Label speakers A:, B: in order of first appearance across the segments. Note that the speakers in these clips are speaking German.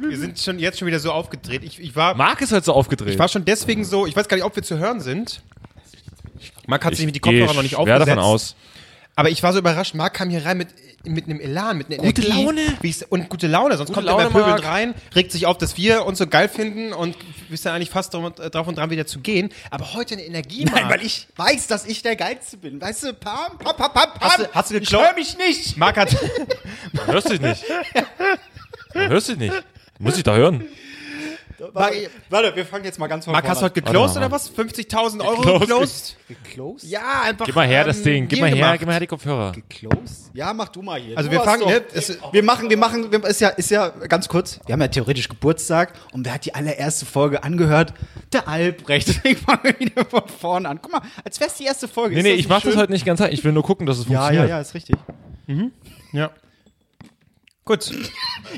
A: Wir sind schon jetzt schon wieder so aufgedreht. Ich, ich, war,
B: Marc ist heute so aufgedreht.
A: ich war schon deswegen so, ich weiß gar nicht, ob wir zu hören sind. Marc hat sich mit die Kopfhörer
B: Ich
A: noch nicht
B: schwer
A: aufgesetzt.
B: davon aus.
A: Aber ich war so überrascht. Marc kam hier rein mit, mit einem Elan, mit einer
B: Gute
A: Energie.
B: Laune.
A: Wie ich's- und gute Laune. Sonst kommt
B: Laune,
A: er immer pöbelnd
B: Marc.
A: rein, regt sich auf, dass wir uns so geil finden und bist dann eigentlich fast drum, drauf und dran, wieder zu gehen. Aber heute eine Energie, Marc.
C: Nein, weil ich weiß, dass ich der Geilste bin. Weißt du, pam, pam, pam, pam, pam.
A: Hast du- hast du
C: ich
A: geklaut?
C: höre mich nicht.
A: Marc hat...
B: Man hörst dich nicht. Man hörst dich nicht. Muss ich da hören.
C: Warte, warte, wir fangen jetzt mal ganz von
A: Marc, hast du
C: vorne
A: heute geclosed
B: Warte
A: oder
B: mal.
A: was? 50.000 Euro geclosed?
C: an. Geclosed? Ja.
A: Ja, einfach...
B: Gib mal her das
A: ähm,
B: Ding. Gib
A: Deal
B: mal her,
A: gemacht.
B: gib mal her die Kopfhörer.
C: Close? Ja, mach du mal hier.
A: Also
C: du
A: wir
C: hast
A: fangen,
C: doch-
A: ne? Es,
C: Wir machen, wir machen, wir, ist ja, ist ja ganz kurz. Wir haben ja theoretisch Geburtstag und wer hat die allererste Folge angehört? Der Albrecht. Deswegen fangen wir wieder von vorne an. Guck mal, als wär's die erste Folge.
B: Nee,
C: Ist
B: nee,
C: nicht
B: ich mach das halt-
C: schön?
B: heute nicht ganz. Ich will nur gucken, dass es
C: Ja,
B: funktioniert.
C: ja, ja, ist richtig.
A: ja. Gut.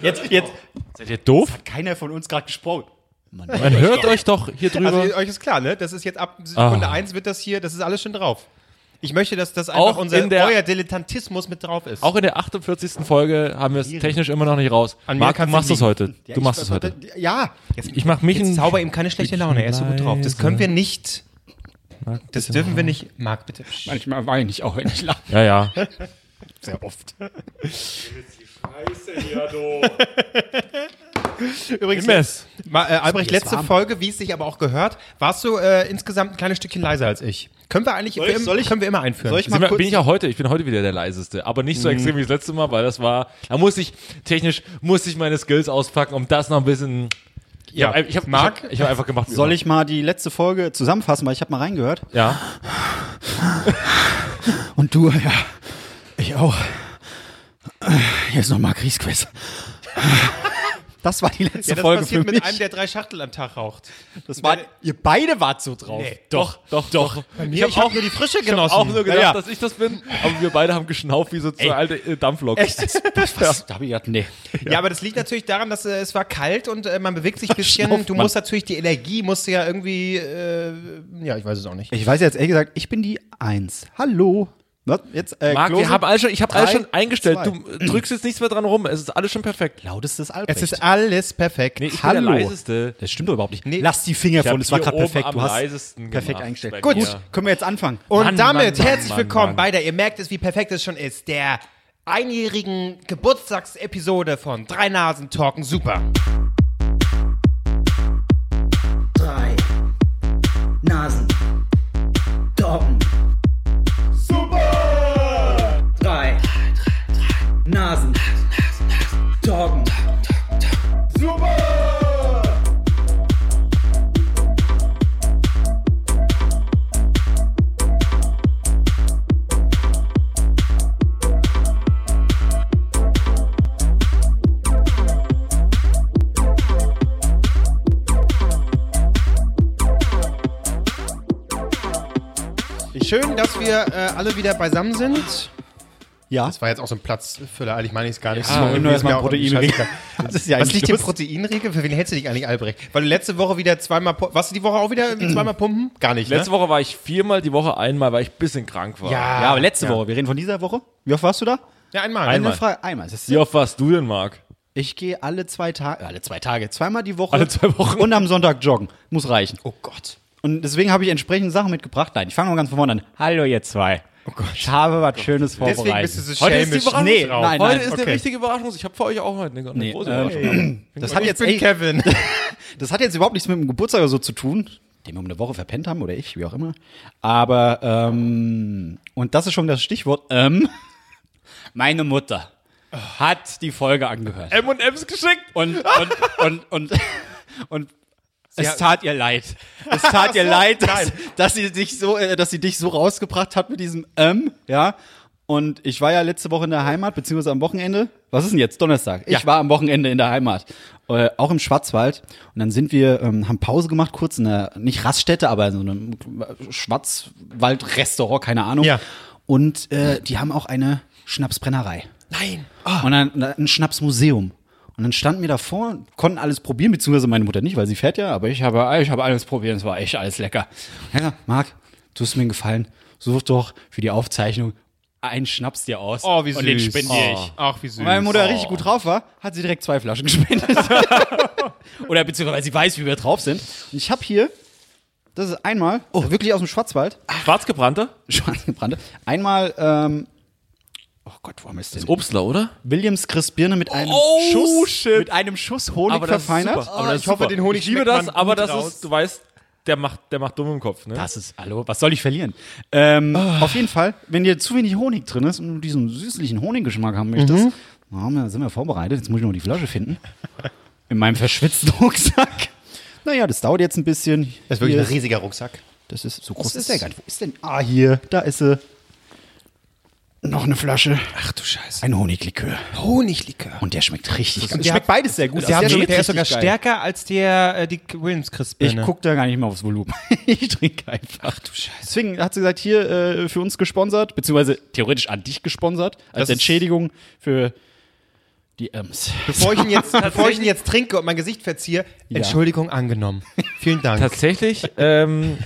C: Jetzt, jetzt
B: Seid ihr doof?
C: hat keiner von uns gerade gesprochen. Mann,
B: Man hört euch doch hier drüber.
A: Also euch ist klar, ne? Das ist jetzt ab Sekunde
B: Ah.
A: 1 wird das hier, das ist alles schon drauf. Ich möchte, dass das einfach
B: Auch
A: unser,
B: in der-
A: euer Dilettantismus mit drauf ist.
B: auch in der 48. Folge haben wir es technisch immer noch nicht raus.
A: An mir
B: Marc, du
A: kann's
B: machst
A: nicht
B: das heute.
C: Ja,
B: Du
C: ich-
B: machst das heute.
C: Ja.
B: Ich mach mich
A: Jetzt
B: ein.
A: zauber ihm keine schlechte Laune, er ist so gut drauf. Das können wir nicht. Das dürfen wir nicht. Marc, bitte.
C: Manchmal weine ich auch, wenn ich lache.
B: Ja, ja.
C: Sehr oft.
A: Übrigens,
B: Mess.
A: Ma, äh, Albrecht,
C: Mir ist
A: letzte
C: warm.
A: Folge, wie es sich aber auch gehört, warst du äh, insgesamt ein kleines Stückchen leiser als ich. Können wir eigentlich,
C: ich-
A: wir,
C: soll ich-
A: können wir immer einführen.
C: soll ich mal-
B: Sind wir,
C: kurz- Mhm.
B: bin ich auch heute, ich bin heute wieder der leiseste, aber nicht so extrem wie das letzte Mal, weil das war, da muss ich, technisch muss ich meine Skills auspacken, um das noch ein bisschen,
A: ja,
B: ich habe
A: Marc,
B: ich hab, ich hab einfach gemacht. wie
C: Soll ich mal die letzte Folge zusammenfassen, weil ich habe mal reingehört.
B: immer. Ja,
C: Und du, ja, ich auch. Jetzt nochmal Grießquiz. Das war die letzte
A: ja, das
C: Folge für
A: passiert mit
C: mich.
A: einem, der drei Schachtel am Tag raucht.
C: das war, ihr beide wart so drauf.
B: doch, doch, doch.
A: Ich habe auch nur die Frische genossen.
B: auch nur gedacht,
C: Ja, ja.
B: dass ich das bin, aber wir beide haben geschnauft wie so zwei alte äh, Dampflok.
C: Echt? Was? Da habe ich gedacht, nee.
A: Ja, aber das liegt natürlich daran, dass äh, es war kalt und äh, man bewegt sich ein bisschen.
C: schnauft
A: Du
C: man.
A: musst natürlich die Energie, musst du ja irgendwie, äh, ja, ich weiß es auch nicht.
C: Ich weiß jetzt ehrlich gesagt, ich bin die Eins. Hallo. Was? Jetzt, äh,
B: Marc, wir
C: Klose-
B: haben alles schon, ich habe alles
C: Drei,
B: schon eingestellt.
C: zwei.
B: Du äh, drückst jetzt nichts mehr dran rum. Es ist alles schon perfekt.
C: Lautestes Albrecht.
A: Es ist alles perfekt.
B: Nee, ich bin
C: Hallo.
B: der leiseste.
C: das stimmt doch überhaupt nicht.
A: Nee.
C: Lass die Finger
B: hab
C: von, es war
B: hier
C: gerade
B: oben
C: perfekt.
B: am
C: Du hast
B: leisesten
C: perfekt
B: gemacht
C: eingestellt.
B: bei
C: Gut, Ne?
B: mir.
C: können wir jetzt anfangen.
A: Und
B: Mann,
A: damit
B: Mann,
A: herzlich
B: Mann,
A: willkommen
B: Mann.
A: bei der, ihr merkt es, wie perfekt es schon ist, der einjährigen Geburtstagsepisode von Drei Nasen Talken Super.
D: drei Nasen. Doggen. Super! Drei Nasen. Doggen.
A: Schön, dass wir äh, alle wieder beisammen sind.
C: Ja.
A: Das war jetzt auch so ein Platzfüller, eigentlich meine ich es gar nicht.
C: Ah,
A: irgendwie
C: nur
A: ist mir
C: erstmal
A: auch irgendwie
C: Protein-
A: scheißegal.
C: Das ist ja
A: Was
C: eigentlich
A: liegt dir
C: los.
A: Proteinregel? Für wen hältst du dich eigentlich, Albrecht? Weil du letzte Woche wieder zweimal, pu- warst du die Woche auch wieder irgendwie zweimal pumpen? Gar nicht, ne?
B: Letzte Woche war ich viermal die Woche, einmal, weil ich ein bisschen krank war.
A: Ja.
C: Ja, aber letzte
A: Ja.
C: Woche. Wir reden von dieser Woche. Wie oft warst du da?
A: Ja, einmal.
B: Einmal.
C: Eine Frage. Einmal. Das ist
B: Wie oft warst du denn, Marc?
C: Ich gehe alle zwei Tage, alle zwei Tage, zweimal die Woche.
B: Alle zwei Wochen.
C: Und am Sonntag joggen. Muss reichen.
A: Oh Gott.
C: Und deswegen habe ich entsprechende Sachen mitgebracht. Nein, ich fange mal ganz von vorne an. Hallo, ihr zwei. Oh Gott. Ich habe was Schönes vorbereitet.
A: Deswegen bist du so
B: Heute ist die
A: schelmisch.
B: Überraschung
C: Nee,
A: drauf.
C: nein,
B: Heute
C: nein.
B: ist
A: okay.
B: eine richtige Überraschung. Ich habe für euch auch heute eine, eine
C: Nee,
B: große
C: ähm,
B: Überraschung.
C: das hat,
A: Ich
C: jetzt
A: bin
C: echt,
A: Kevin.
C: das hat jetzt überhaupt nichts mit dem Geburtstag oder so zu tun, den wir um eine Woche verpennt haben oder ich, wie auch immer. Aber, ähm, und das ist schon das Stichwort, ähm, meine Mutter hat die Folge angehört.
B: M&M's geschickt.
C: Und, und, und, und, und es
A: hat-
C: tat ihr leid. Es tat ihr leid, dass, dass sie dich so, äh, dass sie dich so rausgebracht hat mit diesem ähm, ja. Und ich war ja letzte Woche in der Heimat, beziehungsweise am Wochenende. Was ist denn jetzt? Donnerstag. Ich
A: Ja.
C: war am Wochenende in der Heimat. Äh, auch im Schwarzwald. Und dann sind wir, ähm, haben Pause gemacht, kurz in der, nicht Raststätte, aber in so einem Schwarzwald-Restaurant, keine Ahnung.
A: Ja.
C: Und äh, die haben auch eine Schnapsbrennerei.
A: Nein.
C: Und dann na, ein Schnapsmuseum. Und dann standen wir davor, konnten alles probieren, beziehungsweise meine Mutter nicht, weil sie fährt ja, aber ich habe, ich habe alles probiert, es war echt alles lecker. Ja, Marc, du hast mir einen Gefallen, such doch für die Aufzeichnung einen Schnaps dir aus.
A: Oh, wie süß. Oh.
C: Und den spendiere ich.
A: Ach, wie süß.
C: Und Weil meine Mutter richtig gut drauf war, hat sie direkt zwei Flaschen gespendet. Oder beziehungsweise sie weiß, wie wir drauf sind. Und ich habe hier, das ist einmal,
A: Oh.
C: wirklich aus dem Schwarzwald, Ah,
B: Schwarzgebrannte?
C: Schwarzgebrannte, einmal, ähm, oh Gott, warum ist das?
B: Obstler, oder?
C: Williams Christbirne mit einem
B: Oh,
C: Schuss,
B: shit.
C: mit einem Schuss Honig
B: das ist
C: verfeinert. Ah,
B: super. Aber das ist
A: ich hoffe,
B: super.
A: den Honig
B: Ich liebe
A: schmeckt
B: das,
A: man
B: aber
A: gut
B: das
A: raus.
B: ist, du weißt, der macht, der macht dumm im Kopf, ne?
C: Das ist, hallo, was soll ich verlieren? Ähm, Auf jeden Fall, wenn dir zu wenig Honig drin ist und du diesen süßlichen Honiggeschmack haben möchtest, na, na, sind wir vorbereitet. Jetzt muss ich noch die Flasche finden. In meinem verschwitzten Rucksack. Naja, das dauert jetzt ein bisschen.
A: Das ist wirklich
C: Hier
A: ein riesiger Rucksack.
C: das ist so groß.
A: ist-
C: ist der gar nicht. Wo ist denn? Ah, hier, da ist sie. Noch eine Flasche.
A: Ach du Scheiße.
C: Ein Honiglikör.
A: Honiglikör.
C: Und der schmeckt richtig geil.
A: der
C: Schmeckt
A: hat-
C: beides sehr gut.
A: Der,
C: Also
A: hat,
C: schmeckt
A: der ist sogar
C: richtig geil.
A: stärker als der, äh, die ne? williams
C: Ich
A: christbirne
C: gucke da gar nicht mehr aufs Volumen. ich trinke einfach. Ach du Scheiße. Deswegen hat sie gesagt, hier äh, für uns gesponsert, beziehungsweise theoretisch an dich gesponsert, als
A: Das ist-
C: Entschädigung für die Ems.
A: Bevor ich ihn jetzt, bevor ich ihn jetzt trinke und mein Gesicht verziehe, Entschuldigung angenommen. Vielen Dank.
B: Tatsächlich, ähm,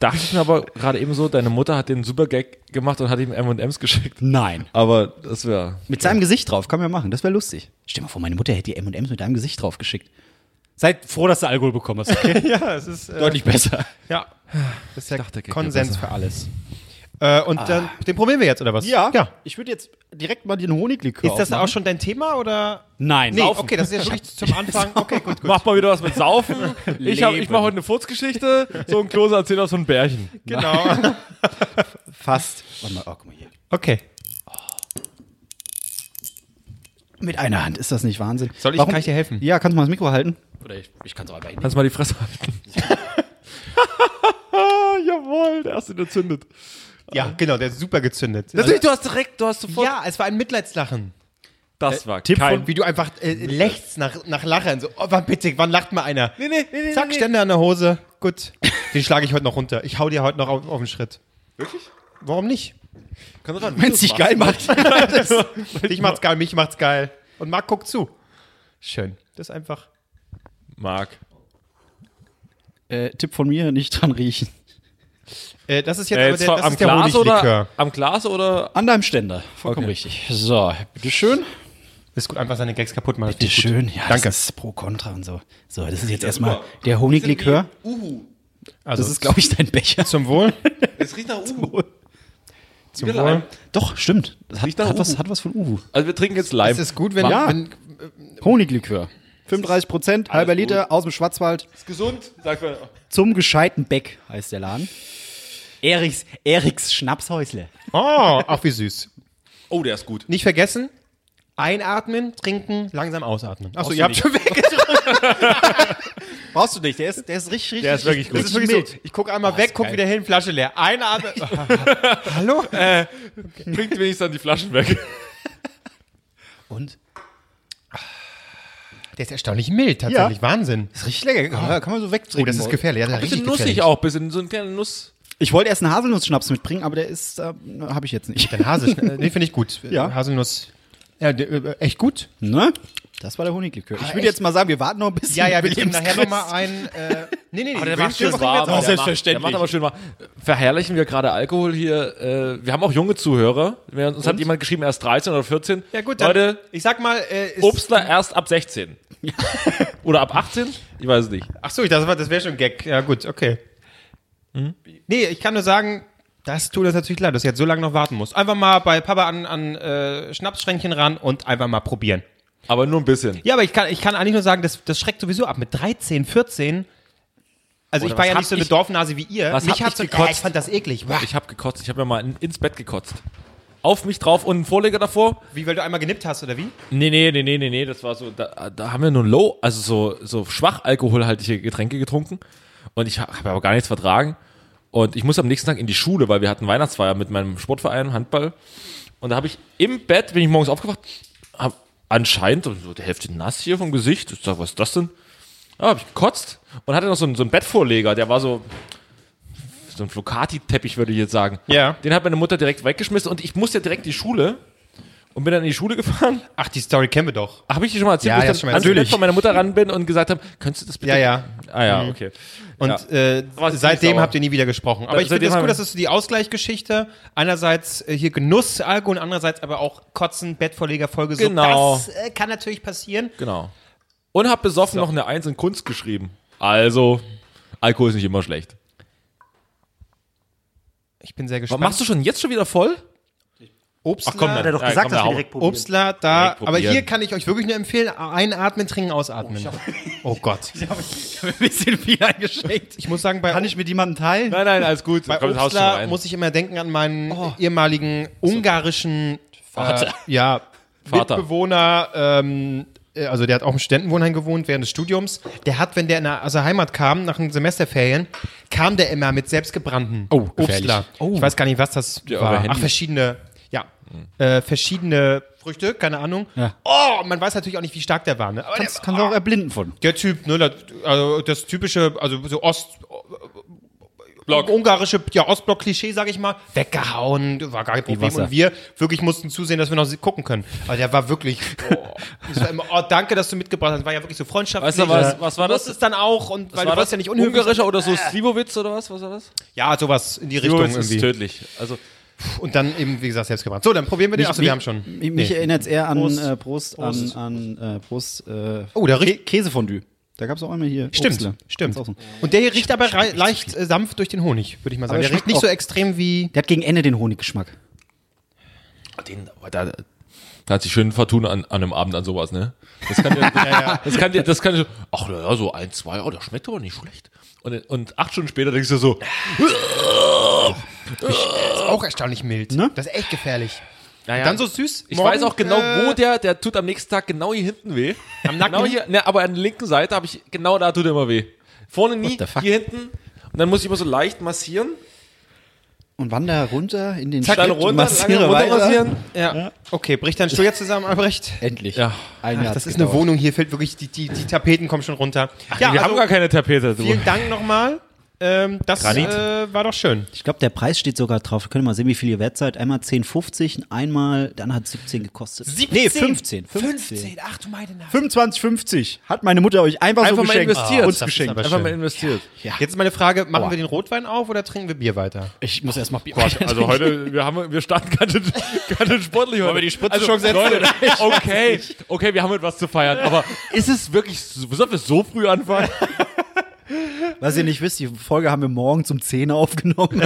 B: dachte ich mir aber gerade eben so, deine Mutter hat den super Gag gemacht und hat ihm M&M's geschickt.
C: Nein.
B: Aber das wäre...
C: Mit seinem Gesicht drauf, kann man machen, das wäre lustig. Stell dir mal vor, meine Mutter hätte die M&M's mit deinem Gesicht drauf geschickt. Seid froh, dass du Alkohol bekommen hast. Okay?
A: ja, es ist äh,
C: Deutlich besser.
A: ja, das ist ja
B: dachte, geht
A: Konsens
B: besser. Ah.
A: für alles. Äh, und dann, den probieren wir jetzt oder was? ja.
C: Ich würde jetzt direkt mal den Honiglikör
A: Ist das auch schon dein Thema oder?
C: Nein.
A: Nee,
C: Saufen.
A: okay, das ist ja wirklich zum Anfang. Okay, gut, gut.
B: Mach mal wieder was mit Saufen. Ich, hab- ich
C: Leben.
B: mache heute eine Furzgeschichte. So ein Klose erzählt aus so einem Bärchen.
A: Genau.
C: Fast. Warte mal, oh, guck mal hier.
A: Okay.
C: Mit einer Hand, ist das nicht Wahnsinn?
A: Soll ich- kann ich dir helfen?
C: Ja, kannst du mal das Mikro halten? Oder ich, ich kann es auch einfach
B: Kannst du mal die Fresse halten. Jawohl, der erste, der zündet.
A: Ja, genau, der ist super gezündet. Also,
B: Natürlich, du hast direkt, du hast sofort...
A: ja, es war ein Mitleidslachen.
B: das war
C: Tipp
B: kein...
A: Und wie du einfach äh, lächst nach, nach Lachen. So, oh, wann bitte, wann lacht mal einer?
B: Nee, nee, nee, nee,
A: Zack,
B: nee.
A: Ständer an der Hose. Gut. Den schlage ich heute noch runter. Ich hau dir heute noch auf, auf den Schritt. Wirklich? Warum nicht?
B: Kann doch ein
C: Wenn es dich
B: Video
C: geil macht.
A: Dich macht's geil, Also, mich macht's geil. Und Marc guckt zu. Schön. Das ist einfach.
B: machen. Marc.
C: Äh, Tipp von mir, nicht dran riechen.
A: Äh, das ist jetzt,
B: Äh,
A: aber
B: jetzt
A: der,
B: zwar
A: das
B: am
A: ist der
B: Glas
A: Honiglikör.
B: oder am Glas oder
C: An deinem Ständer. Vollkommen
B: Okay.
C: richtig. So, bitteschön.
A: Ist gut, einfach seine Gags kaputt machen. das finde ich gut.
C: Bitteschön. Ja,
A: Danke.
C: Das ist pro Contra und so. So, das ist jetzt erstmal der Honiglikör.
A: Also,
C: Das ist, glaube ich, dein Becher.
A: zum Wohl.
B: es riecht nach Uhu.
A: Zum Wohl.
C: Doch, stimmt. Das hat,
B: Riecht nach
C: hat, was,
B: Uhu.
C: hat was von Uhu.
B: Also wir trinken jetzt Lime.
A: Es ist gut, wenn,
C: Ja.
A: wenn
C: Honiglikör. 35 Prozent, halber Liter aus dem Schwarzwald
B: ist gesund, sagt man.
C: zum gescheiten Beck, heißt der Laden. Erichs, Erichs Schnapshäusle.
A: Oh, ach wie süß.
B: Oh, der ist gut.
A: Nicht vergessen, einatmen, trinken, langsam ausatmen. Achso,
C: Brauchst
A: ihr
C: du
A: habt
C: nicht.
A: schon weggetrunken.
C: Brauchst du nicht, der ist, der ist richtig, richtig.
B: Der ist wirklich
A: Das
B: gut.
A: ist wirklich so. Ich gucke einmal weg, guck
C: geil.
A: wieder hin, Flasche leer. Einatmen. Äh, Hallo?
B: Bringt wenigstens dann die Flaschen weg.
C: Und?
A: Der ist erstaunlich mild, tatsächlich.
C: Ja.
A: Wahnsinn.
C: Ist richtig lecker. Kann, kann man so wegdrehen.
A: Oh, das ist gefährlich. Ja, das ist
B: Bisschen
A: richtig
B: nussig
A: gefährlich.
B: auch, bisschen so ein kleiner Nuss.
C: Ich wollte erst einen Haselnuss-Schnaps mitbringen, aber der ist, äh, habe ich jetzt nicht.
A: Dein Hase, äh, nee, finde ich gut.
C: Ja.
A: Haselnuss. Ja, d- äh, echt gut.
C: Ne? Ah, Das war der Honiglikör. Ich würde
A: echt?
C: jetzt mal sagen, wir warten noch ein bisschen.
A: Ja, ja, wir
C: mit
A: nehmen
C: dem
A: nachher
C: Stress.
A: nochmal ein. Äh, nee, nee, nee.
B: Aber
A: die Wilmsdorfer kriegen wir jetzt
B: warm.
A: auch.
B: Der macht- Der macht aber schön warm. Verherrlichen wir gerade Alkohol hier. Äh, wir haben auch junge Zuhörer. Wir, uns hat jemand geschrieben, erst 13 oder 14.
A: Ja, gut, dann,
B: Leute,
A: ich sag mal. Äh, ist-
B: Obstler erst ab 16. oder ab 18? Ich weiß es nicht.
A: Ach so, ich dachte, das war- das wäre schon ein Gag. Ja, gut, okay.
B: Hm?
A: Nee, ich kann nur sagen, das tut uns natürlich leid, dass du jetzt so lange noch warten musst. Einfach mal bei Papa an, an äh, Schnapsschränkchen ran und einfach mal probieren.
B: Aber nur ein bisschen.
A: Ja, aber ich kann, ich kann eigentlich nur sagen, das, das schreckt sowieso ab. Mit 13, 14. Also ich
B: Oder
A: war
B: was
A: ja
B: hab
A: nicht so eine
B: ich-
A: Dorfnase wie ihr.
B: was
A: Mich
B: hab
A: hat's
B: ich
A: so,
B: gekotzt?
A: Ah, ich fand das eklig. Wah.
B: Ich habe gekotzt. Ich habe mir mal in, ins Bett gekotzt. Auf mich drauf und einen Vorleger davor.
A: Wie, weil du einmal genippt hast, oder wie?
B: Nee, nee, nee, nee, nee, nee, das war so, da, da haben wir nur Low, also so, so schwach alkoholhaltige Getränke getrunken und ich habe aber gar nichts vertragen und ich muss am nächsten Tag in die Schule, weil wir hatten Weihnachtsfeier mit meinem Sportverein, Handball und da habe ich im Bett, bin ich morgens aufgewacht, hab anscheinend so die Hälfte nass hier vom Gesicht, ich sag, was ist das denn? Da habe ich gekotzt und hatte noch so einen, so einen Bettvorleger, der war so, so ein Flocati-Teppich würde ich jetzt sagen.
A: Ja.
B: Den hat meine Mutter direkt weggeschmissen und ich musste direkt in die Schule und bin dann in die Schule gefahren.
A: Ach, die Story kennen wir doch.
B: Habe ich dir schon mal erzählt,
A: Ja,
B: wo ich
A: ja,
B: dann
A: schon mal
B: ans
A: erzählt.
B: Bett von meiner Mutter ran bin und gesagt habe, könntest du das bitte?
A: Ja, ja.
B: Ah ja, okay.
A: Und
B: Ja.
A: äh,
B: Aber es ist nicht
A: seitdem
B: sauer.
A: habt ihr nie wieder gesprochen. Aber
B: Ja,
A: ich
B: seitdem
A: finde es das
B: haben wir-
A: gut, dass es so die Ausgleichsgeschichte einerseits äh, hier Genuss Alkohol und andererseits aber auch Kotzen, Bettvorleger, Folge
B: Genau.
A: so. Das äh, kann natürlich passieren.
B: Genau. Und habe besoffen noch eine Eins in Kunst geschrieben. Also, Alkohol ist nicht immer schlecht.
A: Ich bin sehr
B: Was
A: gespannt.
B: machst du schon jetzt schon wieder voll?
A: Obstler,
B: Ach, komm,
E: Hat
B: dann-
E: er doch
B: Ja,
E: gesagt,
B: komm,
E: dass
B: da
E: wir
B: hau-
E: direkt probieren.
A: Obstler, da,
B: Direkt
A: aber hier
B: probieren.
A: kann ich euch wirklich nur empfehlen, einatmen, trinken, ausatmen. Oh Gott.
C: Ich habe ein bisschen viel eingeschenkt.
A: Ich muss sagen, bei
C: Kann ich mit jemandem teilen?
B: Nein, nein, alles gut.
A: Bei Obstler muss ich immer denken an meinen ehemaligen ungarischen Vater. Äh, ja,
B: Vater.
A: Mitbewohner, ähm, äh, also der hat auch im Studentenwohnheim gewohnt während des Studiums. Der hat, wenn der in der, aus der Heimat kam, nach den Semesterferien, kam der immer mit selbstgebrannten
C: Oh, gefährlich.
A: Ich weiß gar nicht, was das
B: Ja, aber
A: war.
B: Handy-
A: Ach, verschiedene, ja, äh, verschiedene Früchte, keine Ahnung.
C: Ja.
A: Oh, man weiß natürlich auch nicht, wie stark der war. Ne? Aber
C: Kannst,
A: der,
C: kannst du auch erblinden von.
A: der Typ, ne, das, also das typische, also so Ost, ungarische, ja, Ostblock-Klischee, sag ich mal, weggehauen, war gar kein Problem.
C: Wasser.
A: Und wir wirklich mussten zusehen, dass wir noch gucken können. Aber der war wirklich, oh, das war immer, oh, danke, dass du mitgebracht hast. War ja wirklich so
B: Weißt
A: freundschaftlich.
B: du, was- was war das?
A: Musstest dann auch, und weil
B: war
A: du
B: das
A: warst
B: ja
A: ja
B: nicht
A: nicht
B: ungarischer oder so Slivovitz oder was? Was war das?
A: Ja, sowas in die Richtung irgendwie.
B: tödlich. Also
A: Und dann eben, wie gesagt, selbst gebrannt. So, dann probieren wir den. Achso, wir haben schon.
C: Mich, mich
A: Nee.
C: erinnert es eher an
A: Prost.
C: Prost, äh, Prost, an, an äh, Prost. Äh,
A: Oh, der
C: Kä
A: riecht.
C: Käsefondue. Da gab es auch immer hier.
A: Stimmt,
C: Obstler.
A: stimmt.
C: Kannst auch so-
A: Und der hier riecht aber rei- leicht äh, sanft durch den Honig, würde ich mal sagen.
C: er
A: Der riecht
C: schmeckt
A: nicht so
C: auch-
A: extrem wie.
C: Der hat gegen Ende den Honiggeschmack.
B: den, aber da, da hat sich schön vertun an, an einem Abend an sowas, ne? Das kann dir, das kann dir, das kann dir, ach na ja, so ein, zwei, oh, das schmeckt aber nicht schlecht. Und, und acht Stunden später denkst du so,
A: Ist auch erstaunlich mild.
C: Ne?
A: Das ist echt gefährlich.
B: naja,
A: Dann so süß.
B: Ich
A: Morgen,
B: weiß auch genau,
A: äh,
B: wo der, der tut am nächsten Tag genau hier hinten weh.
A: Am Nacken?
B: Genau hier, ne, aber an der linken Seite habe ich, genau da tut er immer weh. Vorne nie,
C: the fuck?
B: hier hinten. Und dann muss ich immer so leicht massieren.
C: Und wander runter in den
B: dann
C: Schritt und
B: runter,
C: massiere
B: lange runter
C: weiter.
B: massieren.
A: Ja. Okay, bricht dein Stuhl jetzt zusammen, Albrecht?
C: Endlich.
B: Ja.
C: Ein Jahr
A: Ach, das ist eine Wohnung, hier fällt wirklich, die, die, die Tapeten kommen schon runter. ja,
B: wir
A: also,
B: haben gar keine Tapete. Du.
A: vielen Dank nochmal. Ähm, das
B: Granit.
A: äh, war doch schön.
E: Ich glaube, der Preis steht sogar drauf. Wir können mal sehen, wie viel ihr wert seid. Einmal 10,50, einmal, dann hat 17 gekostet.
A: 17?
E: Nee, 15. 15.
A: ach du meine Nase.
C: 25,50 hat meine Mutter euch einfach, so
B: Einfach mal
C: geschenkt.
B: investiert.
C: Uns
B: Das ist
C: geschenkt.
A: aber-
B: Einfach mal investiert.
A: Jetzt ist meine Frage, machen wir den Rotwein auf oder trinken wir Bier weiter?
C: Ich muss erstmal Bier.
B: Also heute, wir haben, wir starten ganz schön, ganz schön sportlich heute.
C: wir die Spritze
B: also,
C: schon setzen?
B: Leute, okay, okay, wir haben heute was zu feiern, aber ist es wirklich, so, sollen wir so früh anfangen?
E: Was ihr nicht wisst, die Folge haben wir morgens um 10 aufgenommen.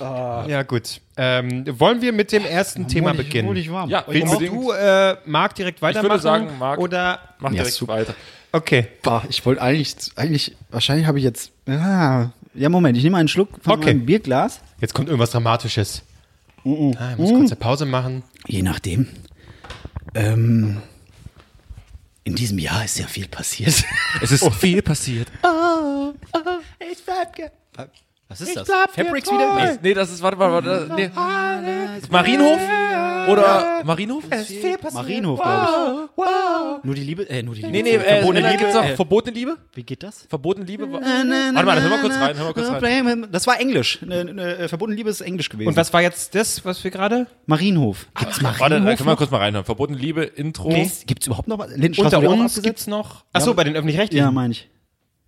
A: Ja, gut. Ähm, wollen wir mit dem ersten Thema beginnen?
C: Ich warm.
B: Ja,
C: Willst
A: Willst
B: unbedingt.
A: du, äh, Marc, direkt weitermachen?
B: sagen, Marc.
A: Oder,
B: Mach
C: Ja,
B: direkt
C: super.
B: weiter.
A: okay.
C: Bah, ich wollte eigentlich, eigentlich, wahrscheinlich habe ich jetzt. Ah, ja, Moment, ich nehme einen Schluck von
A: Okay.
C: meinem Bierglas.
A: Jetzt kommt irgendwas Dramatisches. Ah, ich muss kurz eine Pause machen.
E: Je nachdem. Ähm, in diesem Jahr ist ja viel passiert.
B: Es ist viel passiert.
E: Ich bleib ge Was ist das?
C: Fabrics wieder?
B: Nee, nee, das ist, warte mal, warte, nee. Marienhof? Oder Marienhof?
E: Marienhof, glaube ich. Nur die Liebe? Äh, nur die Liebe.
B: Nee, nee, äh, verbotene Liebe. Gibt's noch verbotene Liebe?
E: Wie geht das?
B: Verbotene Liebe? Warte mal, hör mal kurz rein, hör mal kurz rein.
E: Das war Englisch. Ne,
C: äh,
E: ne, Verbotene Liebe ist Englisch gewesen.
A: Und was war jetzt das, was wir gerade?
E: Marienhof. Gibt's Marienhof?
B: Warte, können wir
E: noch?
B: kurz mal reinhören. Verbotene Liebe, Intro.
E: Gibt's- Gibt's überhaupt noch was? Lindenstraße
A: Unter
E: wurde auch
A: uns
E: abgesetzt?
A: gibt's noch. Achso, bei den öffentlich-rechtlichen.
E: Ja, meine ich.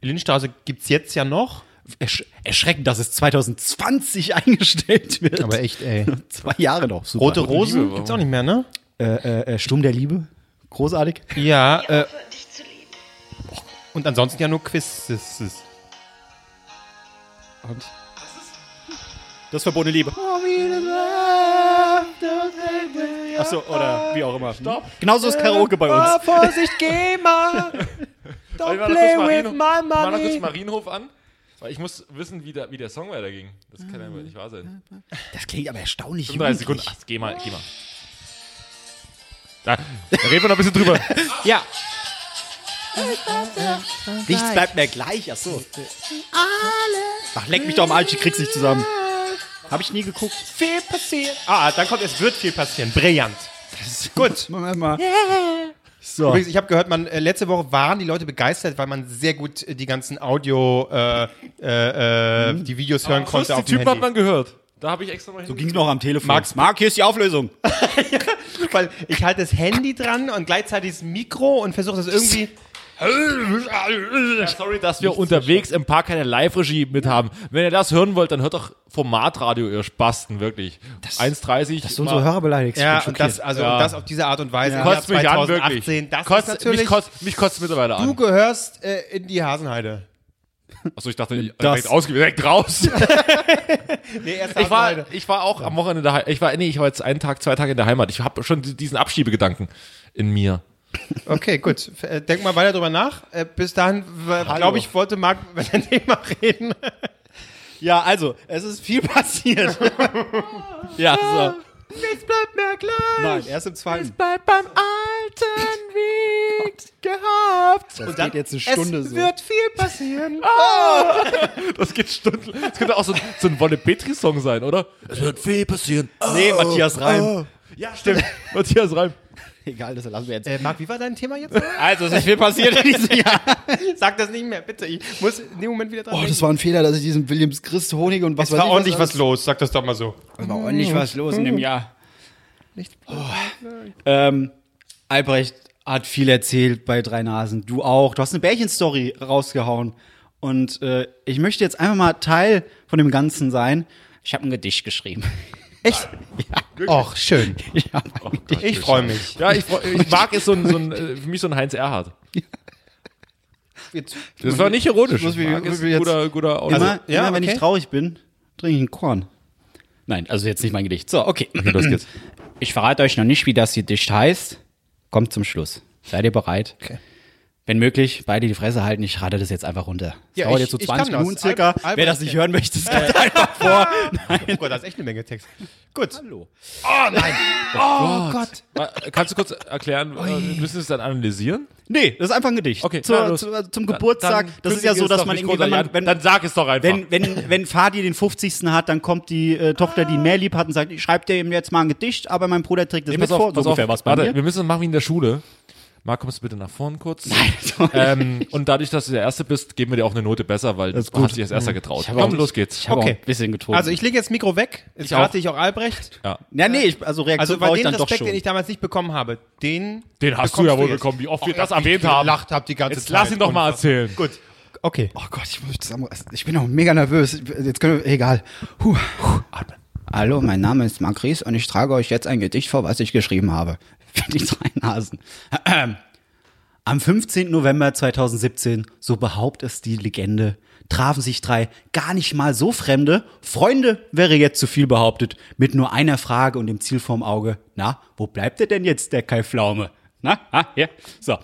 A: Lindstraße gibt es jetzt ja noch.
E: Ersch erschreckend, dass es 2020 eingestellt wird.
A: Aber echt, ey.
E: Zwei Jahre noch. Super.
A: Rote Rosen gibt es auch nicht mehr, ne?
E: Äh, äh, Sturm der Liebe. Großartig.
A: Ja, äh. Und ansonsten ja nur Quizzes.
C: Das verbotene Liebe. Achso, oder wie auch immer. Stopp. Genauso ist Karaoke bei uns.
A: Ah, Vorsicht, geh mal!
B: Warte, warte, kurz Marienhof- Mach mal kurz Marienhof an. Weil ich muss wissen, wie der, wie der Song weiterging. Das kann ja wohl nicht wahr sein.
A: Äh,
E: Das klingt aber erstaunlich.
B: 35 Sekunden. Ach, geh mal, geh mal. Da, da reden wir noch ein bisschen drüber.
A: Ja,
C: Nichts bleibt mehr gleich. Achso. Ach, leck mich doch am Arsch, ich krieg's nicht zusammen. Hab ich nie geguckt.
A: viel passiert. Ah, dann kommt, es wird viel passieren. Brillant. Gut.
C: Moment mal. So.
A: Übrigens, ich habe gehört, man, äh, letzte Woche waren die Leute begeistert, weil man sehr gut äh, die ganzen Audio, äh, äh, äh, die Videos hören konnte auf
B: die
A: dem
B: Typen hat
A: Handy.
B: man gehört. Da habe ich extra mal hin.
C: Ging's noch am Telefon.
A: Max-
C: Marc, hier ist die Auflösung.
A: weil ich halte das Handy dran und gleichzeitig das Mikro und versuche das irgendwie.
B: sorry, dass wir unterwegs im Park keine Live-Regie mit haben. Wenn ihr das hören wollt, dann hört doch Formatradio, ihr Spasten, wirklich. 1,30. Das
E: Du unsere Hörer beleidigst.
A: Ja, und das, also
B: Ja.
A: und das auf diese Art und Weise. im Jahr
B: kotzt mich an, wirklich.
A: Das
B: Kotzt-
A: ist natürlich.
B: mich kotzt mich kotzt mittlerweile
A: du
B: an.
A: gehörst äh, in die Hasenheide.
B: Achso, ich dachte, ich direkt ausge- direkt raus.
A: Nee, erst
B: Ich war, ich war auch am Wochenende da. Ich war, nee, ich war jetzt einen Tag, zwei Tage in der Heimat. Ich habe schon di- diesen Abschiebegedanken in mir.
A: Okay, gut. F- äh, Denk mal weiter drüber nach. Äh, Bis dahin, glaube ich, wollte Marc über dein Thema reden.
C: Ja, also, es ist viel passiert.
B: Ja, so.
A: Es bleibt mir gleich.
C: Nein, erst im zweiten.
B: Bleib beim alten Weg gehabt.
C: Das geht jetzt eine Stunde
A: es
C: so.
A: wird viel passieren.
B: Das geht stunden. Das könnte auch so, ein- so ein Wolle Petri-Song sein, oder? Es wird viel passieren.
C: Nee, Matthias Reim.
B: Ja, stimmt. Matthias Reim.
C: Oh. Egal, das lassen wir jetzt.
A: Äh, Marc, wie war dein Thema jetzt?
C: Also, es ist viel passiert in diesem Jahr.
A: Sag das nicht mehr, bitte. Ich muss in dem Moment wieder dran
E: Oh,
A: denken.
E: das war ein Fehler, dass ich diesen Williams Christ Honig und was weiß ich alles-
A: los. Sag das doch mal so.
C: war ordentlich was los in dem Jahr. Oh. Ähm, Albrecht hat viel erzählt bei Drei Nasen. Du auch. Du hast eine Bärchenstory rausgehauen. Und äh, ich möchte jetzt einfach mal Teil von dem Ganzen sein. Ich habe ein Gedicht geschrieben.
A: Echt? Och, schön.
C: Ich hab ein Gedicht.
A: Ich freue mich.
B: Ja, ich, freu- ich mag es so ein, so ein, äh, für mich so ein Heinz Erhardt.
A: Jetzt-
B: Das war nicht ironisch.
E: muss mich-
B: Ich mag es.
E: muss mich jetzt-
B: guter, guter Autor.
C: immer,
A: ja,
C: immer wenn
A: okay.
C: ich traurig bin, trinke ich ein Korn. Nein, also jetzt nicht mein Gedicht. So, okay.
B: los geht's.
C: Ich verrate euch noch nicht, wie das Gedicht heißt. Kommt zum Schluss. Seid ihr bereit? Wenn möglich, beide die Fresse halten. Ich rate das jetzt einfach runter. Es
A: Ja,
C: dauert
A: ich-
C: jetzt so
A: ich
C: 20
A: kann das.
C: Minuten circa.
A: Al- Albert-
C: Wer das nicht hören möchte, das geht einfach vor.
A: Oh Gott, da ist echt eine Menge Text. Gut.
C: Hallo.
A: Oh Gott.
B: Äh, Kannst du kurz erklären, äh, müssen wir es dann analysieren?
C: Nee, das ist einfach ein Gedicht.
B: Okay,
C: Zur,
B: na los.
C: zu, zum Geburtstag. das ist ja so, dass man irgendwie, wenn man, wenn,
B: dann sag es doch einfach.
C: wenn, wenn, wenn Fadi den 50. hat, dann kommt die äh, Tochter, die ihn mehr lieb hat und sagt, ich schreibe dir eben jetzt mal ein Gedicht, aber mein Bruder trägt das mit vor. So ungefähr war's bei
B: Warte,
C: mir.
B: wir müssen das machen wie in der Schule. Marc, kommst du bitte nach vorn kurz?
C: sorry.
B: Ähm, und dadurch, dass du der Erste bist, geben wir dir auch eine Note besser, weil du hast dich als Erster getraut.
C: hab
B: Komm,
C: auch-
B: los geht's.
C: Mhm. Ich habe
A: Okay.
C: auch ein bisschen getrunken.
A: Also ich lege jetzt Mikro weg. Jetzt
B: Ich auch.
A: rate ich auch Albrecht.
C: ja, nee, ich, also Reaktion
A: Also
C: brauche
A: bei
C: ich
A: dem
C: dann doch
A: Respekt,
C: schon.
A: den ich damals nicht bekommen habe, den
B: Den hast du
A: bekommst
B: ja wohl
A: jetzt.
B: bekommen, wie oft wir
A: Oh,
B: das
A: ja,
B: erwähnt
A: wie ich
B: haben.
A: gelacht hab die ganze
B: Jetzt lass
A: Zeit.
B: ihn doch mal erzählen.
A: Gut. Okay.
E: Oh Gott, ich, muss zusammen- ich bin auch mega nervös. Ich- Jetzt können wir, egal. Huh.
C: Hallo, mein Name ist Marc Ries und ich trage euch jetzt ein Gedicht vor, was ich geschrieben habe. Für die drei Nasen. Am 15. November 2017, so behauptet es die Legende, trafen sich drei gar nicht mal so Fremde, Freunde wäre jetzt zu viel behauptet, mit nur einer Frage und dem Ziel vorm Auge, na, wo bleibt er denn jetzt, der Kai Pflaume? Na, ha, ja, so.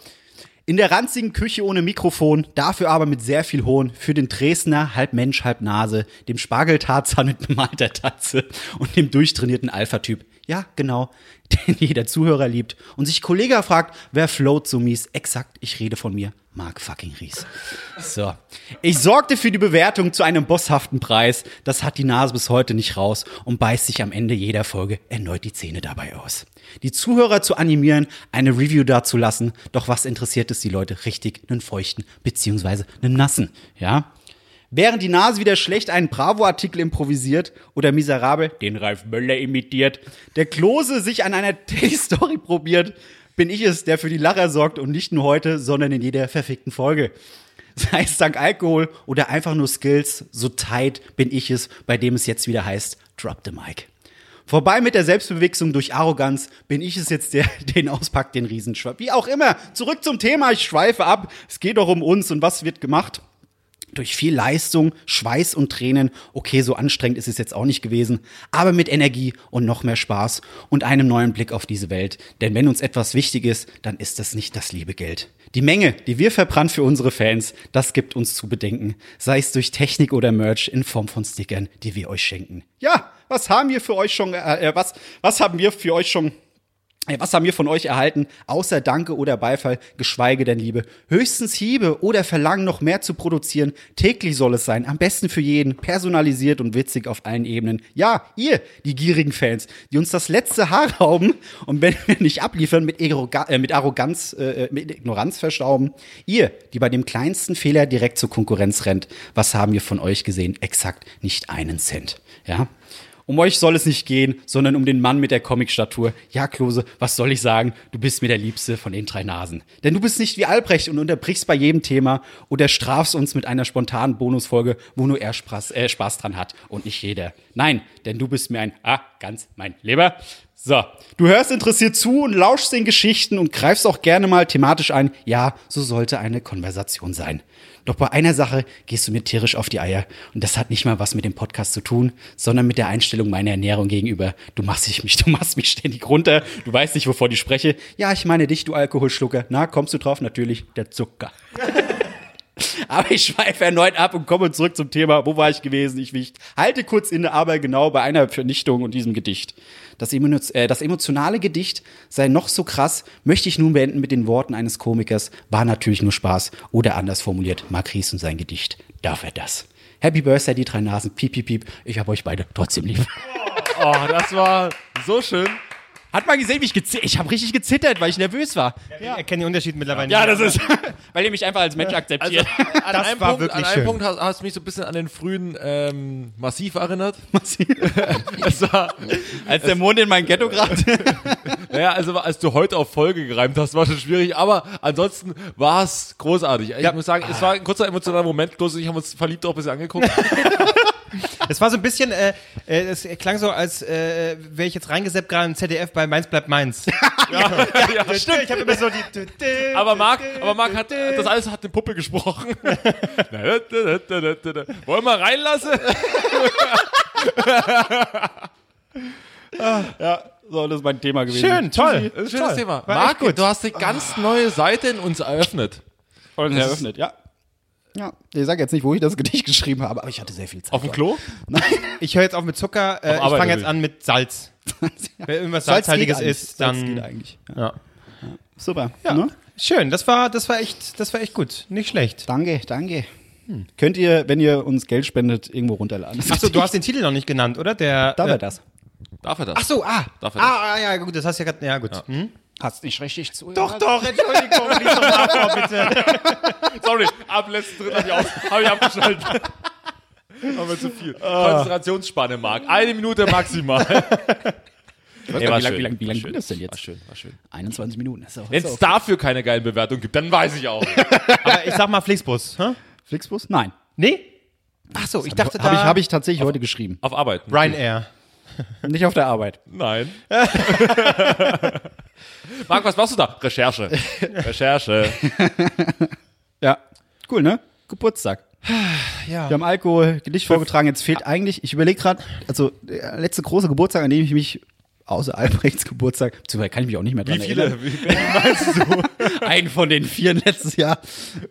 C: In der ranzigen Küche ohne Mikrofon, dafür aber mit sehr viel Hohn, für den Dresdner halb Mensch, halb Nase, dem Spargeltarzan mit bemalter Tatze und dem durchtrainierten Alpha-Typ. Ja, genau, den jeder Zuhörer liebt und sich Kollega fragt, wer float so mies? Exakt, ich rede von mir, Mark fucking Ries. So. Ich sorgte für die Bewertung zu einem bosshaften Preis. Das hat die Nase bis heute nicht raus und beißt sich am Ende jeder Folge erneut die Zähne dabei aus. Die Zuhörer zu animieren, eine Review dazulassen, doch was interessiert es die Leute richtig, einen feuchten beziehungsweise einen nassen, ja? Während die Nase wieder schlecht einen Bravo-Artikel improvisiert oder miserabel den Ralf Möller imitiert, der Klose sich an einer Daily-Story probiert, bin ich es, der für die Lacher sorgt und nicht nur heute, sondern in jeder verfickten Folge. Sei es dank Alkohol oder einfach nur Skills, so tight bin ich es, bei dem es jetzt wieder heißt, drop the mic. Vorbei mit der Selbstbewegung durch Arroganz bin ich es jetzt, der den auspackt, den Riesenschweif. Wie auch immer, zurück zum Thema, ich schweife ab. Es geht doch um uns und was wird gemacht durch viel Leistung, Schweiß und Tränen. Okay, so anstrengend ist es jetzt auch nicht gewesen, aber mit Energie und noch mehr Spaß und einem neuen Blick auf diese Welt. Denn wenn uns etwas wichtig ist, dann ist das nicht das liebe Geld. Die Menge, die wir verbrannt für unsere Fans, das gibt uns zu bedenken. Sei es durch Technik oder Merch in Form von Stickern, die wir euch schenken. Ja, was haben wir für euch schon, äh, äh, was, was haben wir für euch schon Ey, Was haben wir von euch erhalten, außer Danke oder Beifall, geschweige denn Liebe? Höchstens Hiebe oder Verlangen, noch mehr zu produzieren. Täglich soll es sein, am besten für jeden, personalisiert und witzig auf allen Ebenen. Ja, ihr, die gierigen Fans, die uns das letzte Haar rauben und wenn wir nicht abliefern, mit, Arroga äh, mit Arroganz, äh, mit Ignoranz verstauben. Ihr, die bei dem kleinsten Fehler direkt zur Konkurrenz rennt. Was haben wir von euch gesehen? Exakt nicht einen Cent. Ja? Um euch soll es nicht gehen, sondern um den Mann mit der Comicstatur. Ja, Klose, was soll ich sagen? Du bist mir der Liebste von den drei Nasen. Denn du bist nicht wie Albrecht und unterbrichst bei jedem Thema oder strafst uns mit einer spontanen Bonusfolge, wo nur er Spaß, äh, Spaß dran hat und nicht jeder. Nein, denn du bist mir ein, ah, ganz mein Lieber. So, du hörst interessiert zu und lauschst den Geschichten und greifst auch gerne mal thematisch ein. Ja, so sollte eine Konversation sein. Doch bei einer Sache gehst du mir tierisch auf die Eier. Und das hat nicht mal was mit dem Podcast zu tun, sondern mit der Einstellung meiner Ernährung gegenüber. Du machst dich mich, du machst mich ständig runter. Du weißt nicht, wovon ich spreche. Ja, ich meine dich, du Alkoholschlucker. Na, kommst du drauf? Natürlich der Zucker. Aber ich schweife erneut ab und komme zurück zum Thema, wo war ich gewesen, ich wicht. Halte kurz inne, aber genau bei einer Vernichtung und diesem Gedicht. Das, emo- äh, das emotionale Gedicht sei noch so krass, möchte ich nun beenden mit den Worten eines Komikers, war natürlich nur Spaß. Oder anders formuliert, Mark Ries und sein Gedicht. Darf er das? Happy Birthday, die drei Nasen, piep, piep, piep. Ich habe euch beide trotzdem lieb.
B: Oh, das war so schön.
C: Hat man gesehen, wie ich gezittert, ich habe richtig gezittert, weil ich nervös war.
A: Ja. Ich kenne den Unterschied mittlerweile
C: Ja,
A: nicht.
C: das ist, weil ihr mich einfach als Mensch
B: Also,
C: akzeptiert.
B: an
A: Das
B: einem
A: war
B: Punkt,
A: wirklich
B: an einem
A: schön.
B: Punkt hast, hast du mich so ein bisschen an den frühen ähm, Massiv erinnert. Es war,
C: als der Mond in mein Ghetto gerade.
B: naja, also als du heute auf Folge gereimt hast, war schon schwierig, aber ansonsten war es großartig. Ich muss sagen, es war ein kurzer emotionaler Moment. Klose und ich haben uns verliebt auch ein bisschen angeguckt.
A: Es war so ein bisschen, äh, äh, es klang so, als äh, wäre ich jetzt reingeseppt gerade im ZDF bei Mainz bleibt Mainz.
B: ja,
A: Stimmt, ich habe immer so die.
B: Aber Marc, aber Marc hat, das alles hat eine Puppe gesprochen. Wollen wir reinlassen?
C: So, das ist mein Thema gewesen.
A: Schön, toll.
B: Das ist ein schönes
A: toll.
B: Thema.
A: War echt
B: Marc,
A: gut.
B: du hast eine ganz neue Seite in uns eröffnet.
C: Und eröffnet, ja.
E: Ja, ich sage jetzt nicht, wo ich das Gedicht geschrieben habe, aber ich hatte sehr viel Zeit.
B: Auf dem Klo?
A: Ich höre jetzt auf mit Zucker, äh, ich
B: Arbeit
A: fange jetzt
B: natürlich.
A: an mit Salz. Wenn irgendwas
E: Salz geht
A: Salzhaltiges
E: eigentlich.
A: ist,
E: Salz geht
A: dann.
E: eigentlich.
A: Ja.
E: Super.
A: Ja.
E: Ne?
A: Schön, das war, das war echt, das war echt gut. Nicht schlecht.
E: Danke, danke. Könnt ihr, wenn ihr uns Geld spendet, irgendwo runterladen?
A: Achso, Hm. du hast den Titel noch nicht genannt, oder? Der.
E: Da
A: äh,
E: war das.
B: Darf er das?
A: Achso, ah.
B: Darf er das?
A: ah, ah, ja, gut, das hast du ja gerade. Ja, gut. Hm?
E: Hast nicht richtig zu.
A: Doch, doch, Entschuldigung, lies doch mal vor, bitte.
B: Sorry, ab letzten Drittel habe ich, auf- hab ich abgeschaltet. Aber zu viel. Konzentrationsspanne, Marc. Eine Minute maximal. Ey, war
E: wie lang-
B: schön.
E: wie lang- wie lang
B: War
E: ging
B: schön.
E: das denn jetzt?
B: War schön, war schön.
E: 21 Minuten. Das ist auch,
B: Wenn
E: ist
B: es
E: auch-
B: dafür keine geilen Bewertungen gibt, dann weiß ich auch.
A: Aber ich sag mal Flixbus, hä?
E: Flixbus? Nein.
A: Nee? Achso, ich dachte da.
E: Habe ich, hab ich tatsächlich heute geschrieben.
B: Auf Arbeit.
A: Ryanair.
E: Nicht auf der Arbeit.
B: Nein. Marc, was machst du da? Recherche. Recherche.
E: Ja. Cool, ne? Geburtstag.
A: Ja.
E: Wir haben Alkohol,
B: Äh,
E: Gedicht vorgetragen. Jetzt fehlt eigentlich, ich überlege gerade, also der letzte große Geburtstag, an dem ich mich, außer Albrechts Geburtstag, beziehungsweise kann ich mich auch nicht mehr dran
B: Wie
E: erinnern.
B: viele? Wie
E: Einen von den vier letztes Jahr.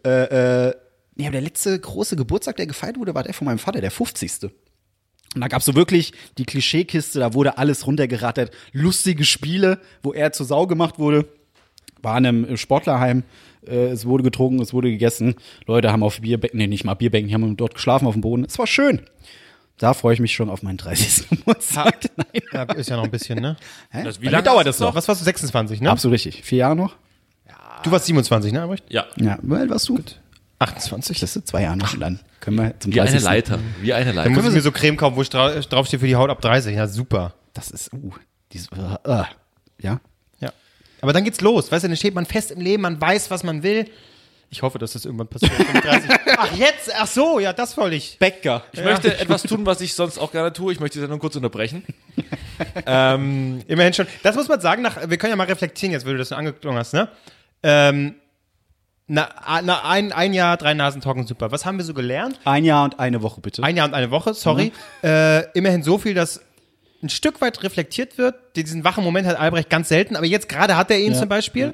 E: Äh, äh, nee, aber der letzte große Geburtstag, der gefeiert wurde, war der von meinem Vater, der 50. Und da gab's so wirklich die Klischeekiste, da wurde alles runtergerattert. Lustige Spiele, wo er zur Sau gemacht wurde. War in einem Sportlerheim. Äh, es wurde getrunken, es wurde gegessen. Leute haben auf Bierbänken, nee, nicht mal Bierbänken, die haben dort geschlafen auf dem Boden. Es war schön. Da freue ich mich schon auf meinen 30. Geburtstag. Nein.
A: Ja, ist ja noch ein bisschen, ne?
E: Hä?
B: Das-
E: Bei
B: wie
E: mir
B: lange
E: dauert
B: ist
E: das
B: es
E: noch?
A: Was warst du, 26, ne?
E: Absolut richtig. Vier Jahre noch?
A: Du warst 27, ne, Albrecht?
B: Ja.
E: Ja, wie alt warst du?
A: 28.
E: Das sind zwei Jahre noch. Und dann können wir zum
B: Wie eine
E: 30..
B: Leiter. Wie eine
A: Dann muss
B: Leiter.
A: ich mir so Creme kaufen, wo ich dra draufsteht für die Haut ab 30. Ja, super.
E: Das ist, uh, dieses, uh, uh, ja.
A: Ja. Aber dann geht's los. Weißt du, dann steht man fest im Leben, man weiß, was man will. Ich hoffe, dass das irgendwann passiert. 35. ach, jetzt? Ach so, ja, das wollte ich.
C: Bäcker.
B: Ich möchte etwas tun, was ich sonst auch gerne tue. Ich möchte die Sendung kurz unterbrechen.
A: Immerhin schon. Das muss man sagen, nach, wir können ja mal reflektieren jetzt, weil du das schon angeklungen hast, ne? Ähm, na, na, ein, ein Jahr, drei Nasen talken, super. Was haben wir so gelernt?
E: Ein Jahr und eine Woche bitte.
A: Ein Jahr und eine Woche, sorry. Äh, immerhin so viel, dass ein Stück weit reflektiert wird. Diesen wachen Moment hat Albrecht ganz selten, aber jetzt gerade hat er ihn zum Beispiel.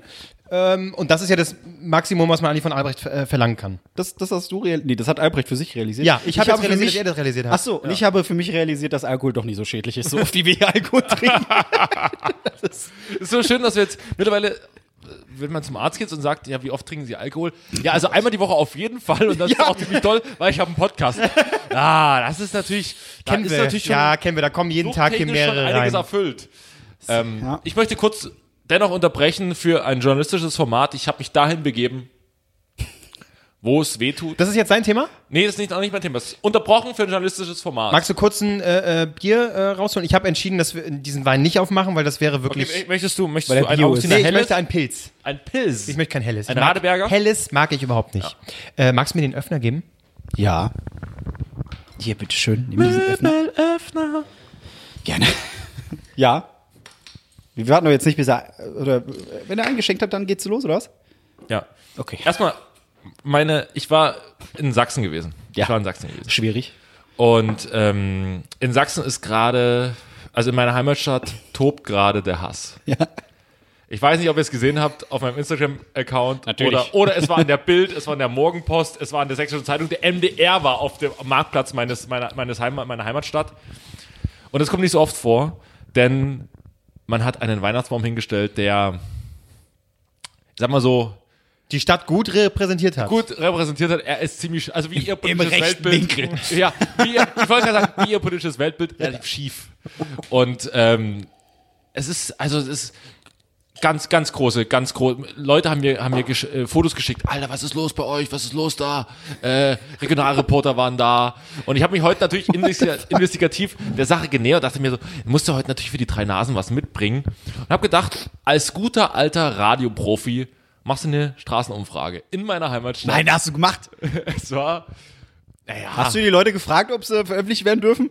A: Ähm, und das ist ja das Maximum, was man eigentlich von Albrecht äh, verlangen kann.
E: Das, das hast du realisiert. Nee, das hat Albrecht für sich realisiert.
A: Ja, ich, habe jetzt realisiert, dass er
E: das
A: das realisiert hat.
E: Ach so, und ich habe für mich realisiert, dass Alkohol doch nicht so schädlich ist, so oft wie wir hier Alkohol trinken.
B: Ist so schön, dass wir jetzt mittlerweile, äh, wenn man zum Arzt geht und sagt, ja, wie oft trinken Sie Alkohol? Ja, also einmal die Woche auf jeden Fall und das ist auch ziemlich toll, weil ich habe einen Podcast. Ah, das ist natürlich, da
A: kennen
B: ist
A: wir.
B: natürlich schon
A: ja, kennen wir. Da kommen jeden Tag hier
B: suchtechnisch schon
A: mehrere
B: einiges
A: rein.
B: erfüllt. Ähm, Ich möchte kurz dennoch unterbrechen für ein journalistisches Format. Ich habe mich dahin begeben, wo es weh tut.
A: Das ist jetzt sein Thema?
B: Nee, das ist nicht, auch nicht mein Thema. Das ist unterbrochen für ein journalistisches Format.
A: Magst du kurz ein äh, äh, Bier äh, rausholen? Ich habe entschieden, dass wir diesen Wein nicht aufmachen, weil das wäre
B: okay,
A: wirklich.
B: mö- möchtest du, möchtest du
E: der
B: ein
E: Bio
B: Augustiner
A: nee, ich
B: Helles?
A: möchte einen Pilz.
B: ein Pilz.
A: Ich möchte kein Helles.
B: Ein
A: Ich mag-
B: Radeberger?
A: Helles mag ich überhaupt nicht. Äh, magst du mir den Öffner geben?
E: Ja. Hier, bitteschön. Nimm diesen Öffner.
B: Öffner.
E: Gerne. Ja. Wir warten doch jetzt nicht, bis er. Oder, wenn er eingeschenkt hat, dann geht's los, oder was?
B: Ja.
E: Okay.
B: Erstmal, meine, ich war in Sachsen gewesen.
E: Ja.
B: Ich war in Sachsen gewesen.
E: Schwierig.
B: Und ähm, in Sachsen ist gerade, also in meiner Heimatstadt tobt gerade der Hass.
E: Ja.
B: Ich weiß nicht, ob ihr es gesehen habt auf meinem Instagram-Account.
C: Natürlich.
B: Oder, oder es war in der Bild, es war in der Morgenpost, es war in der Sächsischen Zeitung. Der MDR war auf dem Marktplatz meines, meiner, meines Heim, meiner Heimatstadt. Und das kommt nicht so oft vor, denn man hat einen Weihnachtsbaum hingestellt, der, ich sag mal so,
A: Die Stadt gut repräsentiert hat.
B: gut repräsentiert hat. Er ist ziemlich, sch- also wie ihr politisches
E: rechten
B: Weltbild. Ja, wie ihr, ich wollte gerade sagen, wie ihr politisches Weltbild relativ schief. Und ähm, es ist, also es ist ganz, ganz große, ganz große. Leute haben mir, haben mir gesch äh, Fotos geschickt. Alter, was ist los bei euch? Was ist los da? Äh, Regionalreporter waren da. Und ich habe mich heute natürlich investi- investigativ der Sache genähert. Dachte mir so, ich musste heute natürlich für die drei Nasen was mitbringen. Und habe gedacht, als guter alter Radioprofi machst du eine Straßenumfrage in meiner Heimatstadt.
E: Nein, hast du gemacht.
B: Es war, naja,
E: Hast du die Leute gefragt, ob sie veröffentlicht werden dürfen?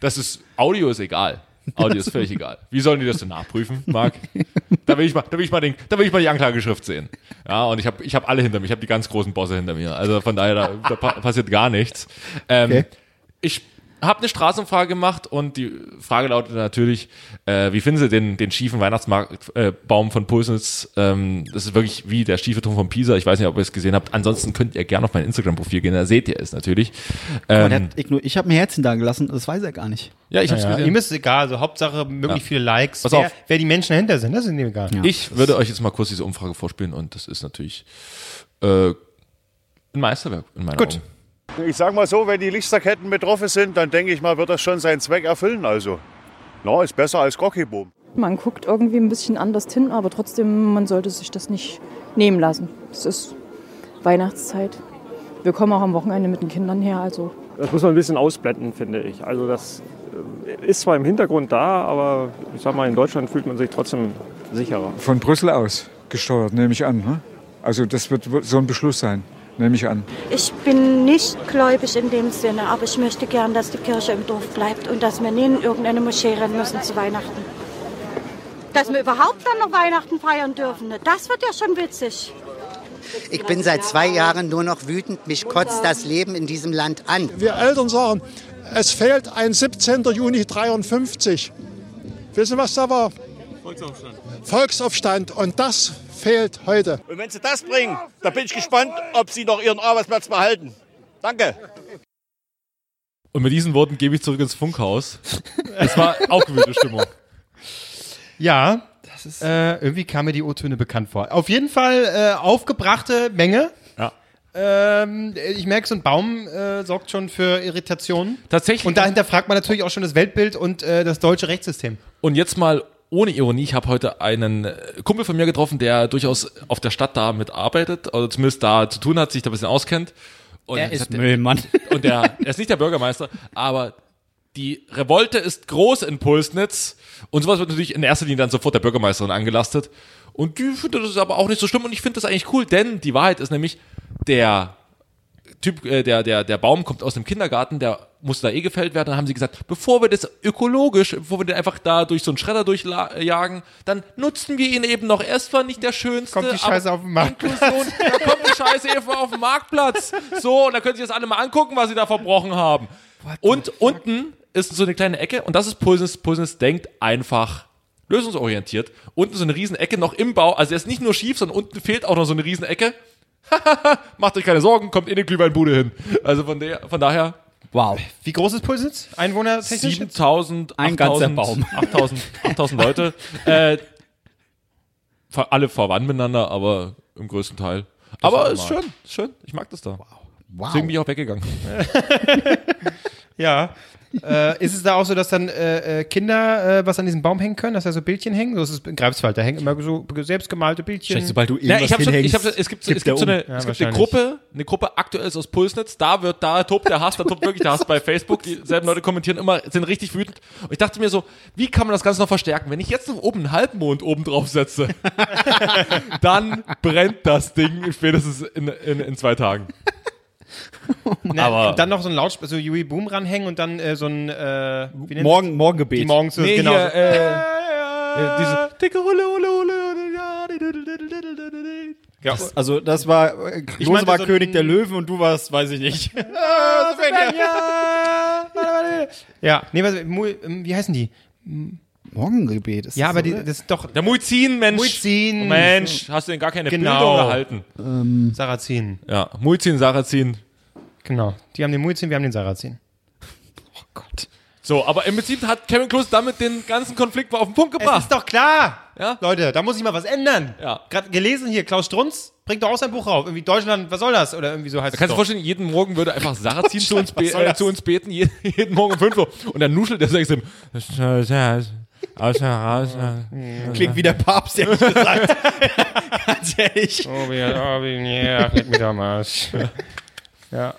B: das ist, Audio ist egal. Audio ist völlig egal. Wie sollen die das denn nachprüfen, Marc? Da will ich mal, da will ich mal, den, da will ich mal die Anklageschrift sehen. Ja, und ich habe ich hab alle hinter mir. Ich habe die ganz großen Bosse hinter mir. Also von daher, da, da pa passiert gar nichts. Ähm, Ich habe eine Straßenumfrage gemacht und die Frage lautete natürlich, äh, wie finden Sie den, den schiefen Weihnachtsmarktbaum äh, Baum von Pulsnitz? Ähm, das ist wirklich wie der schiefe Turm von Pisa. Ich weiß nicht, ob ihr es gesehen habt. Ansonsten könnt ihr gerne auf mein Instagram-Profil gehen. Da seht ihr es natürlich. Ähm,
E: ich habe ein Herzchen da gelassen, das weiß er gar nicht.
B: ja, ich habe es
A: Ja,
B: gesehen.
A: ihm ist egal, also Hauptsache möglichst viele Likes.
B: Pass
A: wer,
B: auf.
A: wer die Menschen dahinter sind, das ist ihm egal.
B: Ich würde euch jetzt mal kurz diese Umfrage vorspielen und das ist natürlich äh, ein Meisterwerk in meiner
A: Gut.
B: Augen.
F: Ich sag mal so, wenn die Lichterketten betroffen sind, dann denke ich mal, wird das schon seinen Zweck erfüllen. Also, na, ist besser als Grockiboom.
G: Man guckt irgendwie ein bisschen anders hin, aber trotzdem, man sollte sich das nicht nehmen lassen. Es ist Weihnachtszeit. Wir kommen auch am Wochenende mit den Kindern her, also
H: Das muss man ein bisschen ausblenden, finde ich. Also das äh, ist zwar im Hintergrund da, aber ich sag mal, in Deutschland fühlt man sich trotzdem sicherer.
I: Von Brüssel aus gesteuert, nehme ich an. Ne? Also das wird so ein Beschluss sein, nehme ich an.
J: Ich bin nicht gläubig in dem Sinne, aber ich möchte gern, dass die Kirche im Dorf bleibt und dass wir nie in irgendeine Moschee rennen müssen zu Weihnachten. Dass wir überhaupt dann noch Weihnachten feiern dürfen, ne? das wird ja schon witzig.
D: Ich bin seit zwei Jahren nur noch wütend. Mich kotzt das Leben in diesem Land an.
F: Wir Eltern sagen, es fehlt ein 17. Juni 53. Wissen Sie, was da war? Volksaufstand. Volksaufstand. Und das fehlt heute.
K: Und wenn sie das bringen, da bin ich gespannt, ob sie noch ihren Arbeitsplatz behalten. Danke.
B: Und mit diesen Worten gebe ich zurück ins Funkhaus. Es war aufgewühlte Stimmung.
A: Ja, äh, irgendwie kam mir die O-Töne bekannt vor. Auf jeden Fall äh, aufgebrachte Menge.
B: Ja.
A: Ähm, ich merke, so ein Baum äh, sorgt schon für Irritationen.
B: Tatsächlich.
A: Und dahinter fragt man natürlich auch schon das Weltbild und äh, das deutsche Rechtssystem.
B: Und jetzt mal ohne Ironie, ich habe heute einen äh, Kumpel von mir getroffen, der durchaus auf der Stadt da mitarbeitet, oder zumindest da zu tun hat, sich da ein bisschen auskennt. Und er
C: Ist Müllmann.
B: Und der, er ist nicht der Bürgermeister, aber die Revolte ist groß in Pulsnitz. Und sowas wird natürlich in erster Linie dann sofort der Bürgermeisterin angelastet. Und die findet das aber auch nicht so schlimm. Und ich finde das eigentlich cool, denn die Wahrheit ist nämlich, der Typ, äh, der, der, der Baum kommt aus dem Kindergarten, der muss da eh gefällt werden. Dann haben sie gesagt, bevor wir das ökologisch, bevor wir den einfach da durch so einen Schredder durchjagen, dann nutzen wir ihn eben noch. Er ist zwar nicht der schönste.
A: Kommt die Scheiße
B: aber
A: auf den Markt.
B: Inklusion, da kommt die Scheiße eben auf den Marktplatz. So, und da können sich das alle mal angucken, was sie da verbrochen haben. Und unten ist so eine kleine Ecke und das ist Pulsens. Pulsens denkt einfach lösungsorientiert. Unten so eine riesen Ecke noch im Bau. Also er ist nicht nur schief, sondern unten fehlt auch noch so eine riesen Ecke. Macht euch keine Sorgen, kommt in die Glühweinbude hin. Also von, der, von daher
C: Wow.
A: Wie groß ist Pulsitz? Einwohnertechnisch?
B: 7000,
C: Ein ganzer
B: 8000,
C: Baum.
B: 8000, 8000 Leute. Äh, ver- alle verwandt miteinander, aber im größten Teil. aber ist schön, ist schön. Ich mag das da. Wow. Deswegen bin ich auch weggegangen.
A: Ja. äh, ist es da auch so, dass dann äh, äh, Kinder äh, was an diesem Baum hängen können, dass da so Bildchen hängen? So ist es in Greifswald, da hängen immer so selbstgemalte Bildchen.
C: Wahrscheinlich, sobald du
B: Ja, ich
C: irgendwas
B: hab schon, ich hab,
C: hinhängst,
B: schon- es gibt, so- es
C: kippt der
B: gibt so
C: um.
B: eine,
A: Ja,
B: es gibt eine
A: wahrscheinlich.
B: Gruppe, eine Gruppe aktuell ist aus Pulsnitz, da wird, da tobt der Hass, da tobt wirklich der Hass bei Facebook, die selben Leute kommentieren immer, sind richtig wütend. Und ich dachte mir so, wie kann man das Ganze noch verstärken? Wenn ich jetzt noch oben einen Halbmond oben drauf setze, dann brennt das Ding spätestens in, in, in zwei Tagen.
A: Na,
B: aber-
A: und dann noch so ein Lautsprecher, so Yui Boom ranhängen und dann äh, so ein äh, wie nennt's?
C: Morgen, Morgengebet.
A: die morgens so,
B: Nee,
A: genau.
B: hier,
A: so.
B: äh, äh, diese,
A: Dicke Hulle, Hulle, Hulle. Ja.
C: Das, also das war, äh, Klose
A: meinte
C: war
A: so ein-
C: König der Löwen und du warst, weiß ich nicht.
A: ja, nee, was, Mu- ähm, wie heißen die?
C: Morgengebet ist
A: Ja, aber
C: so,
A: die, das ist doch
B: ne? der Muizin, Mensch.
A: Muizin.
B: Mensch, hast du denn gar keine
A: Genau.
B: Bildung erhalten?
A: Sarrazin.
B: Ja, Muizin, Sarrazin.
A: Genau. Die haben den Muizin, wir haben den Sarrazin.
B: So, aber im Prinzip hat Kevin Klose damit den ganzen Konflikt mal auf den Punkt
A: Es
B: gebracht.
A: ist doch klar.
B: Ah. Ja?
A: Leute, da muss ich mal was ändern.
B: Ja.
A: Gerade gelesen hier, Klaus Strunz bringt doch auch sein Buch rauf. Irgendwie Deutschland, was soll das? Oder irgendwie so heißt
B: Da kannst du
A: es.
B: dir vorstellen, jeden Morgen würde einfach Sarrazin zu, uns be
C: was soll
B: äh,
C: das?
B: zu uns beten, jeden, jeden Morgen um 5 Uhr. Und dann nuschelt er sich so.
C: Klingt wie der Papst, der mich gesagt hat. Ganz ehrlich.
A: Oh, wir, oh, wir, yeah, leck mich am Arsch. ja.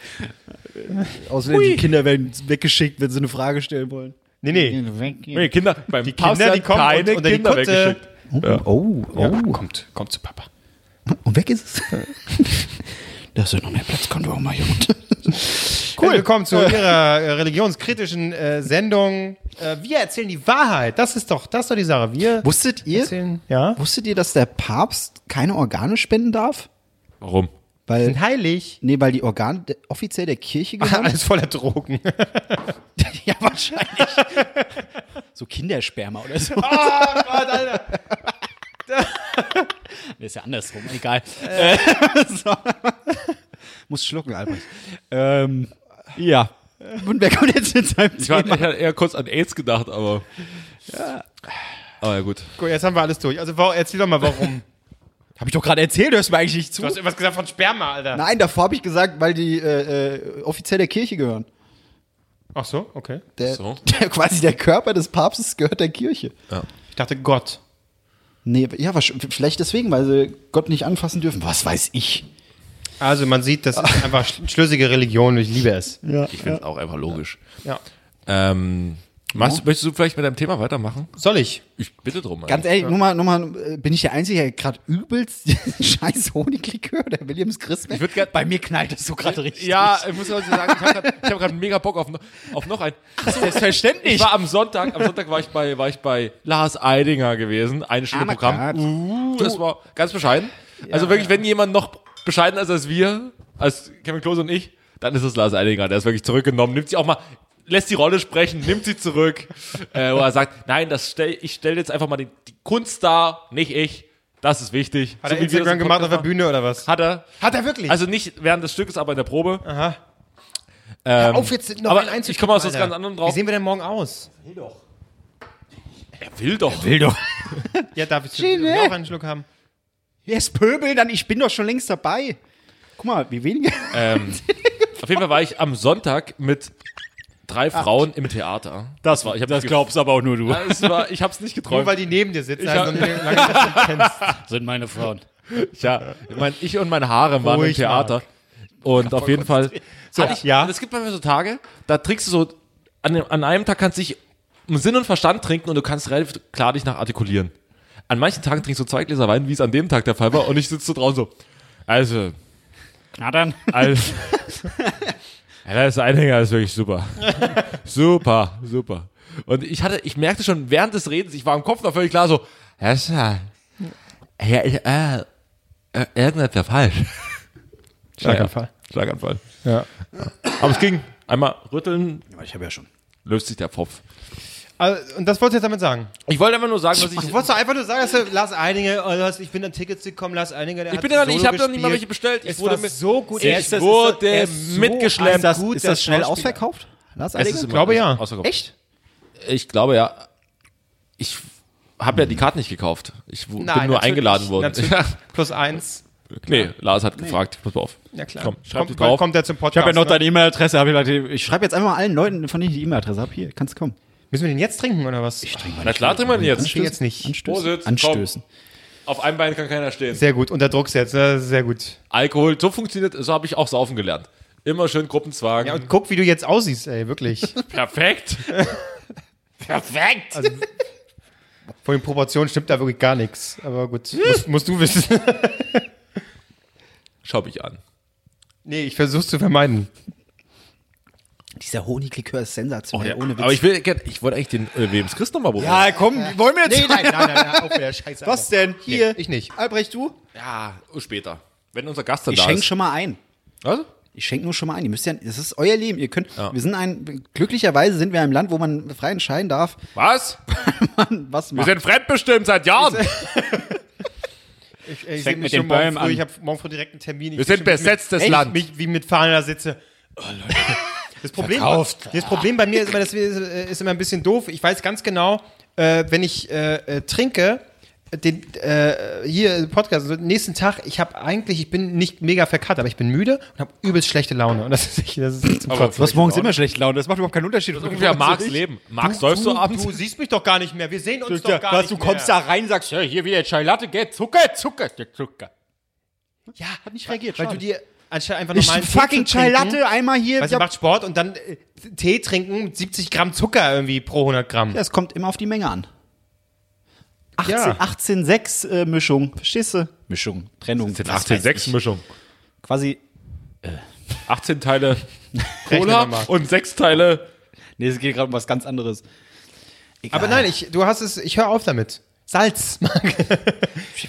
C: Ausländische Kinder werden weggeschickt, wenn sie eine Frage stellen wollen.
A: Nee, nee.
B: Nee, Kinder, beim die
A: Kinder, die kommen
B: keine
A: und- unter die
B: Kinder
A: Kutte.
B: weggeschickt.
C: Oh, oh.
A: Kommt, kommt zu Papa.
C: Und weg ist es. da ist ja noch mehr Platz, kommt auch mal hier runter.
A: Cool. Willkommen zu Ihrer äh, religionskritischen äh, Sendung. Äh, wir erzählen die Wahrheit. Das ist doch, das ist doch die Sache. Wir
C: Wusstet ihr,
A: erzählen, ja.
C: wusstet ihr, dass der Papst keine Organe spenden darf?
B: Warum?
A: Wir
C: Weil,
A: sind heilig.
C: nee, weil die Organe de- offiziell der Kirche gehören.
A: Ah, Alles voller Drogen.
C: ja, wahrscheinlich. so Kindersperma oder so. Nee, ist ja andersrum, egal. Äh, so. Muss schlucken, Albrecht. Ähm, ja. Und wer kommt jetzt mit seinem
B: Ich, war, ich
C: Thema?
B: hatte eher kurz an AIDS gedacht, aber. Aber ja, gut.
A: Gut, jetzt haben wir alles durch. Also wa- erzähl doch mal, warum.
C: Hab ich doch gerade erzählt, hörst du mir eigentlich nicht zu?
A: Du hast irgendwas gesagt von Sperma, Alter.
C: Nein, davor habe ich gesagt, weil die äh, äh, offiziell der Kirche gehören.
A: Ach so, okay.
C: Der,
B: So.
C: der, quasi der Körper des Papstes gehört der Kirche.
A: Ich dachte Gott.
C: Nee, ja, wahrsch- vielleicht deswegen, weil sie Gott nicht anfassen dürfen. Was weiß ich.
A: Also man sieht, das ist einfach sch- schlüssige Religion. und Ich liebe es.
B: Ich finde es auch einfach logisch.
A: Ja.
B: Ähm, machst, Möchtest du vielleicht mit deinem Thema weitermachen?
A: Soll ich?
B: Ich bitte drum. Alter.
C: Ganz ehrlich, nur mal, nur mal, äh, bin ich der Einzige, der gerade übelst scheiß Honiglikör der Williams Christmas?
B: Ich würd gern-
C: Bei mir knallt das so gerade richtig.
B: Ja, äh, ich muss gerade sagen, ich habe gerade hab grad mega Bock auf, no- auf noch ein.
C: selbstverständlich.
B: Ich war am Sonntag, am Sonntag war ich bei, war ich bei Lars Eidinger gewesen, eine Stunde
C: Oh mein
B: Programm.
C: Gott.
B: Uh, das war ganz bescheiden. also wirklich, wenn jemand noch bescheidener ist als wir, als Kevin Klose und ich, dann ist es Lars Eidinger. Der ist wirklich zurückgenommen, nimmt sie auch mal, lässt die Rolle sprechen, nimmt sie zurück, äh, wo er sagt, nein, das stell, ich stelle jetzt einfach mal die, die Kunst dar, nicht ich. Das ist wichtig.
A: Hat
B: So wie
A: er
B: wir das
A: Instagram
B: im
A: gemacht auf
B: Podcast
A: der Bühne oder was?
B: machen. Hat er.
A: Hat er wirklich?
B: Also nicht während des Stückes, aber in der Probe.
A: Aha.
B: Ähm,
A: auf jetzt noch
B: aber
A: einen
B: ich
A: einzuschieben,
B: komme aus was
A: Alter.
B: ganz anderem drauf.
A: Wie sehen wir denn morgen aus?
B: Er will doch.
C: Will doch.
A: Ja, darf ich
C: Gene.
A: auch einen Schluck haben?
C: Wer ist Pöbel? Dann, ich bin doch schon längst dabei. Guck mal, wie wenige.
B: Auf jeden Fall war ich am Sonntag mit drei Frauen im Theater.
C: Das war, ich hab das glaubst aber auch nur du.
B: Es war, ich hab's nicht
A: Nur
B: geträumt.
A: weil die neben dir sitzen.
B: hab-
A: Also, wenn du lange nicht kennst.
C: Sind meine Frauen.
B: ja, ich mein, ich und mein Haare waren im
A: Ruhig,
B: Theater. Und auf jeden Fall. hatte ich,
A: ja.
B: und Es gibt manchmal so Tage, da trinkst du so, an, dem- an einem Tag kannst du dich um Sinn und Verstand trinken und du kannst relativ klar dich nach artikulieren. An manchen Tagen trinkst du zwei Gläser Wein, wie es an dem Tag der Fall war, und ich sitze so draußen so. Also,
C: Knattern.
B: Also, ja, das Einhänger ist wirklich super. super, super. Und ich hatte, ich merkte schon während des Redens, ich war im Kopf noch völlig klar so, ja, ist ja, ja, äh, äh, irgendwas war falsch.
A: Schlaganfall.
B: Ja, Schlaganfall.
A: Ja.
B: Aber es ging. Einmal rütteln,
C: Ich habe ja schon.
B: löst sich der Pfropf.
A: Also, und das wolltest du jetzt damit sagen?
B: Ich wollte einfach nur sagen, dass ich.
A: Ich wollte einfach nur sagen, dass du Lars Eininger, oh, Lars, ich bin an Tickets gekommen, Lars Eininger, der
B: Ich
A: hat
B: bin ja nicht,
A: Solo
B: ich habe doch nicht mal welche
A: gespielt.
B: bestellt. Ich
A: es
B: wurde
A: war
B: mit,
A: so gut.
B: Ich
A: Er ist das-
B: wurde
A: er ist so
B: mitgeschleppt.
A: ein
C: Das,
A: Ähm, Gut,
C: ist
A: der
C: das schnell
A: Schauspieler.
C: ausverkauft? Lars
B: Es
C: Eidinger?
B: ist im-
A: glaube,
B: es ist
A: ja.
B: ausverkauft.
C: Echt?
B: Ich glaube ja. Ich habe ja die Karte nicht gekauft. Ich w-
A: Nein,
B: bin nur
A: natürlich,
B: eingeladen worden.
A: natürlich. Plus eins.
B: Nee, Lars hat gefragt. Pass mal auf.
A: Ja, klar.
B: Komm, schreib
A: Kommt-
B: dich drauf.
A: kommt er zum Podcast,
L: Ich habe ja noch
A: ne?
L: deine E-Mail-Adresse. hab Ich, gesagt, ich schreibe jetzt einfach mal allen Leuten, von denen ich die E-Mail-Adresse habe. Hier, kannst kommen.
A: Müssen wir den jetzt trinken oder was? Ich trinke
B: Na klar, trinken wir den jetzt.
A: Ich trinke jetzt nicht.
B: Prosit, komm.
L: Anstößen.
B: Auf einem Bein kann keiner stehen.
A: Sehr gut, unter Druck setzen, ne? sehr gut.
B: Alkohol, so funktioniert, so habe ich auch saufen gelernt. Immer schön Gruppenzwang.
A: Ja, und guck, wie du jetzt aussiehst, ey, wirklich.
B: Perfekt. Perfekt.
A: Also, von den Proportionen stimmt da wirklich gar nichts. Aber gut, musst, musst du wissen.
B: Schau mich an.
A: nee, ich versuch's zu vermeiden.
C: Dieser Honiglikör ist sensationell, Oh, ohne Witz.
B: Oh, Aber ich will, gern- ich wollte eigentlich den äh, Webens Christ nochmal probieren.
L: Ja, komm, wollen wir jetzt.
A: Nee, nein, nein, nein, nein auch wieder scheiße.
L: Was denn? Hier.
A: Ich nicht.
L: Albrecht, du?
B: Ja, später. Wenn unser Gast dann
C: Ich
B: da
C: schenke
B: ist.
C: schon mal ein.
B: Was?
C: Ich schenke nur schon mal ein. Ihr müsst ja, das ist euer Leben. Ihr könnt, wir sind ein, glücklicherweise sind wir ein Land, wo man frei entscheiden darf,
B: Was?
C: man was
B: Wir
C: macht.
B: sind fremdbestimmt seit Jahren.
A: Ich, ich
L: fängt
A: sehe
L: mit
A: mich
L: den
A: schon morgen
L: Bäumen
A: früh,
L: an.
A: ich habe morgen früh direkt einen Termin. Ich
B: Wir sind
A: seh schon, wie ich
B: besetztes
A: mit,
B: Land.
A: Mich, wie mit Fahnen da sitze. Das Problem,
B: Verkauft.
A: das Problem bei mir ist immer, das ist immer ein bisschen doof. Ich weiß ganz genau, äh, wenn ich äh, äh, trinke, den, äh, hier im Podcast, also nächsten Tag, ich habe eigentlich, ich bin nicht mega verkatert, aber ich bin müde und habe übelst schlechte Laune. Und das ist, echt- das ist zum Kotzen.
L: Du hast morgens immer schlecht Laune. Das macht überhaupt keinen Unterschied.
B: Ungefähr Marx Leben. Marx säufst du abends.
A: Du siehst mich doch gar nicht mehr. Wir sehen uns doch
L: Ja,
A: gar
L: was,
A: nicht
L: du kommst
A: mehr.
L: da rein, sagst, ja, hier wieder Chai Latte, gell? Zucker, Zucker, der Zucker.
A: Ja, hat nicht
L: reagiert,
A: Weil
L: schade.
A: du dir anstatt einfach
L: Ich
A: normalen Tee
L: fucking
A: zu
L: Chai
A: trinken-
L: Latte, einmal hier.
A: Weißt du,
L: ja.
A: ihr macht Sport und dann äh, Tee trinken mit 70 Gramm Zucker irgendwie pro 100 Gramm.
C: Ja, es kommt immer auf die Menge an. 18,
A: Ja.
C: 18-6 äh, Mischung, verstehst du? Mischung, Trennung.
B: Das ist
C: was
B: eine
C: weiß ich.
B: 18-6-Mischung.
C: Quasi,
B: 18 Teile
A: Rechnen
B: Cola
A: wir mal.
B: und 6 Teile.
C: nee, es geht gerade um was ganz anderes. Egal.
A: Aber nein, ich, du hast es, ich höre auf damit. Salz.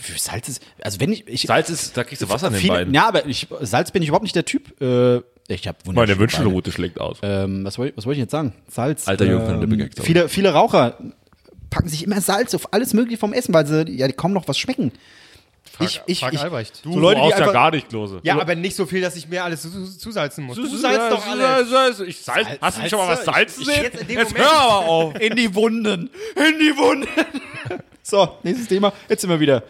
C: Für Salz ist, also wenn ich, ich
B: Salz ist, da kriegst du Wasser in den
C: viele,
B: Beinen.
C: Ja, aber ich, Salz bin ich überhaupt nicht der Typ. Äh, ich habe
B: Meine Wünschelrute schlägt aus.
C: Ähm, was wollte ich, was wollt ich jetzt sagen? Salz.
B: Äh,
C: äh,
B: Alter Jürgen von Lübeck.
C: Viele, viele Raucher packen sich immer Salz auf alles Mögliche vom Essen, weil sie ja kaum noch was schmecken. ich, ich,
A: Frag
C: ich,
A: Albrecht.
B: Du
C: so Leute, die
B: brauchst ja
C: einfach-
B: gar nicht, Klose.
A: ja, aber nicht so viel, dass ich mir alles zu- zu- zusalzen muss. Du salzt doch alles.
B: alles. Ich salz, hast du nicht schon mal was salzen sehen? Jetzt, hör aber auf.
C: in die Wunden. In die Wunden. so, nächstes Thema. Jetzt sind wir wieder.